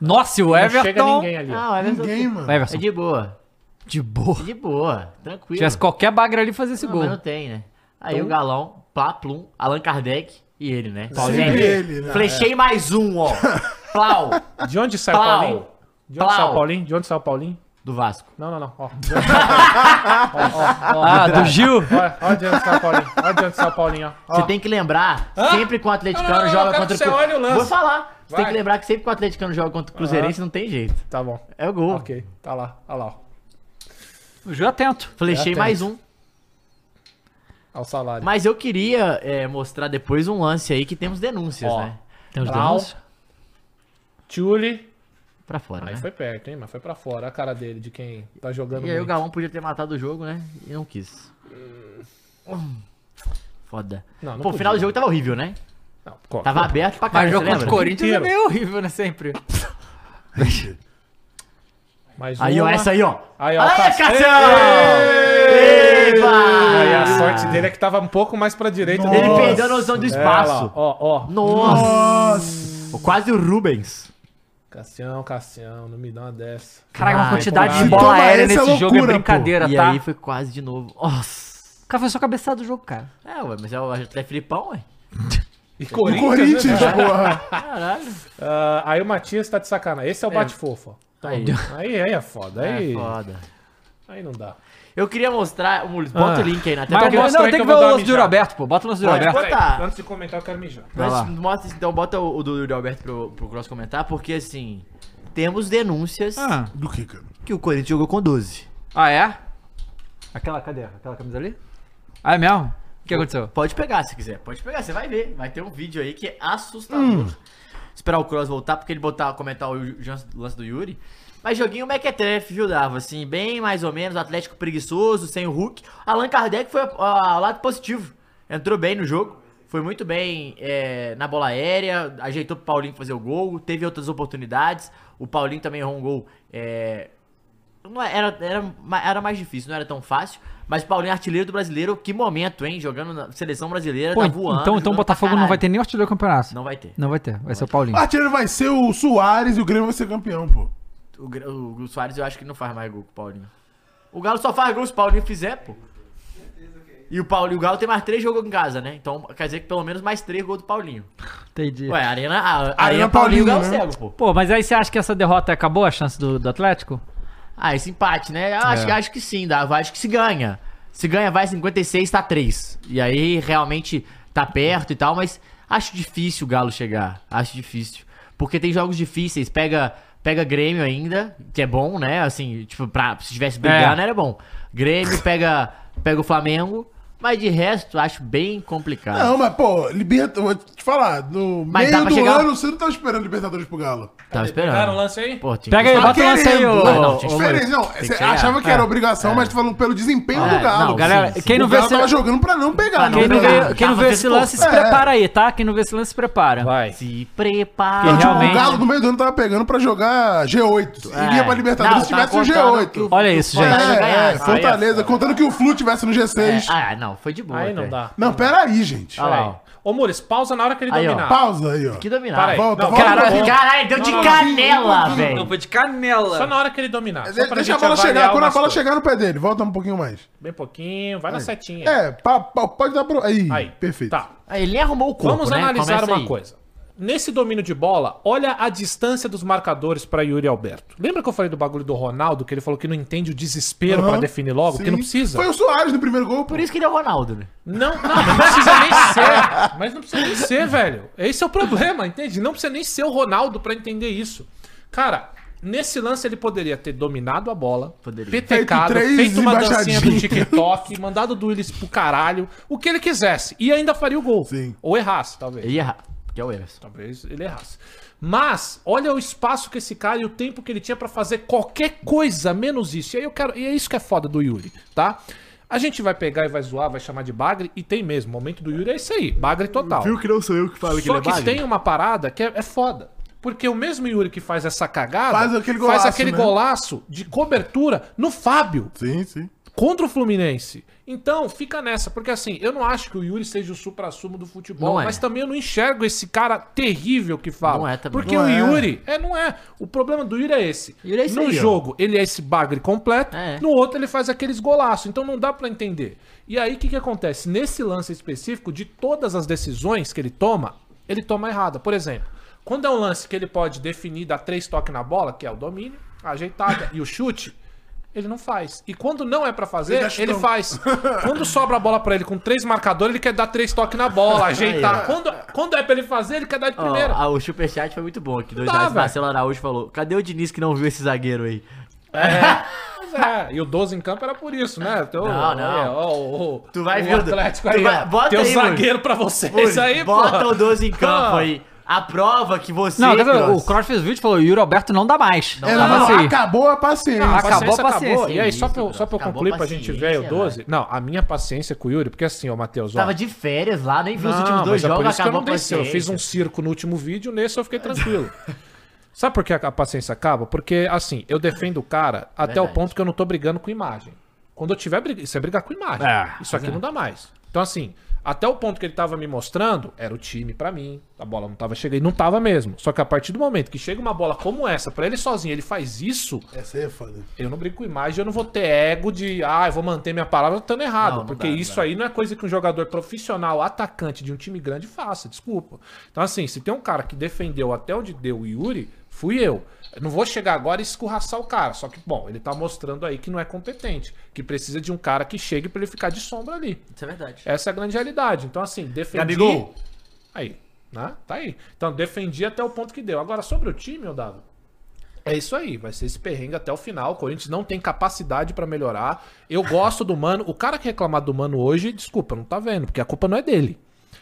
Speaker 1: Nossa, e o
Speaker 4: Não chega
Speaker 1: Everton.
Speaker 4: ninguém ali.
Speaker 3: Não, é
Speaker 2: Ninguém,
Speaker 3: mesmo.
Speaker 2: mano.
Speaker 1: O
Speaker 3: É
Speaker 1: Everton.
Speaker 3: de boa.
Speaker 1: De boa.
Speaker 3: É de boa. Tranquilo.
Speaker 1: Tivesse qualquer bagre ali fazer esse
Speaker 3: não,
Speaker 1: gol.
Speaker 3: mas não tem, né? Aí o Galão, Plá, Plum, Allan Kardec e ele, né? Paulinho.
Speaker 2: ele, né?
Speaker 3: Flechei mais um, ó. Plau.
Speaker 4: De onde sai o
Speaker 3: Plau.
Speaker 4: Paulinho? De onde sai o
Speaker 3: Plau.
Speaker 4: Paulinho? De onde sai o Paulinho?
Speaker 3: Do Vasco.
Speaker 4: Não, não, não. Ó,
Speaker 1: Ah, do Gil?
Speaker 4: Olha, olha de onde sai o Paulinho. Olha de onde sai o Paulinho, ó. ó.
Speaker 3: Você tem que lembrar, sempre que o atleticano
Speaker 4: Não, não, não, eu
Speaker 3: joga
Speaker 4: quero
Speaker 3: contra
Speaker 4: que você olhe o lance.
Speaker 3: Vou falar. Você tem
Speaker 4: Vai.
Speaker 3: que lembrar que sempre que o atleticano joga contra o Cruzeirense, não tem jeito.
Speaker 4: Tá bom.
Speaker 3: É o gol.
Speaker 4: Ok, tá lá, olha lá, ó.
Speaker 1: O Gil é atento.
Speaker 3: Flechei
Speaker 4: Atento.
Speaker 3: mais um.
Speaker 4: Olha o salário.
Speaker 3: Mas eu queria é, mostrar depois um lance aí que temos denúncias,
Speaker 4: Ó.
Speaker 3: né?
Speaker 1: Tem os
Speaker 4: Plau.
Speaker 1: denúncios?
Speaker 4: Tchuli.
Speaker 3: Pra fora,
Speaker 4: Aí
Speaker 3: né?
Speaker 4: foi perto, hein? Mas foi pra fora. Olha a cara dele, de quem tá jogando
Speaker 3: E aí o
Speaker 4: muito.
Speaker 3: Galão podia ter matado o jogo, né? E não quis. Foda.
Speaker 4: Hum. Não, não
Speaker 3: Pô, o final do
Speaker 4: podia.
Speaker 3: jogo tava horrível, né?
Speaker 4: Não, co-
Speaker 3: Tava aberto pra
Speaker 1: Mas
Speaker 3: caralho,
Speaker 1: jogo
Speaker 3: você
Speaker 1: contra o
Speaker 3: lembra?
Speaker 1: Corinthians é
Speaker 4: Inteiro.
Speaker 1: meio horrível, né? Sempre.
Speaker 4: Mais
Speaker 3: Aí, ó,
Speaker 4: uma.
Speaker 3: essa aí, ó.
Speaker 4: Aí, ó,
Speaker 3: Aê,
Speaker 4: Cas-
Speaker 3: Cassião! Eba!
Speaker 4: Aí a sorte dele é que tava um pouco mais pra direita. do
Speaker 3: Ele
Speaker 4: que-
Speaker 3: perdeu a noção do
Speaker 4: É, olha
Speaker 3: espaço.
Speaker 4: lá, ó, ó.
Speaker 3: Nossa! Quase o Rubens.
Speaker 4: Cassião, Cassião, não me dá uma dessa.
Speaker 1: Caraca, uma
Speaker 3: Ai,
Speaker 1: quantidade
Speaker 4: pô,
Speaker 1: de
Speaker 4: se
Speaker 1: bola
Speaker 2: toma
Speaker 1: aérea
Speaker 2: essa, é
Speaker 1: nesse jogo é
Speaker 2: loucura, pô.
Speaker 1: brincadeira,
Speaker 3: E
Speaker 1: tá?
Speaker 3: aí foi quase de novo. Nossa!
Speaker 1: O cara foi só cabeçada do jogo, cara.
Speaker 3: É, ué, mas é o até Filipão, ué.
Speaker 4: E né,
Speaker 2: O Corinthians,
Speaker 3: né?
Speaker 2: porra.
Speaker 4: Ah, aí o Matias tá de sacanagem. Esse é o bate-fofo. ó.
Speaker 3: Aí,
Speaker 4: Aí, aí é foda.
Speaker 3: é
Speaker 4: Aí,
Speaker 3: foda.
Speaker 4: aí não dá.
Speaker 3: Eu queria mostrar. Mules, Bota
Speaker 4: Ah.
Speaker 3: o link aí na
Speaker 1: Mas
Speaker 4: eu
Speaker 1: eu
Speaker 3: tela.
Speaker 4: mostro
Speaker 1: não,
Speaker 4: aí
Speaker 1: tem que
Speaker 4: que
Speaker 1: ver
Speaker 4: eu vou
Speaker 1: o
Speaker 4: dar uma
Speaker 1: lance do
Speaker 4: mijada.
Speaker 1: Roberto, pô. Bota o lance do
Speaker 3: Pode,
Speaker 1: Roberto.
Speaker 3: pode.
Speaker 4: Peraí,
Speaker 3: tá.
Speaker 4: Antes de comentar, eu quero mijar.
Speaker 1: Vai lá.
Speaker 3: Mas mostra, então bota o, o do do Alberto pro, pro Cross comentar, porque assim, temos denúncias
Speaker 1: Ah.
Speaker 2: Do que, cara?
Speaker 3: que o Corinthians jogou com 12.
Speaker 1: Ah, é? Aquela, cadê? Aquela camisa ali? Ah, é mesmo? O que aconteceu?
Speaker 3: Pode pegar se quiser, pode pegar, você vai ver. Vai ter um vídeo aí que é assustador. Esperar o Cross voltar, porque ele botar, comentar o Yu- Jans- o lance do Yuri. Mas joguinho mequetrefe, viu, Dava? Assim, bem mais ou menos, Atlético preguiçoso, sem o Hulk. Allan Kardec foi ao lado positivo. Entrou bem no jogo, foi muito bem é, na bola aérea, ajeitou pro Paulinho fazer o gol, teve outras oportunidades. O Paulinho também errou um gol é, não é, era, era, ma- era mais difícil, não era tão fácil. Mas Paulinho, artilheiro do brasileiro, que momento, hein? Jogando na seleção brasileira,
Speaker 1: Pô,
Speaker 3: tá voando.
Speaker 1: então, então
Speaker 3: jogando
Speaker 1: o
Speaker 3: pra
Speaker 1: Botafogo não
Speaker 3: caralho.
Speaker 1: vai ter nem artilheiro do campeonato.
Speaker 3: Não vai ter.
Speaker 1: Não vai ter, vai ser o Paulinho.
Speaker 2: O artilheiro vai ser o Soares e o Grêmio vai ser campeão, pô.
Speaker 3: O, Gra- o, o Soares eu acho que não faz mais gol com o Paulinho. O Galo só faz gol se o Paulinho fizer, pô. E o Paulinho, o Galo tem mais três jogos em casa, né? Então quer dizer que pelo menos mais três gols do Paulinho.
Speaker 1: Entendi.
Speaker 3: Ué, Arena, a, Arena,
Speaker 2: Arena
Speaker 3: Paulinho, Galo
Speaker 2: Paulinho, né?
Speaker 3: cego, pô.
Speaker 1: Pô, mas aí você acha que essa derrota acabou a chance do, do Atlético?
Speaker 3: Ah, esse empate, né? Eu
Speaker 1: É.
Speaker 3: Acho, que- acho que sim, Dava. Acho que se ganha. Se ganha, vai 56, tá 3. E aí realmente tá perto e tal, mas acho difícil o Galo chegar. Acho difícil. Porque tem jogos difíceis. Pega pega Grêmio ainda, que é bom, né? Assim, tipo, pra, se tivesse
Speaker 1: É.
Speaker 3: brigando era bom. Grêmio pega, pega o Flamengo, mas de resto acho bem complicado.
Speaker 2: Não, mas, pô, liberta... vou te falar, no
Speaker 3: É. Mas dá
Speaker 2: meio
Speaker 3: pra
Speaker 2: do
Speaker 3: chegar-
Speaker 2: ano você não tá esperando Libertadores pro Galo.
Speaker 3: Tava
Speaker 4: Pegaram o
Speaker 3: esperando.
Speaker 4: lance aí?
Speaker 3: Pô, tinha
Speaker 1: Pega aí,
Speaker 3: que-
Speaker 2: Tá
Speaker 1: bota o lance aí,
Speaker 2: querendo.
Speaker 1: ô.
Speaker 3: Mas Ah, não,
Speaker 1: ô,
Speaker 3: tinha que
Speaker 1: Luiz.
Speaker 2: Diferente, não,
Speaker 3: Tem que
Speaker 2: você
Speaker 3: chegar.
Speaker 2: achava que era obrigação, mas tu falando pelo desempenho
Speaker 3: É,
Speaker 2: do Galo. assim.
Speaker 3: não,
Speaker 1: Galera,
Speaker 3: Sim, sim.
Speaker 1: quem não
Speaker 2: o
Speaker 1: vê
Speaker 2: Galo
Speaker 1: esse,
Speaker 2: tava jogando pra não pegar, né?
Speaker 3: não
Speaker 1: quem não
Speaker 3: pegar.
Speaker 1: vê, quem não
Speaker 3: Tava
Speaker 1: vê esse
Speaker 3: tendo
Speaker 1: lance, se
Speaker 2: força.
Speaker 1: prepara aí, tá? Quem não vê esse lance, se prepara.
Speaker 4: Vai.
Speaker 3: Se
Speaker 1: Que
Speaker 3: prepara.
Speaker 2: Então, tipo,
Speaker 1: realmente-
Speaker 2: O Galo no meio do ano tava pegando pra jogar G8.
Speaker 3: É.
Speaker 2: Iria pra Libertadores
Speaker 3: Não,
Speaker 2: se tivesse
Speaker 3: tá
Speaker 2: um
Speaker 3: contando que
Speaker 2: G8.
Speaker 3: o-
Speaker 1: Olha isso,
Speaker 3: que o
Speaker 1: gente.
Speaker 3: Fortaleza
Speaker 2: É,
Speaker 3: ganhasse.
Speaker 2: é, Fortaleza, contando que o Flu tivesse no G6.
Speaker 3: É, ah, não, foi de boa.
Speaker 4: Aí não
Speaker 3: até.
Speaker 4: dá.
Speaker 2: Não, pera aí, gente.
Speaker 3: Olha lá, ó.
Speaker 4: Ô, Mures, pausa na hora que ele
Speaker 3: Aí, ó.
Speaker 4: dominar.
Speaker 2: Pausa aí, ó.
Speaker 3: Que
Speaker 4: Para
Speaker 3: dominar.
Speaker 4: aí.
Speaker 2: Volta,
Speaker 4: Não,
Speaker 2: volta,
Speaker 4: volta,
Speaker 3: Caralho,
Speaker 4: volta.
Speaker 3: caralho, deu de
Speaker 4: Não, não,
Speaker 3: canela,
Speaker 2: não,
Speaker 3: velho.
Speaker 1: foi de canela.
Speaker 4: Só na hora que ele dominar. só
Speaker 2: De-
Speaker 4: pra
Speaker 2: Deixa a
Speaker 4: gente
Speaker 2: bola
Speaker 4: avaliar
Speaker 2: chegar, quando a
Speaker 4: umas
Speaker 2: bola
Speaker 4: coisas.
Speaker 2: chegar no pé dele. Volta um pouquinho mais.
Speaker 4: Bem pouquinho, vai na setinha.
Speaker 2: É, pa- pa- pode dar pro... Aí,
Speaker 4: Aí,
Speaker 2: perfeito.
Speaker 4: Tá.
Speaker 3: Aí, Ele nem arrumou o corpo,
Speaker 4: Vamos
Speaker 3: né?
Speaker 4: analisar
Speaker 3: Começa
Speaker 4: uma
Speaker 3: aí.
Speaker 4: coisa. Nesse domínio de bola, olha a distância dos marcadores para Yuri Alberto. Lembra que eu falei do bagulho do Ronaldo, que ele falou que não entende o desespero pra
Speaker 2: Aham.
Speaker 4: para definir logo,
Speaker 2: Sim.
Speaker 4: que não precisa?
Speaker 2: Foi o Soares no primeiro gol.
Speaker 3: Por isso que ele é o Ronaldo, né?
Speaker 4: Não, não, mas não precisa nem ser. Mas não precisa nem ser, velho. Esse é o problema, entende? Não precisa nem ser o Ronaldo pra entender isso. Cara, nesse lance ele poderia ter dominado a bola,
Speaker 3: Poderia.
Speaker 4: petecado,
Speaker 2: Feito três
Speaker 4: feito, uma dancinha
Speaker 2: embaixadinhas.
Speaker 4: do TikTok, mandado o Willis pro caralho, o que ele quisesse. E ainda faria o gol.
Speaker 2: Sim.
Speaker 4: Ou errasse, talvez.
Speaker 3: Ele erra. Que é o Everson.
Speaker 4: Talvez ele errasse. Mas, olha o espaço que esse cara e o tempo que ele tinha pra fazer qualquer coisa menos isso. E aí eu quero. E é isso que é foda do Yuri, tá? A gente vai pegar e vai zoar, vai chamar de bagre, e tem mesmo. O momento do Yuri é isso aí, bagre total.
Speaker 3: que não sou eu
Speaker 2: é
Speaker 3: que falo
Speaker 4: Só que tem uma parada que é, é foda. Porque o mesmo Yuri que faz essa cagada
Speaker 2: Faz aquele
Speaker 4: faz
Speaker 2: golaço,
Speaker 4: aquele
Speaker 2: né?
Speaker 3: é-
Speaker 4: golaço de cobertura no Fábio.
Speaker 2: Sim, sim.
Speaker 4: contra o Fluminense. Então, fica nessa, porque assim, eu não acho que o Yuri seja o supra-sumo do futebol,
Speaker 3: Não é.
Speaker 4: mas também eu não enxergo esse cara terrível que fala.
Speaker 3: Não é também.
Speaker 4: Porque
Speaker 2: Não
Speaker 4: o
Speaker 2: é.
Speaker 4: Yuri, é, não é. O problema do Yuri é esse.
Speaker 3: Yuri é isso
Speaker 4: no
Speaker 3: aí, ó.
Speaker 4: jogo, ele é esse bagre completo,
Speaker 3: É.
Speaker 4: no outro ele faz aqueles golaços, então não dá pra entender. E aí o que que acontece? Nesse lance específico, de todas as decisões que ele toma, ele toma errada. Por exemplo, quando é um lance que ele pode definir, dar três toques na bola, que é o domínio, a ajeitada e o chute, ele não faz. E quando não é pra fazer,
Speaker 2: Ele dá
Speaker 4: ele,
Speaker 2: chutão.
Speaker 4: faz. Quando sobra a bola pra ele com três marcadores, ele quer dar três toques na bola, ajeitar. Quando, quando é pra ele fazer, ele quer dar de
Speaker 3: Ó,
Speaker 4: primeira.
Speaker 3: ah, o superchat foi muito bom aqui. Dois
Speaker 4: Tá,
Speaker 3: reais,
Speaker 4: velho.
Speaker 3: Marcelo Araújo falou: Cadê o Diniz que não viu esse zagueiro aí?
Speaker 4: Mas é, e o 12 em campo era por isso, né? Então,
Speaker 3: Não, não.
Speaker 4: é, ó, ó, ó,
Speaker 3: Tu vai
Speaker 4: o
Speaker 3: ver o-
Speaker 4: Atlético
Speaker 3: tu
Speaker 4: aí.
Speaker 3: vai-
Speaker 4: ó.
Speaker 3: bota
Speaker 4: Tem um
Speaker 3: aí, Luiz.
Speaker 4: zagueiro pra vocês aí, pô.
Speaker 3: Bota o 12 em campo
Speaker 4: Ah.
Speaker 3: aí. A prova que você.
Speaker 1: Não, quer dizer,
Speaker 3: Cross,
Speaker 1: o Cross fez o vídeo e falou: Yuri Alberto não dá mais. assim.
Speaker 2: É,
Speaker 1: dá
Speaker 2: não,
Speaker 1: mais
Speaker 4: assim,
Speaker 1: seguir.
Speaker 2: acabou a paciência.
Speaker 1: Ah,
Speaker 4: paciência
Speaker 1: acabou a paciência.
Speaker 4: E aí, só
Speaker 3: Isso,
Speaker 4: pra, eu- só pra eu
Speaker 3: acabou a
Speaker 4: concluir pra gente ver aí o
Speaker 3: paciência, né?
Speaker 4: 12. Não, a minha paciência com o Yuri, porque assim, ó, Matheus, ó.
Speaker 3: Tava de férias lá, nem viu os
Speaker 4: Não,
Speaker 3: últimos dois
Speaker 4: mas é por
Speaker 3: jogos,
Speaker 4: isso que eu
Speaker 3: acabou
Speaker 4: não
Speaker 3: a
Speaker 4: desci. Eu fiz um
Speaker 3: paciência.
Speaker 4: circo no último vídeo, nesse eu fiquei tranquilo. Sabe por que a a paciência acaba? Porque, assim, eu defendo o cara até o
Speaker 3: Verdade.
Speaker 4: ponto que eu não tô brigando com imagem. Quando eu tiver brigando, isso é brigar com imagem. isso
Speaker 3: é.
Speaker 4: aqui não dá mais. Então, assim, até o ponto que ele tava me mostrando, era o time pra mim. A bola não tava chegando e não tava mesmo. Só que a partir do momento que chega uma bola como essa pra ele sozinho, ele faz isso,
Speaker 2: Essa aí é foda.
Speaker 4: eu não brigo com imagem, eu não vou ter ego de, ah, eu vou manter minha palavra estando errado.
Speaker 3: Não, não
Speaker 4: porque
Speaker 3: dá, não
Speaker 4: isso aí não é coisa que um jogador profissional, atacante de um time grande faça, desculpa. Então, assim, se tem um cara que defendeu até onde deu o Yuri, fui eu. Eu Não vou chegar agora e escorraçar o cara. Só que, bom, ele tá mostrando aí que não é competente. Que precisa de um cara que chegue pra ele ficar de sombra ali.
Speaker 3: Isso é verdade.
Speaker 4: Essa é a grande realidade. Então, assim, defendi.
Speaker 3: Gabigol.
Speaker 4: Aí, né? Tá aí. Então, defendi até o ponto que deu. Agora, sobre o time, Odavo. É isso aí, vai ser esse perrengue até o final. O Corinthians não tem capacidade pra melhorar. Eu gosto do Mano. O cara que reclamar do Mano hoje, desculpa, não tá vendo, porque a culpa não é dele.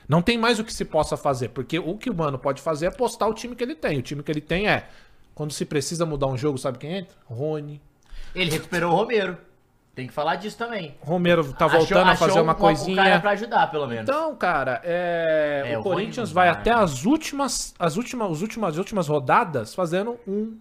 Speaker 4: Não tem mais o que se possa fazer, porque o que o Mano pode fazer é postar o time que ele tem. O time que ele tem é, quando se precisa mudar um jogo, sabe quem entra? Rony.
Speaker 3: Ele recuperou o Romero. Tem que falar disso também.
Speaker 4: Romero tá
Speaker 3: Achou-
Speaker 4: voltando a fazer
Speaker 3: achou
Speaker 4: uma
Speaker 3: um- um
Speaker 4: coisinha.
Speaker 3: cara pra ajudar, pelo menos.
Speaker 4: Então, cara, é,
Speaker 3: É,
Speaker 4: o
Speaker 3: o Rony
Speaker 4: Corinthians
Speaker 3: não
Speaker 4: vai
Speaker 3: vai.
Speaker 4: até as últimas, as últimas, as últimas, as últimas rodadas fazendo um.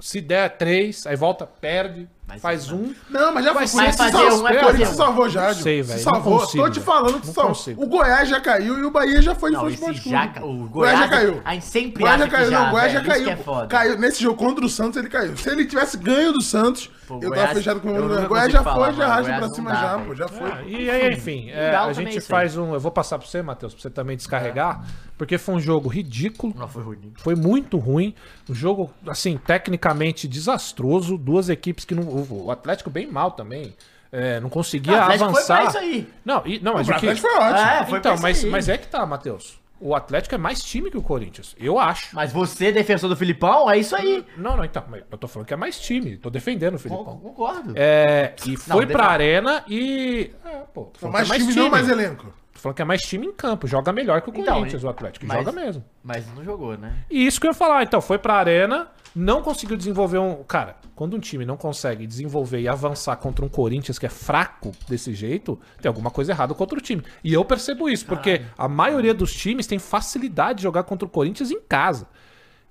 Speaker 4: Se der três, aí volta, perde,
Speaker 3: Mas
Speaker 4: faz
Speaker 3: não.
Speaker 4: um.
Speaker 2: Não, mas já foi.
Speaker 4: Vai ser-
Speaker 2: Corinthians
Speaker 4: vai
Speaker 3: fazer
Speaker 2: sal-
Speaker 3: um, vai
Speaker 2: Corinthians
Speaker 3: fazer um.
Speaker 2: se salvou já,
Speaker 4: Não
Speaker 2: Gil.
Speaker 4: sei,
Speaker 2: Se
Speaker 4: velho, não
Speaker 2: salvou.
Speaker 4: consigo,
Speaker 2: Tô te falando que
Speaker 4: velho.
Speaker 2: se
Speaker 4: Não
Speaker 2: salvou.
Speaker 4: consigo.
Speaker 2: O Goiás já caiu e o Bahia já foi
Speaker 3: Não,
Speaker 2: no futebol
Speaker 3: esse
Speaker 2: de
Speaker 3: já,
Speaker 2: clube.
Speaker 3: ca- o
Speaker 2: Goiás
Speaker 3: Goiás,
Speaker 2: já caiu.
Speaker 3: A gente
Speaker 2: O
Speaker 3: sempre
Speaker 2: Goiás já
Speaker 3: acha que
Speaker 2: caiu, não. O Goiás
Speaker 3: velho,
Speaker 2: já
Speaker 3: isso
Speaker 2: caiu.
Speaker 3: que é foda.
Speaker 2: caiu. Nesse jogo contra o Santos, ele caiu. Se ele tivesse ganho do Santos,
Speaker 3: Pô,
Speaker 2: eu
Speaker 3: Goiás-
Speaker 2: tava fechado com o
Speaker 3: eu
Speaker 2: meu
Speaker 3: nunca
Speaker 2: O Goiás já
Speaker 3: consigo
Speaker 2: foi,
Speaker 3: falar,
Speaker 2: já
Speaker 3: mano,
Speaker 2: arrastou pra
Speaker 3: Goiás
Speaker 2: cima
Speaker 3: não dá,
Speaker 2: já,
Speaker 3: velho.
Speaker 2: pô. Já foi.
Speaker 4: Ah, E aí, enfim, é,
Speaker 3: Legal
Speaker 4: a
Speaker 3: também
Speaker 4: gente
Speaker 3: isso aí.
Speaker 4: faz um. Eu vou passar pra você, Matheus, pra você também
Speaker 3: É.
Speaker 4: descarregar, porque foi um jogo ridículo.
Speaker 3: Não, foi ruim.
Speaker 4: Foi muito ruim. Um jogo, assim, tecnicamente desastroso. Duas equipes que não. O o Atlético bem mal também. É, não conseguia
Speaker 3: Ah, O Atlético foi pra
Speaker 4: avançar.
Speaker 3: isso aí.
Speaker 4: Não, e- não, mas
Speaker 2: O
Speaker 4: o que-
Speaker 2: Atlético foi ótimo.
Speaker 3: É, foi pra
Speaker 4: então,
Speaker 3: isso
Speaker 4: mas,
Speaker 3: aí.
Speaker 4: mas é que tá, Matheus. O Atlético é mais time que o Corinthians, eu acho.
Speaker 3: Mas você, defensor do Filipão, é isso aí.
Speaker 4: Não, não, então, mas eu tô falando que é mais time, tô defendendo o
Speaker 3: Con-
Speaker 4: Filipão.
Speaker 3: Concordo.
Speaker 4: É, e foi
Speaker 3: defe-
Speaker 4: pra arena e. É, pô,
Speaker 2: Foi
Speaker 4: tô falando,
Speaker 2: mais
Speaker 4: que é mais
Speaker 2: time,
Speaker 4: time.
Speaker 2: não mais elenco.
Speaker 4: Tô falando que é mais time em campo, joga melhor que o
Speaker 3: Então,
Speaker 4: Corinthians,
Speaker 3: e-
Speaker 4: o Atlético,
Speaker 3: mas-
Speaker 4: joga mesmo.
Speaker 3: Mas não jogou, né?
Speaker 4: E isso que eu ia falar, então, foi pra arena, não conseguiu desenvolver um. Cara, quando um time não consegue desenvolver e avançar contra um Corinthians que é fraco desse jeito, tem alguma coisa errada contra o time. E eu percebo isso, porque a maioria dos times tem facilidade de jogar contra o Corinthians em casa.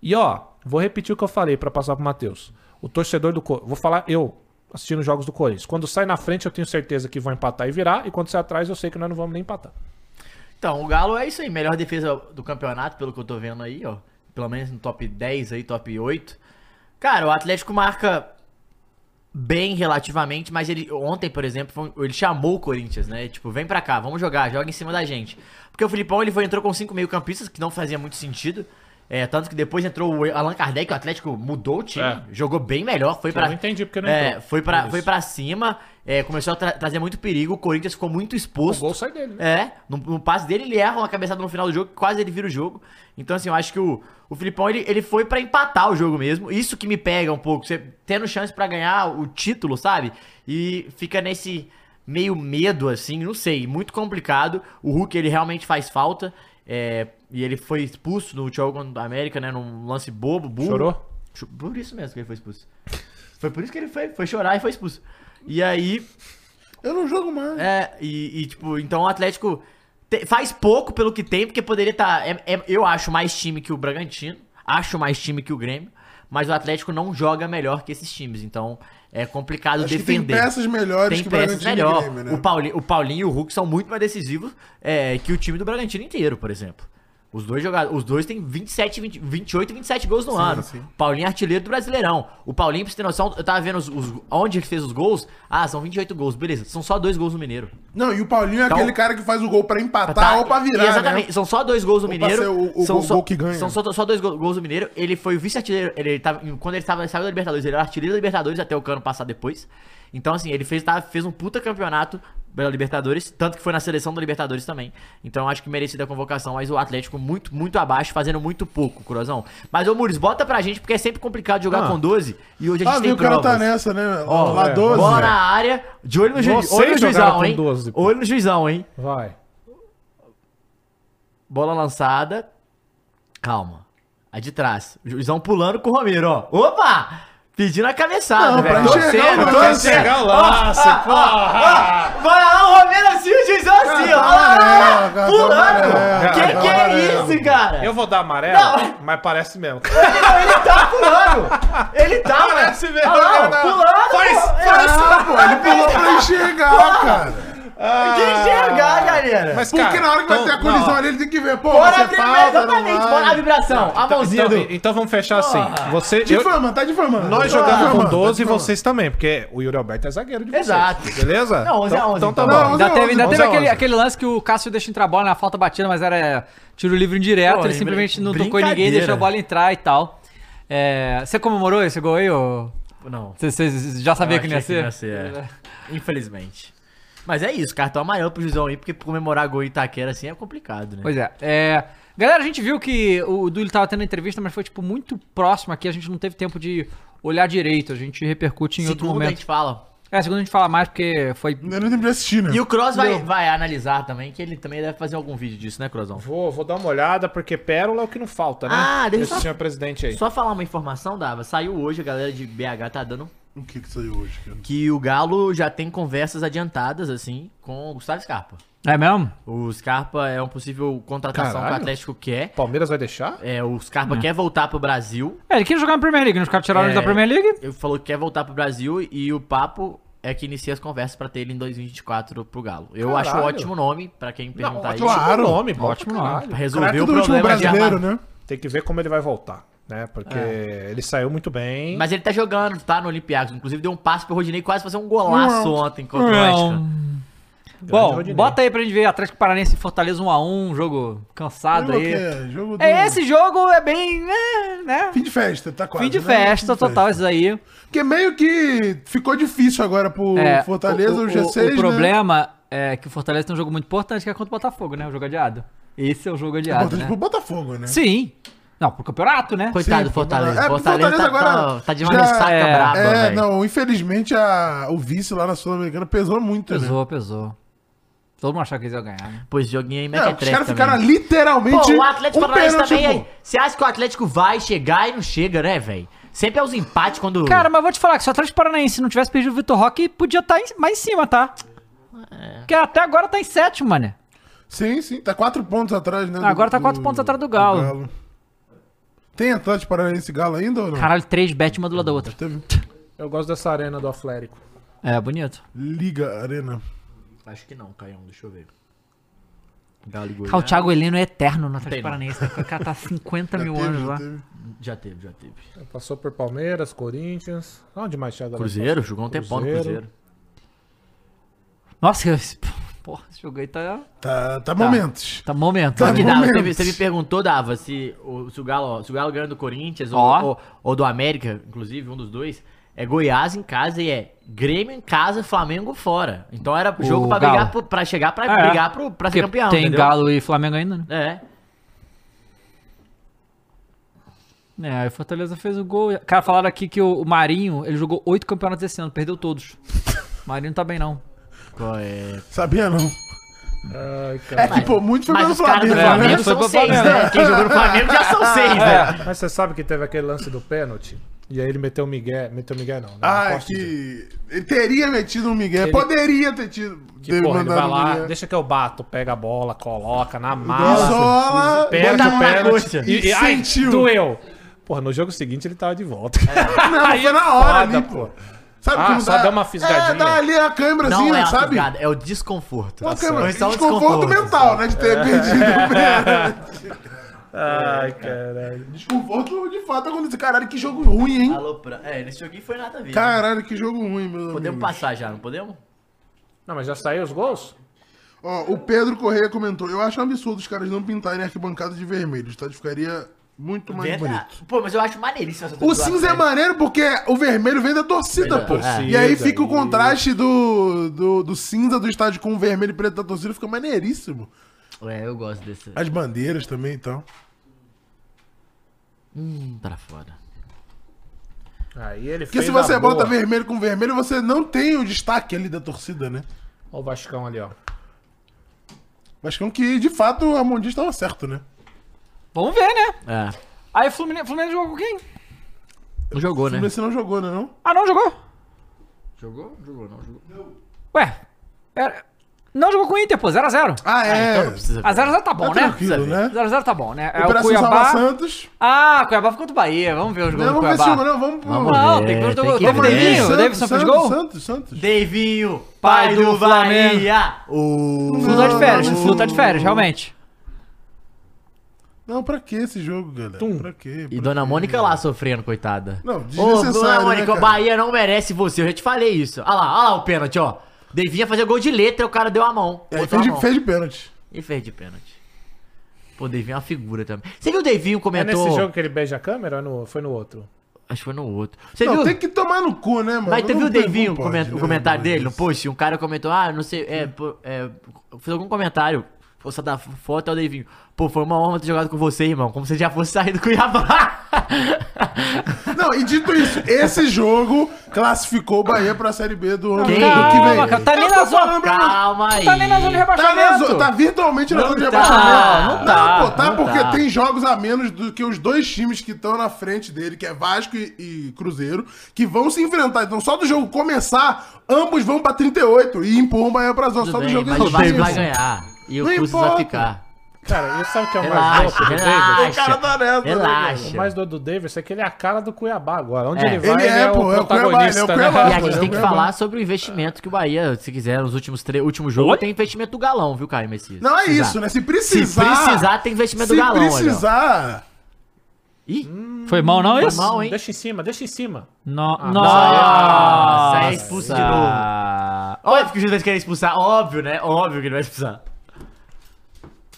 Speaker 4: E ó, vou repetir o que eu falei pra passar pro Matheus. O torcedor do Corinthians. Vou falar eu assistindo os jogos do Corinthians. Quando sai na frente, eu tenho certeza que vão empatar e virar, e quando sai atrás, eu sei que nós não vamos nem empatar.
Speaker 3: Então, o Galo é isso aí. Melhor defesa do campeonato, pelo que eu tô vendo aí, ó. Pelo menos no top 10 aí, top 8. Cara, o Atlético marca bem relativamente, mas ele ontem, por exemplo, foi- um, ele chamou o Corinthians, né? Tipo, vem pra cá, vamos jogar, joga em cima da gente. Porque o Filipão, ele foi, entrou com cinco meio-campistas, que não fazia muito sentido. É, tanto que depois entrou o Allan Kardec, o Atlético mudou o time,
Speaker 4: É.
Speaker 3: jogou bem melhor, foi
Speaker 4: Que eu
Speaker 3: pra...
Speaker 4: não entendi porque não
Speaker 3: é,
Speaker 4: entrou.
Speaker 3: foi pra,
Speaker 4: Isso.
Speaker 3: foi pra cima, é, começou a tra- trazer muito perigo, o Corinthians ficou muito
Speaker 4: O
Speaker 3: exposto.
Speaker 4: gol sai dele, né?
Speaker 3: É, no, no passe dele ele erra uma cabeçada no final do jogo, que quase ele vira o jogo. Então, assim, eu acho que o, o Filipão ele, ele foi pra empatar o jogo mesmo. Isso que me pega um pouco, você tendo chance pra ganhar o título, sabe? E fica nesse meio medo, assim, não sei, muito complicado. O Hulk ele realmente faz falta. é, e ele foi expulso no último jogo contra a América, né? Num lance bobo, burro.
Speaker 4: Chorou?
Speaker 3: Cho- Por isso mesmo que ele foi expulso. Foi por isso que ele foi, foi chorar e foi expulso. E aí,
Speaker 2: Eu não jogo mais.
Speaker 3: é, e, e, tipo, então o Atlético te- faz pouco pelo tá, é, que tem, porque poderia estar. eu acho mais time que o Bragantino, acho mais time que o Grêmio, mas o Atlético não joga melhor que esses times, então é complicado
Speaker 2: Acho que tem
Speaker 3: defender.
Speaker 2: peças melhores
Speaker 3: Tem
Speaker 2: que o
Speaker 3: peças
Speaker 2: Bragantino e
Speaker 3: melhor.
Speaker 2: Grêmio, né?
Speaker 3: o, Pauli- o Paulinho e o Hulk são muito mais decisivos é, que o time do Bragantino inteiro, por exemplo. Os dois jogadores, os dois têm 27, 20, 28 e 27 gols no ano.
Speaker 2: sim.
Speaker 3: O Paulinho é artilheiro do Brasileirão. O Paulinho, pra você ter noção, eu tava vendo os, os- onde ele fez os gols. Ah, são 28 gols, beleza. São só dois gols no Mineiro.
Speaker 2: Não, e o Paulinho é
Speaker 3: Então-
Speaker 2: aquele cara que faz o gol pra
Speaker 3: Tá
Speaker 2: empatar ou pra virar,
Speaker 3: E Exatamente,
Speaker 2: né?
Speaker 3: são só dois gols no
Speaker 2: Ou pra
Speaker 3: Mineiro.
Speaker 2: ser o- o
Speaker 3: são
Speaker 2: gol-
Speaker 3: só,
Speaker 2: gol que ganha.
Speaker 3: São só, só dois go- gols no Mineiro. Ele foi o vice-artilheiro. Ele tava, em- quando ele estava saiu da Libertadores, ele era artilheiro da Libertadores até o cano passar depois. Então, assim, ele fez, tava- fez um puta campeonato pela Libertadores, tanto que foi na seleção da Libertadores também. Então, acho que merecida a convocação, mas o Atlético muito, muito abaixo, fazendo muito pouco, Curosão. Mas, ô Muris, bota pra gente, porque é sempre complicado
Speaker 9: Ah.
Speaker 3: jogar com 12 e hoje a gente
Speaker 2: Ah,
Speaker 3: tem
Speaker 2: viu, o cara tá
Speaker 3: provas.
Speaker 2: nessa, né?
Speaker 3: Ó,
Speaker 2: Lá 12.
Speaker 3: bola
Speaker 2: né?
Speaker 3: na área, de olho no, ju...
Speaker 9: Vocês
Speaker 3: olho no
Speaker 9: é. jogaram
Speaker 3: juizão,
Speaker 9: com
Speaker 3: hein?
Speaker 9: 12, pô.
Speaker 3: olho no juizão, hein?
Speaker 9: Vai.
Speaker 3: Bola lançada. Calma. A de trás. O juizão pulando com o Romero, ó. Opa! Pedindo a cabeçada,
Speaker 2: Não,
Speaker 3: velho.
Speaker 2: pra enxergar o
Speaker 3: Torcendo,
Speaker 2: lance.
Speaker 3: torcendo.
Speaker 9: Pegar o
Speaker 3: Ó,
Speaker 9: lance,
Speaker 3: ó, ó, ó. Vai lá, o Romero assim, o juizão assim,
Speaker 2: Cartão
Speaker 3: ó. Ah,
Speaker 2: amarelo, cartão
Speaker 3: Pulando.
Speaker 2: amarelo,
Speaker 3: Que
Speaker 2: cartão
Speaker 3: que é
Speaker 2: amarelo.
Speaker 3: isso, cara?
Speaker 9: Eu vou dar amarelo,
Speaker 3: Não.
Speaker 9: mas parece mesmo.
Speaker 3: Não, Ele tá pulando. Ele tá,
Speaker 2: né?
Speaker 9: Parece
Speaker 3: velho.
Speaker 9: mesmo,
Speaker 3: Olha lá,
Speaker 9: cara.
Speaker 3: Pulando.
Speaker 9: Faz,
Speaker 3: pô.
Speaker 2: Ah, pô, ele pulou pra enxergar, cara.
Speaker 3: Que enxergar, galera.
Speaker 9: Mas,
Speaker 2: Porque
Speaker 9: cara,
Speaker 2: na hora que vai
Speaker 9: então-
Speaker 2: ter a colisão
Speaker 9: não.
Speaker 2: ali, ele tem que ver, pô,
Speaker 3: Bora
Speaker 2: você
Speaker 3: abrir,
Speaker 2: falta, não
Speaker 3: exatamente. Bora a
Speaker 2: vai.
Speaker 3: vibração. A mãozinha
Speaker 9: Então,
Speaker 3: do...
Speaker 9: então vamos fechar assim. Você, eu-
Speaker 2: Difama, tá difamando.
Speaker 9: nós
Speaker 2: Tá
Speaker 9: jogamos com
Speaker 2: difamando, tá
Speaker 9: 12 e
Speaker 2: difamando.
Speaker 9: vocês também, porque o Yuri Alberto é zagueiro de vocês.
Speaker 3: Exato.
Speaker 9: Beleza?
Speaker 3: Não, 11 a 11,
Speaker 9: Então tá
Speaker 3: então.
Speaker 9: bom.
Speaker 1: Ainda
Speaker 2: Não,
Speaker 1: teve, ainda
Speaker 9: 11,
Speaker 1: teve
Speaker 9: 11.
Speaker 1: aquele, aquele lance que o Cássio deixa entrar a bola na falta batida, mas era tiro livre indireto,
Speaker 3: Pô, é
Speaker 1: ele simplesmente não tocou em ninguém,
Speaker 3: brincadeira.
Speaker 1: deixou a bola entrar e tal. É, você comemorou esse gol aí, ou...
Speaker 3: Não.
Speaker 1: Você- Você já sabia
Speaker 3: Eu
Speaker 1: que não ia
Speaker 3: achei
Speaker 1: ser?
Speaker 3: é. Infelizmente. Mas é isso, cartão amarelo pro Juizão aí, porque comemorar gol em Itaquera assim é complicado, né?
Speaker 1: Pois é. é. Galera, a gente viu que o Duílio tava tendo entrevista, mas foi, tipo, muito próximo aqui. A gente não teve tempo de olhar direito. A gente
Speaker 2: é,
Speaker 1: repercute em outro
Speaker 3: Segunda a
Speaker 1: momento.
Speaker 3: gente fala.
Speaker 1: É, segundo a gente fala mais, porque foi.
Speaker 2: Eu não lembro de assistir, né?
Speaker 3: E o Cross vai, vai analisar também, que ele também deve fazer algum vídeo disso, né, Crossão?
Speaker 9: Vou, vou dar uma olhada, porque pérola é o que não falta, né?
Speaker 3: Ah, deixa eu
Speaker 9: Esse
Speaker 3: só-
Speaker 9: senhor presidente aí.
Speaker 3: Só falar uma informação, Dava. Saiu hoje, a galera de BH tá dando
Speaker 2: O que que saiu hoje, cara?
Speaker 3: que o Galo já tem conversas adiantadas, assim, com o Gustavo Scarpa.
Speaker 1: É mesmo?
Speaker 3: O Scarpa é uma possível contratação que
Speaker 9: Caralho.
Speaker 3: o Atlético quer.
Speaker 9: Palmeiras vai deixar?
Speaker 3: É, o Scarpa quer voltar pro Brasil.
Speaker 1: É, ele queria jogar na Premier League, nos caras tiraram ele
Speaker 3: É.
Speaker 1: da Premier League.
Speaker 3: Ele falou que quer voltar pro Brasil e o papo é que inicia as conversas pra ter ele em 2024 pro Galo. Eu
Speaker 9: Caralho.
Speaker 3: acho um ótimo nome pra quem perguntar isso.
Speaker 2: claro.
Speaker 9: tá nome, bom,
Speaker 1: Ótimo
Speaker 9: pra
Speaker 1: nome.
Speaker 9: caralho.
Speaker 3: Pra
Speaker 2: Craque
Speaker 3: resolver o
Speaker 2: do último
Speaker 3: problema de
Speaker 2: brasileiro,
Speaker 3: armar.
Speaker 2: né?
Speaker 9: Tem que ver como ele vai voltar, né? Porque ele saiu muito bem.
Speaker 3: Mas ele tá jogando, tá no Olympiacos. Inclusive deu um passe pro Rodinei quase fazer um golaço ontem contra o Oeste.
Speaker 1: Bom,
Speaker 9: Rodinei.
Speaker 1: bota aí pra gente ver Atlético Paranense e Fortaleza 1x1, jogo cansado
Speaker 2: Jogo que
Speaker 1: aí.
Speaker 2: é, jogo do...
Speaker 1: É, esse jogo é bem. né, né?
Speaker 2: Fim de festa, tá quase.
Speaker 1: Fim de
Speaker 2: né?
Speaker 1: festa total, isso aí.
Speaker 2: Porque meio que ficou difícil agora pro
Speaker 1: É,
Speaker 2: Fortaleza, o, G6,
Speaker 1: O,
Speaker 2: né?
Speaker 1: problema é que o Fortaleza tem um jogo muito importante que é contra o Botafogo, né? O jogo adiado. Esse é o jogo
Speaker 2: É
Speaker 1: adiado.
Speaker 2: importante
Speaker 1: Né?
Speaker 2: pro Botafogo, né?
Speaker 1: Sim. Não, pro campeonato, né?
Speaker 3: Coitado
Speaker 2: Sim,
Speaker 3: Tá do Fortaleza.
Speaker 2: é, porque
Speaker 3: Fortaleza,
Speaker 2: Fortaleza
Speaker 3: tá,
Speaker 2: agora
Speaker 3: tá- tá de uma
Speaker 2: já-
Speaker 3: ressaca
Speaker 1: é,
Speaker 3: braba,
Speaker 2: É,
Speaker 3: velho.
Speaker 2: não, infelizmente a, o vice lá na Sul-Americana pesou muito, né?
Speaker 1: Pesou, pesou. Todo mundo achava que eles iam ganhar, né?
Speaker 3: Pois joguinho aí,
Speaker 2: É, os
Speaker 3: mequetrefe
Speaker 2: caras ficaram
Speaker 3: também.
Speaker 2: literalmente.
Speaker 3: Pô, o Atlético
Speaker 2: um
Speaker 3: Paranaense
Speaker 2: pênalti,
Speaker 3: também
Speaker 2: pô.
Speaker 3: aí. Você acha que o Atlético vai chegar e não chega, né, velho? Sempre é os empates quando...
Speaker 1: Cara, mas vou te falar que se o Atlético Paranaense não tivesse perdido o Vitor Roque, podia estar mais em cima, tá? Porque até agora tá em sétimo, mano.
Speaker 2: Sim, sim. Tá quatro pontos atrás, né?
Speaker 1: Agora tá quatro pontos atrás do Galo.
Speaker 2: Tem Atlético Paranaense e Galo ainda ou não?
Speaker 1: Caralho, três bet uma do lado da outra.
Speaker 2: Teve
Speaker 9: Eu gosto dessa arena do Atlético.
Speaker 1: É, bonito.
Speaker 2: Liga Arena.
Speaker 3: Acho que não, Caião, deixa eu ver. Galo e
Speaker 1: Cara, o
Speaker 3: Goiás.
Speaker 1: Thiago Heleno é eterno no
Speaker 3: Tem,
Speaker 1: Atlético
Speaker 3: não.
Speaker 1: Paranaense. né? O cara tá 50 mil
Speaker 2: Teve,
Speaker 1: anos lá.
Speaker 2: teve.
Speaker 3: Já teve, já teve.
Speaker 9: Passou por Palmeiras, Corinthians. Onde mais, Thiago?
Speaker 3: Cruzeiro, jogou um tempão no
Speaker 9: Cruzeiro.
Speaker 3: Cruzeiro.
Speaker 1: Nossa, esse- porra, esse jogo aí tá.
Speaker 2: Tá, tá momentos.
Speaker 1: Tá momento.
Speaker 2: Tá
Speaker 1: né?
Speaker 3: Que Dava, você,
Speaker 2: Momentos.
Speaker 3: me, você me perguntou, Dava, se o, se o Galo, ó, se o Galo ganha do Corinthians ou,
Speaker 1: Ó.
Speaker 3: ou, ou do América, inclusive, um dos dois, é Goiás em casa e é Grêmio em casa, Flamengo fora. Então era jogo pra
Speaker 1: Galo.
Speaker 3: brigar, pro, pra chegar, pra
Speaker 1: É.
Speaker 3: brigar pro, pra
Speaker 1: Porque
Speaker 3: ser campeão,
Speaker 1: Tem
Speaker 3: entendeu?
Speaker 1: Galo e Flamengo ainda, né?
Speaker 3: É.
Speaker 1: É, aí o Fortaleza fez o gol. Cara, falaram aqui que o o Marinho, ele jogou oito campeonatos esse ano, perdeu todos. O Marinho não tá bem, não.
Speaker 3: Qual é?
Speaker 2: Sabia não.
Speaker 9: Ai, cara.
Speaker 2: É que, pô, muito foi
Speaker 3: Mas
Speaker 2: pelo
Speaker 3: os caras do
Speaker 2: Flamengo,
Speaker 1: Flamengo Flamengo foi
Speaker 2: né?
Speaker 3: Flamengo são
Speaker 1: pro
Speaker 3: seis,
Speaker 1: Flamengo. É.
Speaker 3: né? Quem jogou no Flamengo já são seis, né?
Speaker 9: Mas você sabe que teve aquele lance do pênalti? E aí ele meteu o Miguel. Meteu o Miguel, não. né?
Speaker 2: Ah, é
Speaker 9: Posso dizer.
Speaker 2: que. Ele teria metido um Miguel. Poderia ter tido.
Speaker 9: Que, porra, ele vai
Speaker 2: um
Speaker 9: lá,
Speaker 2: Miguel. é
Speaker 9: deixa que eu bato, pega a bola, coloca na mala,
Speaker 2: Isola.
Speaker 9: perde
Speaker 2: bota
Speaker 9: o né?
Speaker 2: na
Speaker 9: pênalti.
Speaker 2: coxa.
Speaker 9: E, e, ai,
Speaker 2: Sentiu.
Speaker 9: doeu. Porra, no jogo seguinte ele tava de volta.
Speaker 2: Não, mas foi na hora
Speaker 9: é foda,
Speaker 2: ali, pô. Sabe
Speaker 9: Ah,
Speaker 2: como
Speaker 9: só dá uma fisgadinha.
Speaker 2: É, dá ali a câmera
Speaker 3: Não
Speaker 2: assim,
Speaker 3: é a
Speaker 2: sabe?
Speaker 3: fisgada, é o desconforto.
Speaker 2: Uma câmera.
Speaker 3: Foi só um
Speaker 2: Desconforto, mental, né? De ter perdido.
Speaker 9: É. Ai, caralho.
Speaker 2: Desconforto de fato aconteceu. Caralho, que jogo ruim, hein?
Speaker 3: Alô, pra... É, nesse joguinho foi nada a ver. né?
Speaker 2: Caralho, que jogo ruim, meu amigo.
Speaker 3: Podemos passar já, não podemos?
Speaker 9: Não, mas já saiu os gols?
Speaker 2: Ó, o Pedro Correia comentou: Eu acho um absurdo os caras não pintarem a arquibancada de vermelho. O estádio ficaria muito mais
Speaker 3: Verdade.
Speaker 2: bonito.
Speaker 3: é Pô, mas eu acho maneiríssimo essa
Speaker 2: O
Speaker 3: tatuagem.
Speaker 2: cinza é maneiro porque o vermelho vem da torcida,
Speaker 3: Verdade.
Speaker 2: pô.
Speaker 3: É.
Speaker 2: E aí fica o contraste do, do, do cinza do estádio com o vermelho e preto da torcida, fica maneiríssimo.
Speaker 3: É, eu gosto desse.
Speaker 2: As bandeiras também e tal.
Speaker 3: Hum, pra fora.
Speaker 9: Aí ele
Speaker 2: Porque
Speaker 9: fez
Speaker 2: se você
Speaker 9: a boa.
Speaker 2: bota vermelho com vermelho, você não tem o destaque ali da torcida, né?
Speaker 9: Ó o Vascão ali, ó.
Speaker 2: Mas como que, de fato, o Armandinho estava certo, né?
Speaker 1: Vamos ver, né?
Speaker 3: É.
Speaker 1: Aí o Fluminense, Fluminense jogou com quem?
Speaker 3: Não jogou,
Speaker 2: O
Speaker 3: né?
Speaker 2: Fluminense não jogou, né, não?
Speaker 1: Ah, não jogou?
Speaker 3: Jogou? Jogou, não jogou.
Speaker 1: Ué, era- não jogou com o Inter, pô, 0x0.
Speaker 2: Ah, é.
Speaker 3: Então não precisa.
Speaker 1: A 0x0 tá bom,
Speaker 2: Tá
Speaker 1: né?
Speaker 2: tranquilo, né?
Speaker 1: 0x0 tá bom, né? É o
Speaker 2: Operação Salva
Speaker 1: Cuiabá.
Speaker 2: Santos.
Speaker 1: Ah, Cuiabá ficou do Bahia. Vamos ver o jogo
Speaker 2: Não,
Speaker 1: do
Speaker 2: vamos ver esse
Speaker 1: Cuiabá.
Speaker 2: jogo, não. Vamos pro...
Speaker 3: Vamos
Speaker 1: Não,
Speaker 3: É,
Speaker 1: tem que ver o
Speaker 3: tem
Speaker 1: jogo.
Speaker 3: que
Speaker 1: Teve
Speaker 3: ver.
Speaker 1: Davidson, o Davidson fez
Speaker 2: Santos,
Speaker 1: gol?
Speaker 2: Santos, Santos.
Speaker 3: Davinho,
Speaker 1: Pai
Speaker 3: pai
Speaker 1: do
Speaker 3: do Bahia.
Speaker 1: O Flu tá de férias, o
Speaker 2: Não.
Speaker 1: Flu tá de férias, realmente.
Speaker 2: Não, pra que esse jogo, galera? Pra quê?
Speaker 3: E
Speaker 2: Pra
Speaker 3: Dona
Speaker 2: quê?
Speaker 3: Mônica lá sofrendo, coitada.
Speaker 2: Não,
Speaker 3: Ô,
Speaker 2: desnecessário,
Speaker 3: Dona
Speaker 2: né,
Speaker 3: Mônica, o
Speaker 2: cara?
Speaker 3: Bahia não merece você. Eu já te falei isso. Olha lá, olha lá o pênalti, ó. Devinha fazer gol de letra, o cara deu a mão.
Speaker 2: É,
Speaker 3: Botou
Speaker 2: fez,
Speaker 3: a
Speaker 2: de,
Speaker 3: mão.
Speaker 2: fez de pênalti.
Speaker 3: E fez de pênalti. Pô, o Devinho é uma figura também. Você viu o Devinho
Speaker 9: É
Speaker 3: comentou?
Speaker 9: nesse jogo que ele beija a câmera ou é no- foi no outro?
Speaker 3: Acho que foi no outro. Você
Speaker 2: Não,
Speaker 3: viu?
Speaker 2: tem que tomar no cu, né, mano?
Speaker 3: Mas tu
Speaker 2: Não
Speaker 3: viu o
Speaker 2: tem-
Speaker 3: Devinho,
Speaker 2: não
Speaker 3: o
Speaker 2: pode,
Speaker 3: comen-
Speaker 2: né,
Speaker 3: o comentário
Speaker 2: mano?
Speaker 3: dele no post? Um cara comentou, ah, não sei, é, pô, é, fez algum comentário, pô, só da foto é o Devinho. Pô, foi uma honra ter jogado com você, irmão, como se já fosse sair do Cuiabá.
Speaker 2: Não, e dito isso, esse jogo classificou o Bahia pra Série B do ano do ano que vem.
Speaker 1: Calma, cara, tá nem
Speaker 2: Eu tô
Speaker 1: na zona.
Speaker 2: falando pra você.
Speaker 3: Calma aí.
Speaker 1: Tá nem na zona de
Speaker 2: Tá, na zo-
Speaker 1: rebaixamento.
Speaker 2: tá virtualmente na zona de
Speaker 3: tá,
Speaker 2: rebaixamento.
Speaker 3: não tá,
Speaker 2: pô, tá
Speaker 3: não
Speaker 2: porque
Speaker 3: tá.
Speaker 2: tem jogos a menos do que os dois times que estão na frente dele, que é Vasco e, e Cruzeiro, que vão se enfrentar. Então, só do jogo começar, ambos vão pra 38 e empurram o Bahia pra zona.
Speaker 3: Tudo
Speaker 2: só do
Speaker 3: bem,
Speaker 2: jogo
Speaker 3: mas o Vasco vai ganhar. E o
Speaker 2: Não
Speaker 3: Cruz vai
Speaker 2: importa.
Speaker 3: ficar.
Speaker 9: Cara, e sabe o que é o mais
Speaker 3: Relaxa,
Speaker 9: louco do Davis?
Speaker 3: relaxa.
Speaker 2: nessa, né,
Speaker 9: O
Speaker 3: Relaxa.
Speaker 9: mais doido do Davis é que ele é a cara do Cuiabá agora. Onde
Speaker 3: É.
Speaker 9: ele vai,
Speaker 2: Ele é, pô, é o Cuiabá, ele é o Cuiabá.
Speaker 9: né?
Speaker 3: E a
Speaker 2: pô,
Speaker 3: gente
Speaker 2: eu
Speaker 3: tem que
Speaker 2: lembro.
Speaker 3: falar sobre o investimento que o Bahia, se quiser, nos últimos três, último jogo, tem investimento do galão, viu, Caio Messias?
Speaker 2: Não é isso, né? Se precisar.
Speaker 3: Se precisar, tem investimento do
Speaker 2: se
Speaker 3: galão, olha, ó.
Speaker 2: precisar.
Speaker 3: Ih, tá
Speaker 1: Foi mal, não, isso?
Speaker 3: mal, hein?
Speaker 9: Deixa em cima, deixa em cima.
Speaker 1: No...
Speaker 2: Ah, tá.
Speaker 3: Nossa,
Speaker 1: Nossa.
Speaker 3: é expulso de novo. Óbvio que os juiz querem expulsar, óbvio, né? Óbvio que ele vai expulsar.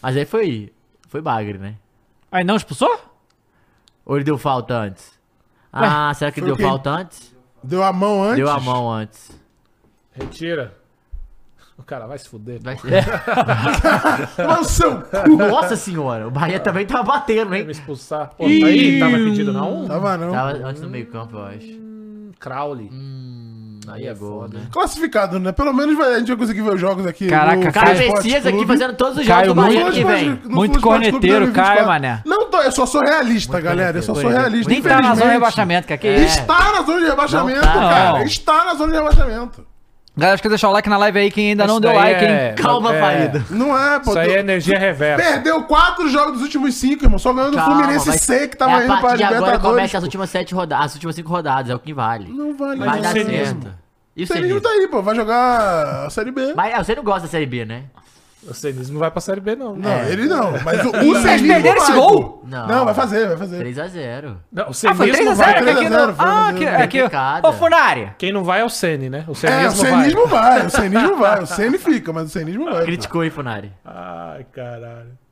Speaker 3: Mas aí foi. Foi bagre, né?
Speaker 1: Aí não expulsou?
Speaker 3: Ou ele deu falta antes? Ah, será que ele
Speaker 2: foi
Speaker 3: deu
Speaker 2: o quê?
Speaker 3: falta antes?
Speaker 2: Deu a mão antes.
Speaker 3: Deu a mão antes.
Speaker 9: Retira. O cara vai se fuder.
Speaker 3: Vai-
Speaker 2: Mas o seu cu.
Speaker 3: É. Nossa senhora, o Bahia também tava batendo,
Speaker 9: Vai me
Speaker 3: hein?
Speaker 9: expulsar. Pô, tá aí, tava pedido na 1.
Speaker 2: Tava não.
Speaker 3: Tava antes no meio-campo, eu acho.
Speaker 9: Crowley.
Speaker 3: Hum. Aí é gol, né?
Speaker 2: Classificado, né? Pelo menos vai- a gente vai conseguir ver os jogos aqui.
Speaker 1: Caraca,
Speaker 2: no
Speaker 1: Caio
Speaker 3: Caio
Speaker 2: Esporte
Speaker 3: Messias
Speaker 2: Clube.
Speaker 3: aqui fazendo todos os jogos
Speaker 1: Caio,
Speaker 3: do
Speaker 2: No
Speaker 3: Bahia
Speaker 1: muito
Speaker 2: Flow
Speaker 3: que
Speaker 2: Esporte- no
Speaker 3: vem.
Speaker 1: Muito
Speaker 2: Flow Esporte Clube
Speaker 1: corneteiro,
Speaker 2: 2024.
Speaker 1: Caio Mané.
Speaker 2: Não tô, eu só sou realista, galera. Eu só sou realista.
Speaker 1: Nem tá na zona de
Speaker 2: infelizmente.
Speaker 1: rebaixamento, que aqui é.
Speaker 2: Está na zona de rebaixamento,
Speaker 3: Não tá,
Speaker 2: cara.
Speaker 1: não.
Speaker 2: Está na zona de rebaixamento.
Speaker 1: Galera, acho que deixar o like na live aí, quem ainda não
Speaker 9: Isso
Speaker 1: deu
Speaker 9: daí
Speaker 1: like,
Speaker 9: é-
Speaker 1: hein?
Speaker 3: Calma,
Speaker 9: É.
Speaker 3: Faída.
Speaker 2: Não é, pô.
Speaker 9: Isso aí é energia reversa.
Speaker 2: Perdeu quatro jogos dos últimos cinco, irmão. Só ganhou do
Speaker 3: Calma,
Speaker 2: Fluminense
Speaker 3: vai-
Speaker 2: C, que
Speaker 3: é
Speaker 2: tava
Speaker 3: a
Speaker 2: indo pra
Speaker 3: partir de agora
Speaker 2: Libertadores.
Speaker 3: começa as últimas sete rodadas, as últimas cinco rodadas, é o que vale.
Speaker 2: Não vale,
Speaker 3: Vai
Speaker 2: não.
Speaker 3: dar
Speaker 9: Serismo.
Speaker 3: certo. E o
Speaker 2: O Serismo
Speaker 3: Serismo?
Speaker 2: tá aí, pô. Vai jogar a Série B.
Speaker 3: Mas ah, você não gosta da Série B, né?
Speaker 9: O Senis não vai pra Série B, não. É.
Speaker 2: Não, É,
Speaker 4: é.
Speaker 2: ele não. Mas o, o
Speaker 1: Vocês
Speaker 2: Serismo
Speaker 1: perderam esse
Speaker 2: vai,
Speaker 1: gol?
Speaker 2: pô.
Speaker 3: Não.
Speaker 2: Não, vai fazer, vai fazer.
Speaker 3: 3x0.
Speaker 9: Não, o
Speaker 1: Ah, foi
Speaker 9: Senis não
Speaker 1: 3x0
Speaker 9: vai.
Speaker 1: que aqui
Speaker 2: 3x0,
Speaker 1: não.
Speaker 2: foi
Speaker 1: Ah,
Speaker 2: 3x0.
Speaker 1: que aqui.
Speaker 3: Complicado.
Speaker 1: Ô, Funari.
Speaker 9: Quem não vai é o Sene, né? O Senis
Speaker 2: É, o
Speaker 9: não vai.
Speaker 2: Senismo vai. O Senismo vai. O Sene fica, mas o Senismo vai. pô.
Speaker 3: Criticou, hein, Funari?
Speaker 9: Ai, caralho.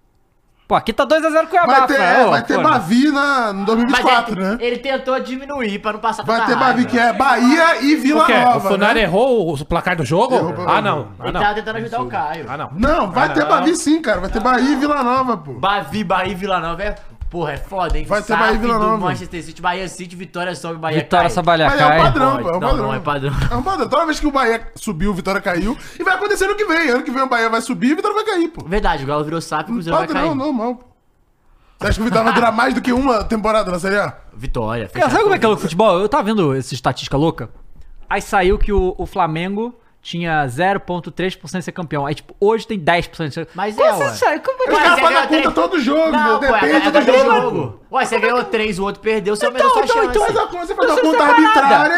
Speaker 1: Pô, aqui tá 2x0 Cuiabá,
Speaker 2: Vai ter,
Speaker 1: Fran.
Speaker 2: é,
Speaker 1: Ô,
Speaker 2: vai ter
Speaker 1: pô, né?
Speaker 2: Bavi na, no
Speaker 3: Mas é,
Speaker 2: 2024,
Speaker 3: ele, tá
Speaker 2: né?
Speaker 3: ele tentou diminuir pra não passar
Speaker 2: Vai
Speaker 3: tanta
Speaker 2: ter Bavi,
Speaker 3: raiva.
Speaker 2: que é Bahia e Vila
Speaker 9: O quê?
Speaker 2: Nova.
Speaker 9: o Funari
Speaker 2: né?
Speaker 9: errou o placar do jogo?
Speaker 2: Errou o placar
Speaker 9: Ah,
Speaker 2: do
Speaker 9: não. Ah,
Speaker 3: Ele
Speaker 9: não.
Speaker 3: tava tentando ajudar o Caio.
Speaker 9: Ah, não.
Speaker 2: Não, vai ter
Speaker 9: não.
Speaker 2: Bavi sim, cara. Vai ter Bahia e Vila Nova, pô.
Speaker 3: Bavi, Bahia e Vila Nova é... Porra, é foda, hein?
Speaker 2: Vai ter
Speaker 3: Sábado
Speaker 2: Bahia e Vila
Speaker 3: do
Speaker 2: Nova.
Speaker 3: Manchester City, Bahia City, Vitória sobe, Bahia
Speaker 1: Vitória
Speaker 3: cai.
Speaker 1: Sabalha
Speaker 2: Mas é o
Speaker 1: cai.
Speaker 2: padrão,
Speaker 3: Pode.
Speaker 2: pô. É o
Speaker 3: Não,
Speaker 2: padrão.
Speaker 3: não é padrão.
Speaker 2: É um padrão. Toda vez que o Bahia subiu, o Vitória caiu. E vai acontecer ano que vem. Ano que vem o Bahia vai subir e o Vitória vai cair, pô.
Speaker 3: Verdade, o Galo virou sapo e o Cruzeiro vai
Speaker 2: Um Padrão,
Speaker 3: cair.
Speaker 2: normal, pô. Você acha que o Vitória vai durar mais do que uma temporada na Série A?
Speaker 3: Vitória.
Speaker 1: Cara,
Speaker 3: fechado.
Speaker 1: sabe como é que é louco o futebol? Eu tava vendo essa estatística louca. Aí saiu que o, o Flamengo tinha 0,3% de ser campeão. Aí, tipo, hoje tem 10% de ser
Speaker 3: Mas
Speaker 1: Como
Speaker 3: é,
Speaker 1: você
Speaker 3: ué.
Speaker 1: sabe? Como é que
Speaker 2: Os
Speaker 3: Ué,
Speaker 2: caras
Speaker 3: você
Speaker 2: pagam a
Speaker 3: ganhou
Speaker 2: conta
Speaker 3: três.
Speaker 2: todo jogo, meu.
Speaker 3: Não, pô,
Speaker 2: Depende
Speaker 3: agora
Speaker 2: do
Speaker 3: ganhou
Speaker 2: jogo.
Speaker 3: jogo. Ué, você ganhou três, o outro perdeu, você aumentou
Speaker 1: Então,
Speaker 3: sua
Speaker 1: então,
Speaker 3: chance.
Speaker 1: então,
Speaker 2: Faz a conta, você faz
Speaker 1: Não
Speaker 2: a
Speaker 1: serve
Speaker 2: conta
Speaker 1: pra nada.
Speaker 2: arbitrária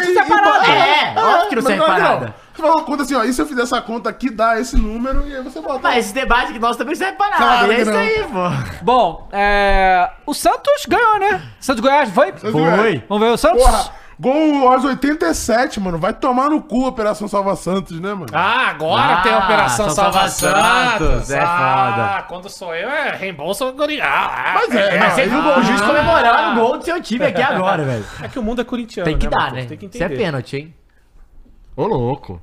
Speaker 1: Não
Speaker 2: e.
Speaker 1: serve pra
Speaker 2: e
Speaker 1: nada.
Speaker 2: bota.
Speaker 3: É, óbvio que não serve pra
Speaker 2: não.
Speaker 3: nada.
Speaker 2: Você faz uma conta assim, ó. E se eu fizer essa conta aqui, dá esse número, e aí você bota.
Speaker 3: Mas esse debate que nós também serve pra nada.
Speaker 2: Claro
Speaker 3: é
Speaker 2: que
Speaker 3: isso
Speaker 2: não.
Speaker 3: aí, pô.
Speaker 1: Bom, é... o Santos ganhou, né? Santos Goiás foi?
Speaker 2: Foi.
Speaker 1: Vamos ver o Santos?
Speaker 2: Porra, gol aos 87, mano. Vai tomar no cu a Operação Salva Santos, né, mano?
Speaker 4: Ah, agora
Speaker 3: Ah,
Speaker 4: tem a Operação
Speaker 3: São Salva
Speaker 4: Salvação.
Speaker 3: Santos, é
Speaker 4: Ah,
Speaker 3: foda.
Speaker 4: quando sou eu, é reembolso gorilhão.
Speaker 9: Ah,
Speaker 2: Mas é,
Speaker 3: Mas
Speaker 2: não,
Speaker 3: você
Speaker 2: ele-
Speaker 3: viu o gol- o juiz comemorando o gol do seu time aqui agora, velho.
Speaker 4: É que o mundo é corintiano,
Speaker 3: Tem que dar,
Speaker 4: Matheus?
Speaker 3: né?
Speaker 4: Tem que
Speaker 3: Isso é
Speaker 4: entender.
Speaker 3: pênalti, hein? Ô, louco.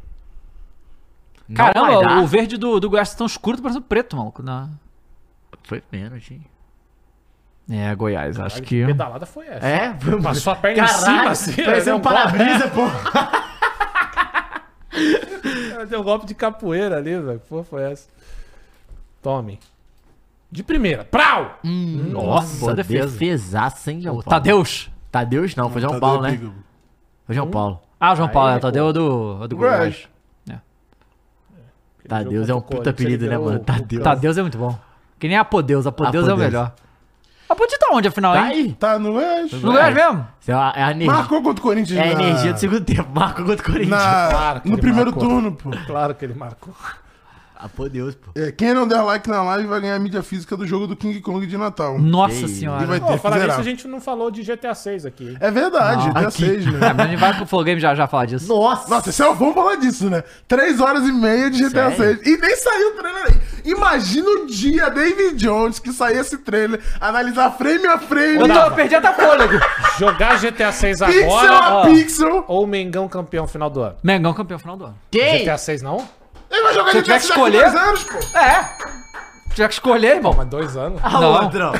Speaker 3: Não vai
Speaker 1: Caramba,
Speaker 3: dar.
Speaker 1: o verde do, do Goiás tá tão escuro, tá parecendo preto, maluco. Na...
Speaker 3: Foi pênalti, hein?
Speaker 1: É, Goiás, acho que...
Speaker 4: Pedalada foi essa.
Speaker 3: um É? Foi uma
Speaker 4: Passou a perna em cima, assim.
Speaker 3: Parecendo um
Speaker 4: né? Deu golpe-
Speaker 3: para-brisa, pô.
Speaker 4: Deu um golpe de capoeira ali, velho. Que porra foi essa? Tome. De primeira. Prau!
Speaker 3: Hum. Nossa,
Speaker 1: boa defesa.
Speaker 3: defesaça, hein, João
Speaker 1: O
Speaker 3: Paulo?
Speaker 1: Tadeus.
Speaker 3: Tadeus não, foi João
Speaker 2: Cadê
Speaker 3: Paulo,
Speaker 2: o
Speaker 3: né?
Speaker 2: Bigam?
Speaker 3: Foi João Paulo.
Speaker 1: Ah, o João Paulo, é, o
Speaker 4: pô.
Speaker 1: Tadeu é do, é do
Speaker 2: Goiás.
Speaker 1: Goiás.
Speaker 3: Tadeus é um puta apelido, né, mano? Tadeus.
Speaker 1: Tadeus é muito bom. Que nem Apodeus, Apodeus, é o
Speaker 3: Apodeus.
Speaker 1: melhor. Apodeus tá onde, afinal,
Speaker 3: Tá
Speaker 1: hein?
Speaker 3: aí.
Speaker 2: Tá no Oeste.
Speaker 1: No Goiás mesmo?
Speaker 3: Isso É a, é a energia,
Speaker 2: Marcou contra o Corinthians,
Speaker 3: é a
Speaker 2: na-
Speaker 3: energia do segundo tempo. Marcou contra o Corinthians.
Speaker 2: na-
Speaker 4: Claro que
Speaker 2: no
Speaker 4: ele
Speaker 2: primeiro
Speaker 4: marcou.
Speaker 2: turno, pô.
Speaker 4: Claro que ele marcou.
Speaker 3: Ah, pô, Deus, pô.
Speaker 2: É, quem não der like na live vai ganhar a mídia física do jogo do King Kong de Natal.
Speaker 1: Nossa
Speaker 2: E
Speaker 1: senhora.
Speaker 2: vai
Speaker 4: Pô,
Speaker 2: ter que
Speaker 4: falar
Speaker 2: zerar.
Speaker 4: isso, a gente não falou de GTA 6 aqui. hein?
Speaker 2: É verdade,
Speaker 1: Não.
Speaker 2: dia 6,
Speaker 1: É,
Speaker 2: né?
Speaker 1: mas a gente vai pro Flow Game já, já falar disso.
Speaker 3: Nossa!
Speaker 2: Nossa, isso é, vamos falar disso, né? Três horas e meia de GTA
Speaker 3: Sério?
Speaker 2: 6. E nem saiu o trailer aí. Imagina o dia, David Jones, que sair esse trailer, analisar frame a frame,
Speaker 1: Eu, tô, eu perdi até o fôlego.
Speaker 4: Jogar GTA 6
Speaker 2: pixel
Speaker 3: é
Speaker 4: agora.
Speaker 2: a
Speaker 4: ó,
Speaker 2: pixel.
Speaker 4: Ou o Mengão campeão final do ano.
Speaker 1: Mengão campeão final do ano.
Speaker 3: Quem?
Speaker 4: GTA 6 não?
Speaker 2: Ele vai jogar
Speaker 1: Se eu tiver que
Speaker 2: GTA 6 daqui a
Speaker 1: escolher-
Speaker 2: dois anos, pô.
Speaker 1: É. Tinha que escolher, irmão.
Speaker 4: Mas dois anos.
Speaker 3: Ah,
Speaker 1: Não.
Speaker 3: outra.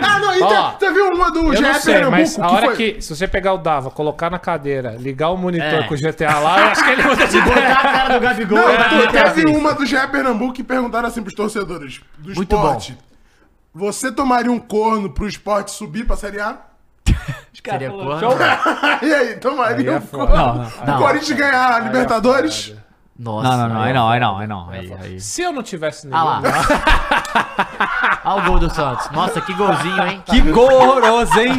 Speaker 2: Ah, não, e
Speaker 4: Ó,
Speaker 2: te- teve uma do
Speaker 4: Eu não
Speaker 2: GE
Speaker 4: sei, mas
Speaker 2: Pernambuco
Speaker 4: a
Speaker 2: que
Speaker 4: hora
Speaker 2: foi...
Speaker 4: que, se você pegar o Dava, colocar na cadeira, ligar o monitor
Speaker 3: É.
Speaker 4: com o GTA lá, eu acho que ele muda de
Speaker 3: Botar
Speaker 4: ideia.
Speaker 3: a cara do Gabigol.
Speaker 2: Não,
Speaker 3: né?
Speaker 2: tu-
Speaker 3: Outra
Speaker 2: teve
Speaker 3: vez.
Speaker 2: uma do GE Pernambuco que perguntaram assim pros torcedores do
Speaker 3: Muito
Speaker 2: esporte. Você tomaria um corno pro esporte subir pra Série A?
Speaker 3: Seria porra.
Speaker 2: e aí, tomaria
Speaker 4: Aí é
Speaker 2: um
Speaker 4: foda.
Speaker 2: corno?
Speaker 1: Não, não.
Speaker 2: O Corinthians ganhar
Speaker 4: é
Speaker 2: a Libertadores?
Speaker 3: Nossa.
Speaker 1: Não, não, não,
Speaker 3: aí
Speaker 1: aí
Speaker 3: é
Speaker 1: não, aí não, aí não. Aí, aí.
Speaker 4: Se eu não tivesse nenhum,
Speaker 3: Ah lá. Olha o gol do Santos. Nossa, que golzinho, hein?
Speaker 1: Que gol horroroso, hein?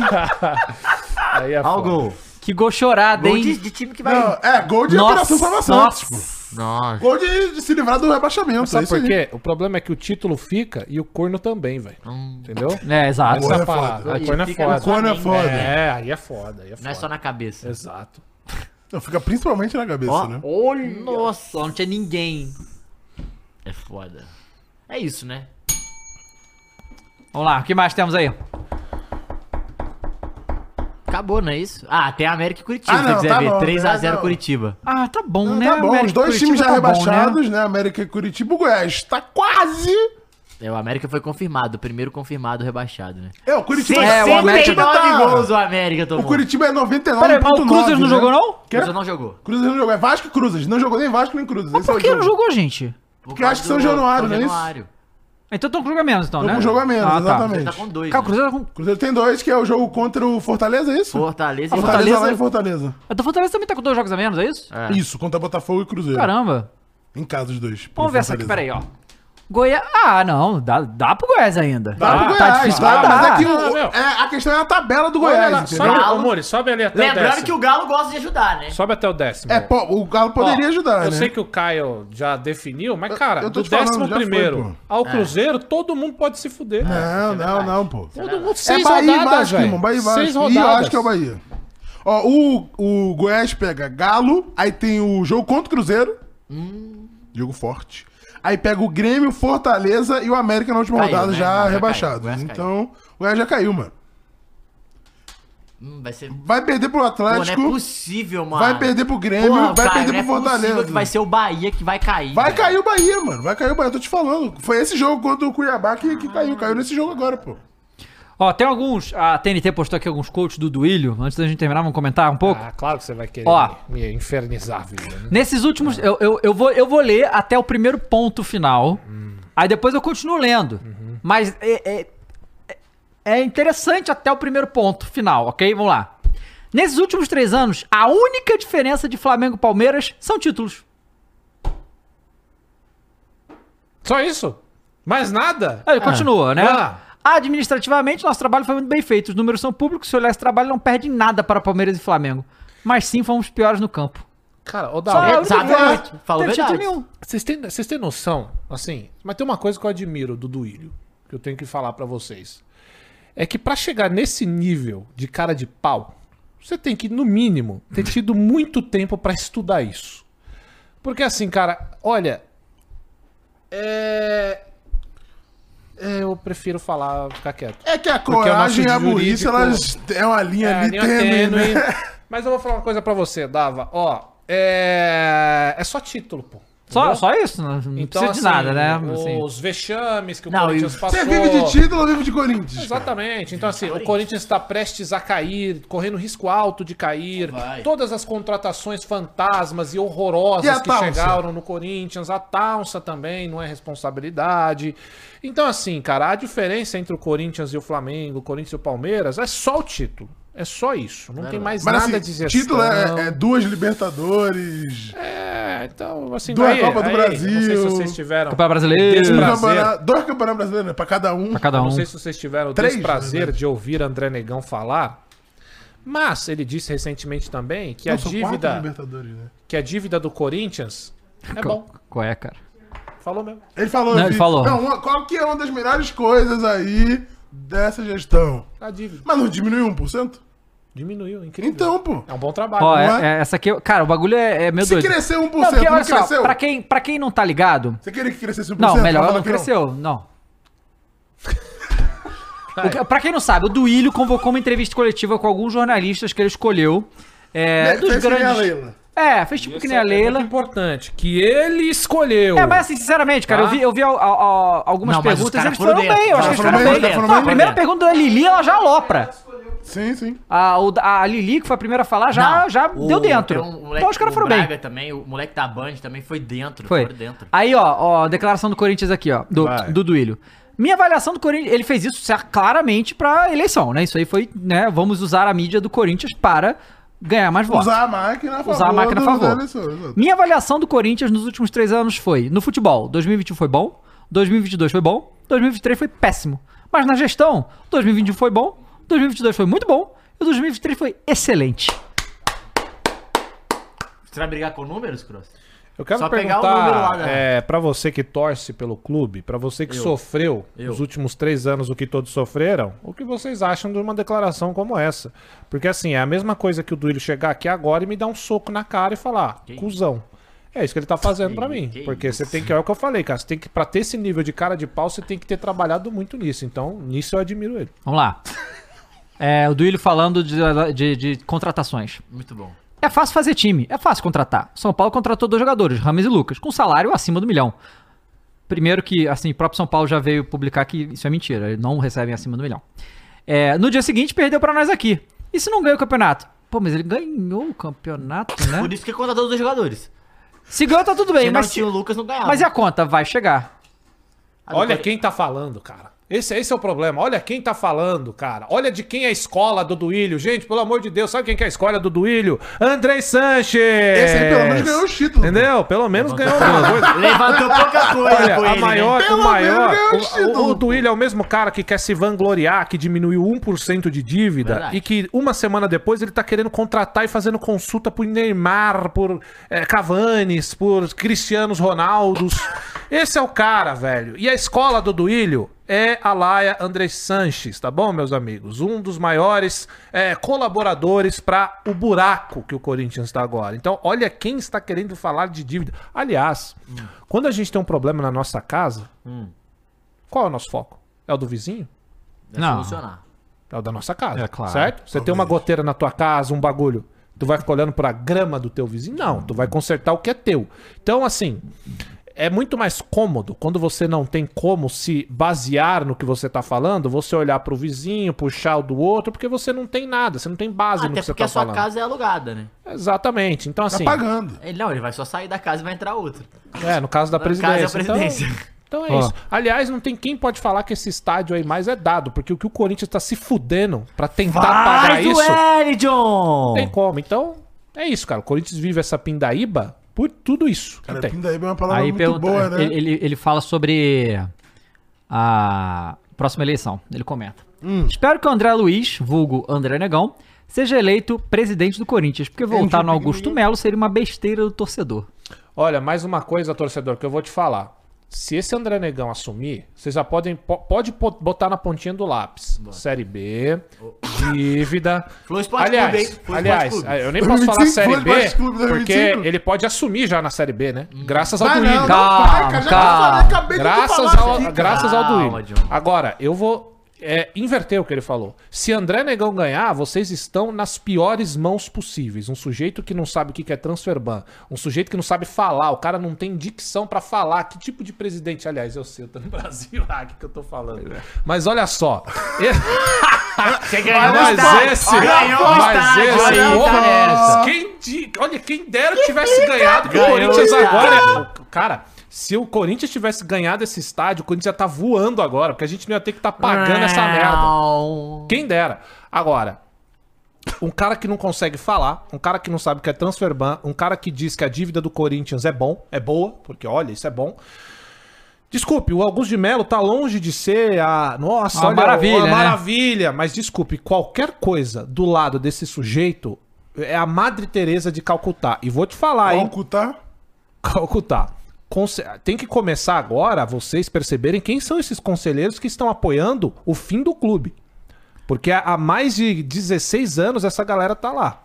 Speaker 4: aí é
Speaker 3: Olha o
Speaker 4: foda.
Speaker 3: gol.
Speaker 1: Que gol chorado,
Speaker 3: Gol Tá. de,
Speaker 1: hein?
Speaker 3: de time que vai.
Speaker 2: Não, é, gol de
Speaker 1: Nossa,
Speaker 2: operação salvação.
Speaker 1: nossa.
Speaker 2: Tipo,
Speaker 3: Nossa.
Speaker 2: gol de, de se livrar do rebaixamento. é
Speaker 4: Sabe
Speaker 2: isso
Speaker 4: por
Speaker 2: aí.
Speaker 4: quê? O problema é que o título fica e o corno também, velho. Entendeu?
Speaker 1: É, exato.
Speaker 2: Corno é
Speaker 4: Essa parada.
Speaker 2: foda.
Speaker 4: O corno é
Speaker 3: Fica na
Speaker 4: foda.
Speaker 2: O corno é
Speaker 3: Flamengo,
Speaker 2: foda.
Speaker 4: É, aí é foda. Aí é foda.
Speaker 3: Não é só na cabeça.
Speaker 4: Exato.
Speaker 2: Não, fica principalmente na cabeça,
Speaker 3: Ó,
Speaker 2: né?
Speaker 3: olha. Nossa.
Speaker 1: Só não tinha ninguém.
Speaker 3: É foda. É isso, né?
Speaker 1: Vamos lá, o que mais temos aí?
Speaker 3: Acabou, não é isso? Ah, tem a América e Curitiba,
Speaker 2: Ah,
Speaker 3: se você
Speaker 2: não,
Speaker 3: quiser
Speaker 2: tá
Speaker 3: ver.
Speaker 2: bom,
Speaker 3: 3x0
Speaker 2: é, não.
Speaker 3: Curitiba.
Speaker 1: Ah, tá bom,
Speaker 2: Não,
Speaker 1: né?
Speaker 2: tá bom,
Speaker 1: América
Speaker 2: os dois
Speaker 1: Curitiba
Speaker 2: times já
Speaker 1: tá bom, né?
Speaker 2: rebaixados, né? América e Curitiba. O Goiás tá quase...
Speaker 3: É, o América foi confirmado, o primeiro confirmado rebaixado, né?
Speaker 2: É, o Curitiba...
Speaker 1: É, o América
Speaker 3: 69
Speaker 2: tá-
Speaker 3: gols o América tomou.
Speaker 2: O Curitiba é 99.9,
Speaker 1: Peraí, mas o Cruzers não
Speaker 2: né?
Speaker 1: jogou, não?
Speaker 2: Quê?
Speaker 3: Só não jogou.
Speaker 2: Cruzes não jogou. É Vasco e Cruzes. Não jogou nem Vasco nem Cruzes. é
Speaker 1: Mas por que não jogou, gente?
Speaker 2: Porque eu acho que São Januário, não é isso?
Speaker 1: Então estão com jogo a menos, então, né?
Speaker 2: Não jogou menos,
Speaker 1: Ah, tá.
Speaker 2: exatamente.
Speaker 3: Tá com dois.
Speaker 1: Cara, o
Speaker 3: Né?
Speaker 1: Cruzeiro tá com...
Speaker 2: Cruzeiro tem dois, que é o jogo contra o Fortaleza, é isso?
Speaker 3: Fortaleza e
Speaker 2: Fortaleza,
Speaker 1: Fortaleza-
Speaker 2: lá em Fortaleza.
Speaker 1: A do Fortaleza também tá com dois jogos a menos, é isso?
Speaker 3: É.
Speaker 2: Isso, contra Botafogo e Cruzeiro.
Speaker 1: Caramba.
Speaker 2: Em casa os dois.
Speaker 1: Vamos ver essa aqui, peraí, ó. Goiás. Ah, não, dá, dá pro Goiás ainda.
Speaker 2: Dá pro Goiás,
Speaker 1: tá difícil,
Speaker 2: dá,
Speaker 1: mas dá.
Speaker 2: mas é que o-
Speaker 4: Ah, meu.
Speaker 2: é, a questão é a tabela do
Speaker 4: Olha lá,
Speaker 2: Goiás, entendeu?
Speaker 4: sobe,
Speaker 3: Galo.
Speaker 4: ô, Muri, sobe ali até o
Speaker 3: Lembrando
Speaker 4: décimo.
Speaker 3: que o Galo gosta de ajudar, né?
Speaker 4: Sobe até o décimo.
Speaker 2: É, pô, o Galo poderia
Speaker 4: Ó,
Speaker 2: ajudar,
Speaker 4: Eu
Speaker 2: né?
Speaker 4: sei que o Caio já definiu, mas, cara,
Speaker 2: eu tô
Speaker 4: do
Speaker 2: te falando,
Speaker 4: décimo
Speaker 2: já foi,
Speaker 4: primeiro
Speaker 2: pô.
Speaker 4: ao Cruzeiro, todo mundo pode se fuder.
Speaker 2: Não, não, não, pô.
Speaker 4: Todo mundo
Speaker 2: É
Speaker 4: seis
Speaker 2: Bahia e
Speaker 4: rodadas,
Speaker 2: Vasco,
Speaker 4: velho.
Speaker 2: irmão. Bahia e Vasco.
Speaker 4: Seis
Speaker 2: E eu
Speaker 4: rodadas.
Speaker 2: acho que é o Bahia. Ó, o, o Goiás pega Galo, aí tem o jogo contra o Cruzeiro. Jogo forte. Aí pega o Grêmio, Fortaleza e o América na última
Speaker 3: Caiu,
Speaker 2: rodada
Speaker 3: né?
Speaker 2: já
Speaker 3: Não, já
Speaker 2: rebaixado.
Speaker 3: caiu, o Goiás
Speaker 2: então, o Goiás já caiu, mano.
Speaker 3: Hum, vai ser. Pô,
Speaker 2: Vai perder pro
Speaker 3: não
Speaker 2: Atlético,
Speaker 3: é possível, mano.
Speaker 2: vai perder pro Grêmio,
Speaker 3: Porra,
Speaker 2: vai
Speaker 3: cara,
Speaker 2: perder
Speaker 3: não é
Speaker 2: pro Fortaleza. né?
Speaker 3: possível que vai ser o Bahia que vai cair.
Speaker 2: Vai
Speaker 3: velho.
Speaker 2: cair o Bahia, mano. Vai cair o Bahia, eu tô te falando. Foi esse jogo contra o Cuiabá que,
Speaker 4: Ah.
Speaker 2: que caiu. Caiu nesse jogo agora, pô.
Speaker 1: Ó, tem alguns. A TNT postou aqui alguns coaches do Duílio. Antes da gente terminar, vamos comentar um pouco.
Speaker 4: Ah, claro que você vai querer
Speaker 1: Ó.
Speaker 4: me infernizar, né? viu?
Speaker 1: Nesses últimos.
Speaker 4: Ah.
Speaker 1: Eu, eu, eu, vou, eu vou ler até o primeiro ponto final.
Speaker 4: Hum.
Speaker 1: Aí depois eu continuo lendo.
Speaker 4: Uhum.
Speaker 1: Mas é, é, é- é interessante até o primeiro ponto final, ok? Vamos lá. Nesses últimos três anos, a única diferença de Flamengo e Palmeiras são títulos.
Speaker 4: Só isso? Mais nada?
Speaker 1: Aí ele continua, né?
Speaker 4: Ah.
Speaker 1: Administrativamente, nosso trabalho foi muito bem feito. Os números são públicos. Se olhar esse trabalho, não perde nada para Palmeiras e Flamengo. Mas sim, fomos piores no campo.
Speaker 4: Cara, ô
Speaker 1: Só é
Speaker 4: Dal,
Speaker 1: a única
Speaker 3: exatamente.
Speaker 1: diferença.
Speaker 3: Falou
Speaker 1: Teve título
Speaker 3: verdade.
Speaker 1: nenhum.
Speaker 4: vocês têm, vocês têm noção, assim, mas tem uma coisa que eu admiro do Duílio, que eu tenho que falar pra vocês. É que pra chegar nesse nível de cara de pau, você tem que, no mínimo, ter tido muito tempo pra estudar isso. Porque assim, cara, olha. É... é, Eu prefiro falar, ficar quieto.
Speaker 2: É que a
Speaker 4: Porque o nosso
Speaker 2: coragem e a
Speaker 4: jurídico-
Speaker 2: burrice, elas é uma linha
Speaker 4: É,
Speaker 2: ali
Speaker 4: linha
Speaker 2: tênue,
Speaker 4: tênue.
Speaker 2: né?
Speaker 4: Mas eu vou falar uma coisa pra você, Dava. Ó, é. É só título, pô.
Speaker 1: Só,
Speaker 4: Entendeu?
Speaker 1: só isso? Não, não precisa de
Speaker 4: assim,
Speaker 1: nada, né? Assim.
Speaker 4: Os vexames que o
Speaker 3: Não,
Speaker 4: Corinthians
Speaker 3: e-
Speaker 4: passou.
Speaker 2: Você vive de título ou vive de Corinthians? cara?
Speaker 4: Exatamente. Então, assim, o Corinthians está prestes a cair, correndo risco alto de cair.
Speaker 3: Vai.
Speaker 4: Todas as contratações fantasmas e horrorosas
Speaker 2: E a
Speaker 4: que
Speaker 2: Taunsa?
Speaker 4: chegaram no Corinthians, a Taunsa também não é responsabilidade. Então, assim, cara, a diferença entre o Corinthians e o Flamengo, o Corinthians e o Palmeiras é só o título. É só isso. Não tem mais
Speaker 2: Mas
Speaker 4: nada
Speaker 2: assim,
Speaker 4: de gestão.
Speaker 2: título é, é duas Libertadores,
Speaker 4: É, então, assim,
Speaker 2: Duas Copa do
Speaker 4: Não sei se
Speaker 2: Brasil.
Speaker 4: vocês tiveram.
Speaker 1: Campeonato brasileiro.
Speaker 2: um
Speaker 4: Desprazer.
Speaker 2: campeonato- dois campeonatos brasileiros, né? Pra cada um.
Speaker 1: Pra cada
Speaker 4: Eu
Speaker 1: um.
Speaker 4: Não sei se vocês tiveram o
Speaker 2: Três, na
Speaker 4: desprazer
Speaker 2: verdade.
Speaker 4: de ouvir André Negão falar, mas ele disse recentemente também que,
Speaker 2: Não,
Speaker 4: a,
Speaker 2: são quatro
Speaker 4: dívida,
Speaker 2: Libertadores, né?
Speaker 4: que a dívida do Corinthians é bom.
Speaker 1: Qual é, cara?
Speaker 4: Falou mesmo.
Speaker 2: Ele falou,
Speaker 1: Não,
Speaker 2: eu
Speaker 1: ele
Speaker 2: vi.
Speaker 1: falou.
Speaker 2: Não, uma- qual que é uma das melhores coisas aí dessa gestão?
Speaker 4: A dívida
Speaker 2: Mas não diminuiu 1%?
Speaker 4: diminuiu, incrível.
Speaker 2: Então, pô.
Speaker 4: É um bom trabalho.
Speaker 1: Ó,
Speaker 4: não é?
Speaker 2: é?
Speaker 1: é- é- essa aqui, cara, o bagulho é, é meio
Speaker 2: Se
Speaker 1: doido.
Speaker 2: crescer 1%,
Speaker 1: não, porque,
Speaker 2: não,
Speaker 1: olha só,
Speaker 2: cresceu?
Speaker 1: pra quem, pra quem não tá ligado,
Speaker 2: Você queria que crescesse 1%?
Speaker 1: Não, melhor
Speaker 2: Fala
Speaker 1: não
Speaker 2: que não.
Speaker 1: cresceu, não. O que- Pra quem não sabe, o Duílio convocou uma entrevista coletiva com alguns jornalistas que ele escolheu. É,
Speaker 2: Né,
Speaker 1: dos
Speaker 2: fez que nem
Speaker 1: grandes.
Speaker 2: a Leila.
Speaker 1: É, fez tipo que nem a
Speaker 4: É muito
Speaker 1: Leila.
Speaker 4: importante que ele escolheu.
Speaker 1: É, mas assim, sinceramente, cara,
Speaker 4: Tá.
Speaker 1: eu vi, eu vi al- al- al- algumas
Speaker 3: Tipo, Não, mas
Speaker 1: perguntas
Speaker 3: os
Speaker 1: e
Speaker 3: caras
Speaker 1: eles foram
Speaker 3: foram
Speaker 1: bem, eu
Speaker 3: dentro,
Speaker 1: acho que eles
Speaker 2: os caras
Speaker 1: foram
Speaker 2: foram
Speaker 1: bem.
Speaker 2: dentro, foram
Speaker 1: Não, a
Speaker 2: bem.
Speaker 1: primeira pergunta da Lili, ela já alopra.
Speaker 2: Sim, sim.
Speaker 1: A, o da- a Lili, que foi a primeira a falar, já,
Speaker 3: Não,
Speaker 1: já
Speaker 3: o-
Speaker 1: deu dentro.
Speaker 3: tem um moleque-
Speaker 1: então os caras
Speaker 3: o
Speaker 1: foram bem.
Speaker 3: Braga também, o moleque da Band também foi dentro.
Speaker 1: Foi.
Speaker 3: foram dentro.
Speaker 1: Aí, ó, ó, declaração do Corinthians aqui, ó, do, do Duílio. Minha avaliação do Corinthians, ele fez isso cer- claramente pra eleição, né? Isso aí foi, né, vamos usar a mídia do Corinthians para ganhar mais votos.
Speaker 2: Usar a máquina a favor.
Speaker 1: Usar a máquina a
Speaker 2: do-
Speaker 1: favor.
Speaker 2: da eleição, exato.
Speaker 1: Minha avaliação do Corinthians nos últimos três anos foi, no futebol, 2021 foi bom, 2022 foi bom, 2023 foi péssimo. Mas na gestão, 2021 foi bom, 2022 foi muito bom e 2023 foi excelente.
Speaker 3: Você vai brigar com números, Cross?
Speaker 4: Eu quero
Speaker 3: Só pegar
Speaker 4: perguntar
Speaker 3: o número lá, né?
Speaker 4: é, para você que torce pelo clube, pra você que sofreu
Speaker 3: Eu.
Speaker 4: os últimos três anos o que todos sofreram, o que vocês acham de uma declaração como essa? Porque assim, é a mesma coisa que o Duílio chegar aqui agora e me dar um soco na cara e falar, cuzão. É isso que ele tá fazendo pra mim.
Speaker 3: que
Speaker 4: Porque você tem que, é o que eu falei, cara, você tem que, pra ter esse nível de cara de pau, você tem que ter trabalhado muito nisso. Então, nisso eu admiro ele.
Speaker 1: Vamos lá. É, o Duílio falando de- de- de contratações.
Speaker 3: Muito bom.
Speaker 1: É fácil fazer time, é fácil contratar. São Paulo contratou dois jogadores, Rames e Lucas, com salário acima do milhão. Primeiro que, assim, o próprio São Paulo já veio publicar que isso é mentira, eles não recebem acima do milhão. É, no dia seguinte, perdeu pra nós aqui. E se não ganha o campeonato? Pô, mas ele ganhou o campeonato, né?
Speaker 3: Por isso que contratou os dois jogadores.
Speaker 1: Se ganha, tá tudo bem,
Speaker 3: Se não
Speaker 1: mas,
Speaker 3: tinha o né?
Speaker 1: se-
Speaker 3: Lucas, não ganhava.
Speaker 1: mas e a conta? Vai chegar.
Speaker 3: A do
Speaker 4: Olha
Speaker 3: Cori-
Speaker 4: quem tá falando, cara. Esse, esse é o problema. Olha quem tá falando, cara. Olha de quem é a escola do Duílio. Gente, pelo amor de Deus, sabe quem que é a escola do Duílio? André Sanches!
Speaker 2: Esse aí pelo menos ganhou o título.
Speaker 4: Entendeu? Pelo menos ganhou alguma coisa.
Speaker 3: Levantou pouca coisa
Speaker 4: Olha,
Speaker 3: com
Speaker 4: a
Speaker 3: ele,
Speaker 4: maior,
Speaker 3: né?
Speaker 4: o
Speaker 2: Pelo
Speaker 4: maior.
Speaker 2: menos ganhou o
Speaker 4: o- O,
Speaker 2: título,
Speaker 4: o Duílio é o mesmo cara que quer se vangloriar, que diminuiu 1% de dívida
Speaker 3: Verdade.
Speaker 4: e que uma semana depois ele tá querendo contratar e fazendo consulta por Neymar, por eh, Cavanes, por Cristianos Ronaldos. Esse é o cara, velho. E a escola do Duílio é a Laia Andrés Sanches, tá bom, meus amigos? Um dos maiores eh, colaboradores para o buraco que o Corinthians está agora. Então, olha quem está querendo falar de dívida. Aliás, quando a gente tem um problema na nossa casa, qual é o nosso foco? É o do vizinho?
Speaker 3: Vai
Speaker 1: Não.
Speaker 3: solucionar.
Speaker 4: É o da nossa casa.
Speaker 1: É, claro.
Speaker 4: Certo? Você tem uma goteira na tua casa, um bagulho. Tu vai ficar olhando pra grama do teu vizinho? Não, tu vai consertar o que é teu. Então, assim, é muito mais cômodo quando você não tem como se basear no que você tá falando, você olhar pro vizinho, puxar o do outro, porque você não tem nada, você não tem base no
Speaker 3: Até
Speaker 4: que você
Speaker 3: porque
Speaker 4: tá
Speaker 3: a sua
Speaker 4: falando.
Speaker 3: casa é alugada, né?
Speaker 4: Exatamente. Então,
Speaker 2: Tá
Speaker 4: assim,
Speaker 2: pagando.
Speaker 3: Ele, não, ele vai só sair da casa e vai entrar outro.
Speaker 4: é, no caso da
Speaker 3: No caso, é
Speaker 4: presidência.
Speaker 3: a presidência.
Speaker 4: Então, Então é
Speaker 5: Ó.
Speaker 4: isso. Aliás, não tem quem pode falar que esse estádio aí mais é dado, porque o que o Corinthians tá se fudendo pra tentar pagar
Speaker 3: Faz o
Speaker 4: isso,
Speaker 3: Elijon!
Speaker 4: não tem como. Então, é isso, cara. O Corinthians vive essa pindaíba por tudo isso.
Speaker 2: Cara,
Speaker 4: Não tem.
Speaker 2: Pindaíba é uma palavra
Speaker 1: Aí
Speaker 2: muito
Speaker 1: pergunta,
Speaker 2: boa, né?
Speaker 1: ele, ele, ele fala sobre a próxima eleição. Ele comenta.
Speaker 2: Hum.
Speaker 1: Espero que o André Luiz, vulgo André Negão, seja eleito presidente do Corinthians, porque voltar no Augusto Melo seria uma besteira do torcedor.
Speaker 4: Olha, mais uma coisa, torcedor, que eu vou te falar. Se esse André Negão assumir, vocês já podem po- pode po- botar na pontinha do lápis. Série B, dívida.
Speaker 3: Flow Esporte
Speaker 4: aliás,
Speaker 3: Clube, hein? Flow
Speaker 4: aliás,
Speaker 3: Esporte
Speaker 4: eu nem posso falar
Speaker 2: 2025,
Speaker 4: Série
Speaker 2: Flow
Speaker 4: B,
Speaker 2: Esporte Clube,
Speaker 4: porque
Speaker 2: 2025.
Speaker 4: ele pode assumir já na Série B, né?
Speaker 3: Hum.
Speaker 4: Graças ao
Speaker 2: Vai
Speaker 4: Duílio.
Speaker 2: não,
Speaker 1: Calma,
Speaker 2: não, vai, cara, já
Speaker 1: calma.
Speaker 2: falei, acabei de
Speaker 4: Ah, Graças
Speaker 2: falar
Speaker 4: ao,
Speaker 2: aqui, cara.
Speaker 4: graças ao
Speaker 3: Calma,
Speaker 4: Duílio.
Speaker 3: Diogo.
Speaker 4: Agora, eu vou é, inverter o que ele falou. Se André Negão ganhar, vocês estão nas piores mãos possíveis. Um sujeito que não sabe o que que é transferban, um sujeito que não sabe falar, o cara não tem dicção pra falar. Que tipo de presidente? Aliás, eu sei, eu tô no Brasil, ah, o que, que eu tô falando? Mas olha só.
Speaker 3: é. Você ganhou
Speaker 4: Mas
Speaker 3: o estádio. Ah,
Speaker 4: esse-
Speaker 3: Ganhou o
Speaker 4: mas
Speaker 3: estádio,
Speaker 4: esse-
Speaker 3: olha,
Speaker 4: Opa!
Speaker 3: tá nessa.
Speaker 4: Quem di- Olha, quem dera que tivesse ganhado que o
Speaker 3: Ganhou
Speaker 4: Corinthians
Speaker 3: o estádio.
Speaker 4: agora. é- Cara, se o Corinthians tivesse ganhado esse estádio, o Corinthians ia estar voando agora, porque a gente não ia ter que estar pagando essa merda.
Speaker 3: Não.
Speaker 4: Quem dera. Agora, um cara que não consegue falar, um cara que não sabe o que é transfer ban, um cara que diz que a dívida do Corinthians é bom, é boa, porque olha, isso é bom. Desculpe, o Augusto de Melo tá longe de ser a. Nossa,
Speaker 1: Uma
Speaker 4: olha,
Speaker 1: maravilha,
Speaker 4: uma
Speaker 1: né?
Speaker 4: maravilha. Mas desculpe, qualquer coisa do lado desse sujeito é a Madre Teresa de Calcutá. E vou te falar, hein?
Speaker 2: Calcutá.
Speaker 4: Calcutá. Conse- Tem que começar agora vocês perceberem quem são esses conselheiros que estão apoiando o fim do clube. Porque há há mais de 16 anos essa galera tá lá.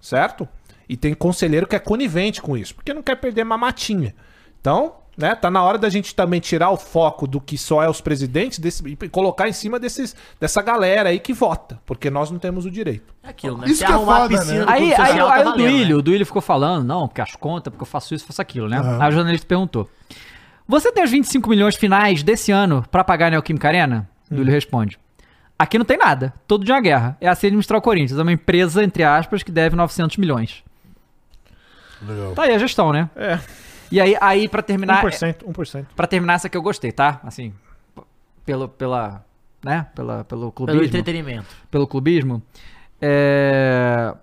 Speaker 4: Certo? E tem conselheiro que é conivente com isso, porque não quer perder mamatinha. Então, né, tá na hora da gente também tirar o foco do que só é os presidentes desse- e colocar em cima desses, dessa galera aí que vota, porque nós não temos o direito.
Speaker 3: É aquilo, né?
Speaker 2: Isso
Speaker 3: Se
Speaker 2: que é
Speaker 3: arrumar
Speaker 2: foda,
Speaker 3: a piscina
Speaker 2: né?
Speaker 3: do
Speaker 1: Aí,
Speaker 3: clube
Speaker 1: aí,
Speaker 3: social, tá
Speaker 1: aí o
Speaker 3: valendo,
Speaker 1: Duílio,
Speaker 3: né?
Speaker 1: o Duílio ficou falando, não, porque as contas, porque eu faço isso, faço aquilo, né? Aí o jornalista perguntou: Você tem os 25 milhões finais desse ano pra pagar a Neoquímica Arena?
Speaker 2: Hum.
Speaker 1: Duílio responde: Aqui não tem nada, todo de uma guerra. É assim administrar o Corinthians, é uma empresa, entre aspas, que deve 900 milhões.
Speaker 2: Legal.
Speaker 1: Tá aí a gestão, né? É. E aí, aí pra terminar, é,
Speaker 4: 1%, 1%.
Speaker 1: Pra terminar essa que eu gostei, tá? Assim, p- pelo, pela, né? Pela, pelo
Speaker 3: Pelo
Speaker 1: clubismo. Pelo,
Speaker 3: entretenimento.
Speaker 1: clubismo. É...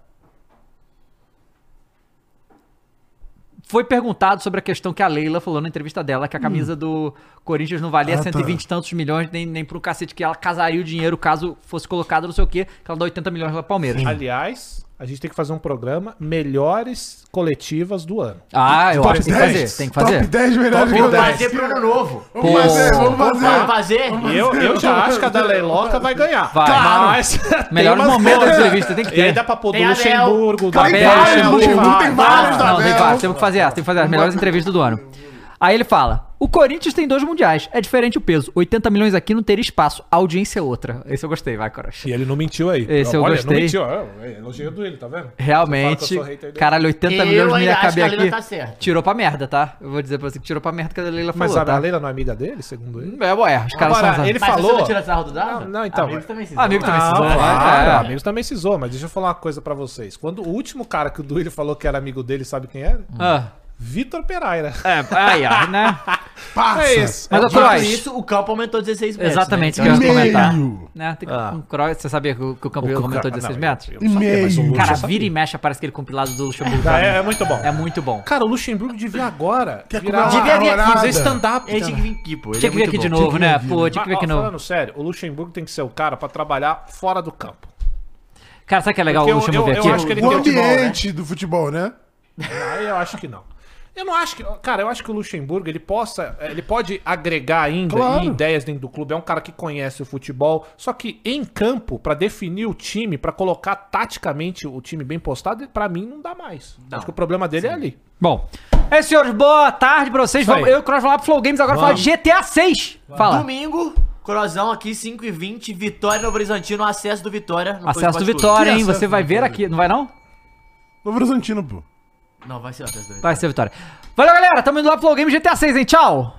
Speaker 1: Foi perguntado sobre a questão que a Leila falou na entrevista dela, que a camisa do Corinthians não valia
Speaker 2: Hum. Ah, tá.
Speaker 1: 120 e tantos milhões, nem, nem pro cacete, que ela casaria o dinheiro caso fosse colocado não sei o quê, que ela dá 80 milhões lá pro Palmeiras.
Speaker 4: Hum. Aliás, a gente tem que fazer um programa Melhores Coletivas do Ano.
Speaker 1: Ah, eu acho que tem que
Speaker 2: 10,
Speaker 1: fazer, tem que fazer.
Speaker 2: Top 10 melhores
Speaker 4: Top
Speaker 2: que eu
Speaker 3: Vamos
Speaker 4: Vamos 10.
Speaker 2: dei.
Speaker 3: fazer pro ano novo.
Speaker 2: Vamos fazer, vamos fazer.
Speaker 3: Vamos fazer?
Speaker 4: E Eu, eu já acho que a da Leiloca vai ganhar.
Speaker 1: Vai.
Speaker 4: Mas
Speaker 1: Melhor
Speaker 4: tem umas
Speaker 1: momento da
Speaker 4: coisas.
Speaker 1: entrevista, tem que ter.
Speaker 4: E aí dá pra pôr do
Speaker 3: Tem a
Speaker 4: Luxemburgo, da
Speaker 2: Tem
Speaker 1: Bel,
Speaker 4: Bela,
Speaker 2: vários,
Speaker 1: Luxemburgo,
Speaker 2: Luxemburgo, tem
Speaker 3: vai,
Speaker 2: vários da
Speaker 1: Não, tem
Speaker 2: Bel.
Speaker 1: vários, temos que fazer essa, temos que fazer as melhores entrevistas do ano. Aí ele fala: o Corinthians tem dois mundiais, é diferente o peso. 80 milhões aqui não teria espaço, a audiência é outra. Esse eu gostei, vai, Coroche.
Speaker 4: E ele não mentiu aí.
Speaker 1: Esse eu
Speaker 4: Olha,
Speaker 1: gostei.
Speaker 4: não mentiu. é, ó, Elogiei do ele, tá vendo? Você
Speaker 1: Realmente,
Speaker 4: fala que eu sou hater dele.
Speaker 1: caralho, 80
Speaker 3: Eu
Speaker 1: milhões não ia
Speaker 3: ainda acho que
Speaker 1: caber
Speaker 3: a Leila
Speaker 1: aqui.
Speaker 3: tá certa.
Speaker 1: Tirou pra merda, tá? Eu vou dizer pra você que tirou pra merda que a Leila
Speaker 4: Mas
Speaker 1: falou,
Speaker 4: a
Speaker 1: tá?
Speaker 4: Leila não é amiga dele, segundo ele?
Speaker 1: É, ué, os caras
Speaker 4: Agora,
Speaker 1: são
Speaker 4: ele
Speaker 3: Mas
Speaker 4: falou...
Speaker 3: você não tira sarro do Dava?
Speaker 4: Não, não, então,
Speaker 3: Amigos
Speaker 4: mas-
Speaker 3: também se
Speaker 1: Amigo também se
Speaker 4: Não,
Speaker 1: zoa,
Speaker 4: claro,
Speaker 1: né?
Speaker 4: ah, amigos também se zoam, mas deixa eu falar uma coisa pra vocês. Quando o último cara que o Duílio falou que era amigo dele, sabe quem era?
Speaker 1: Ah,
Speaker 4: Vitor Pereira.
Speaker 1: é, aí, ó, né?
Speaker 2: Passa.
Speaker 4: É isso.
Speaker 1: Mas, ô,
Speaker 3: Dito
Speaker 1: Croix,
Speaker 3: isso, o campo aumentou 16 metros.
Speaker 1: exatamente,
Speaker 3: né?
Speaker 1: isso que eu ia
Speaker 2: Meio.
Speaker 1: comentar. Né? Tem que,
Speaker 4: Ah.
Speaker 1: um Croix, você sabia que o, que o campeão aumentou 16 metros?
Speaker 2: E meio.
Speaker 1: Cara, vira e mexe aparece aquele compilado do Luxemburgo. pra mim.
Speaker 4: É, é muito bom.
Speaker 1: É muito bom.
Speaker 4: Cara, o Luxemburgo devia agora
Speaker 2: Quer
Speaker 4: virar
Speaker 2: comer
Speaker 3: Devia vir aqui
Speaker 2: namorada?
Speaker 4: fazer stand-up.
Speaker 3: Ele tinha que vir aqui, pô. Ele
Speaker 1: Tinha
Speaker 3: é
Speaker 1: que vir
Speaker 3: muito
Speaker 1: aqui de
Speaker 3: bom.
Speaker 1: novo, né? Pô, tinha que vir aqui
Speaker 4: Mas, ó,
Speaker 1: de novo.
Speaker 4: Ah, falando sério, o Luxemburgo tem que ser o cara pra trabalhar fora do campo.
Speaker 1: Cara, sabe que é legal o
Speaker 4: Porque eu-
Speaker 1: Luxemburgo
Speaker 4: eu-
Speaker 1: vir aqui?
Speaker 4: eu acho que ele
Speaker 2: O
Speaker 4: tem futebol, né?
Speaker 2: ambiente do futebol, né?
Speaker 4: Aí eu acho que não. Eu não acho que. Cara, eu acho que o Luxemburgo ele possa. Ele pode agregar ainda
Speaker 2: Claro.
Speaker 4: em ideias dentro do clube. É um cara que conhece o futebol. Só que em campo, pra definir o time, pra colocar taticamente o time bem postado, pra mim não dá mais. Acho que o problema dele é ali.
Speaker 1: Bom. É, senhores, boa tarde pra vocês.
Speaker 4: Isso
Speaker 1: Vamos,
Speaker 4: aí.
Speaker 1: eu e o Cross vamos lá pro Flow Games agora falar de GTA 6. Fala.
Speaker 3: Domingo, Crozão aqui, 5 h 20 Vitória no Horizontino, acesso do Vitória. no
Speaker 1: Acesso
Speaker 3: Esporte
Speaker 1: do
Speaker 3: Clube.
Speaker 1: Vitória,
Speaker 2: Que
Speaker 1: hein?
Speaker 2: acesso
Speaker 1: Você vai ver aqui. Não vai não?
Speaker 2: Novo Horizontino, pô.
Speaker 3: Não, vai ser o acesso do Vitória.
Speaker 1: Vai ser Vitória. Valeu, galera. Tamo indo lá pro Flow Games GTA 6, hein? Tchau.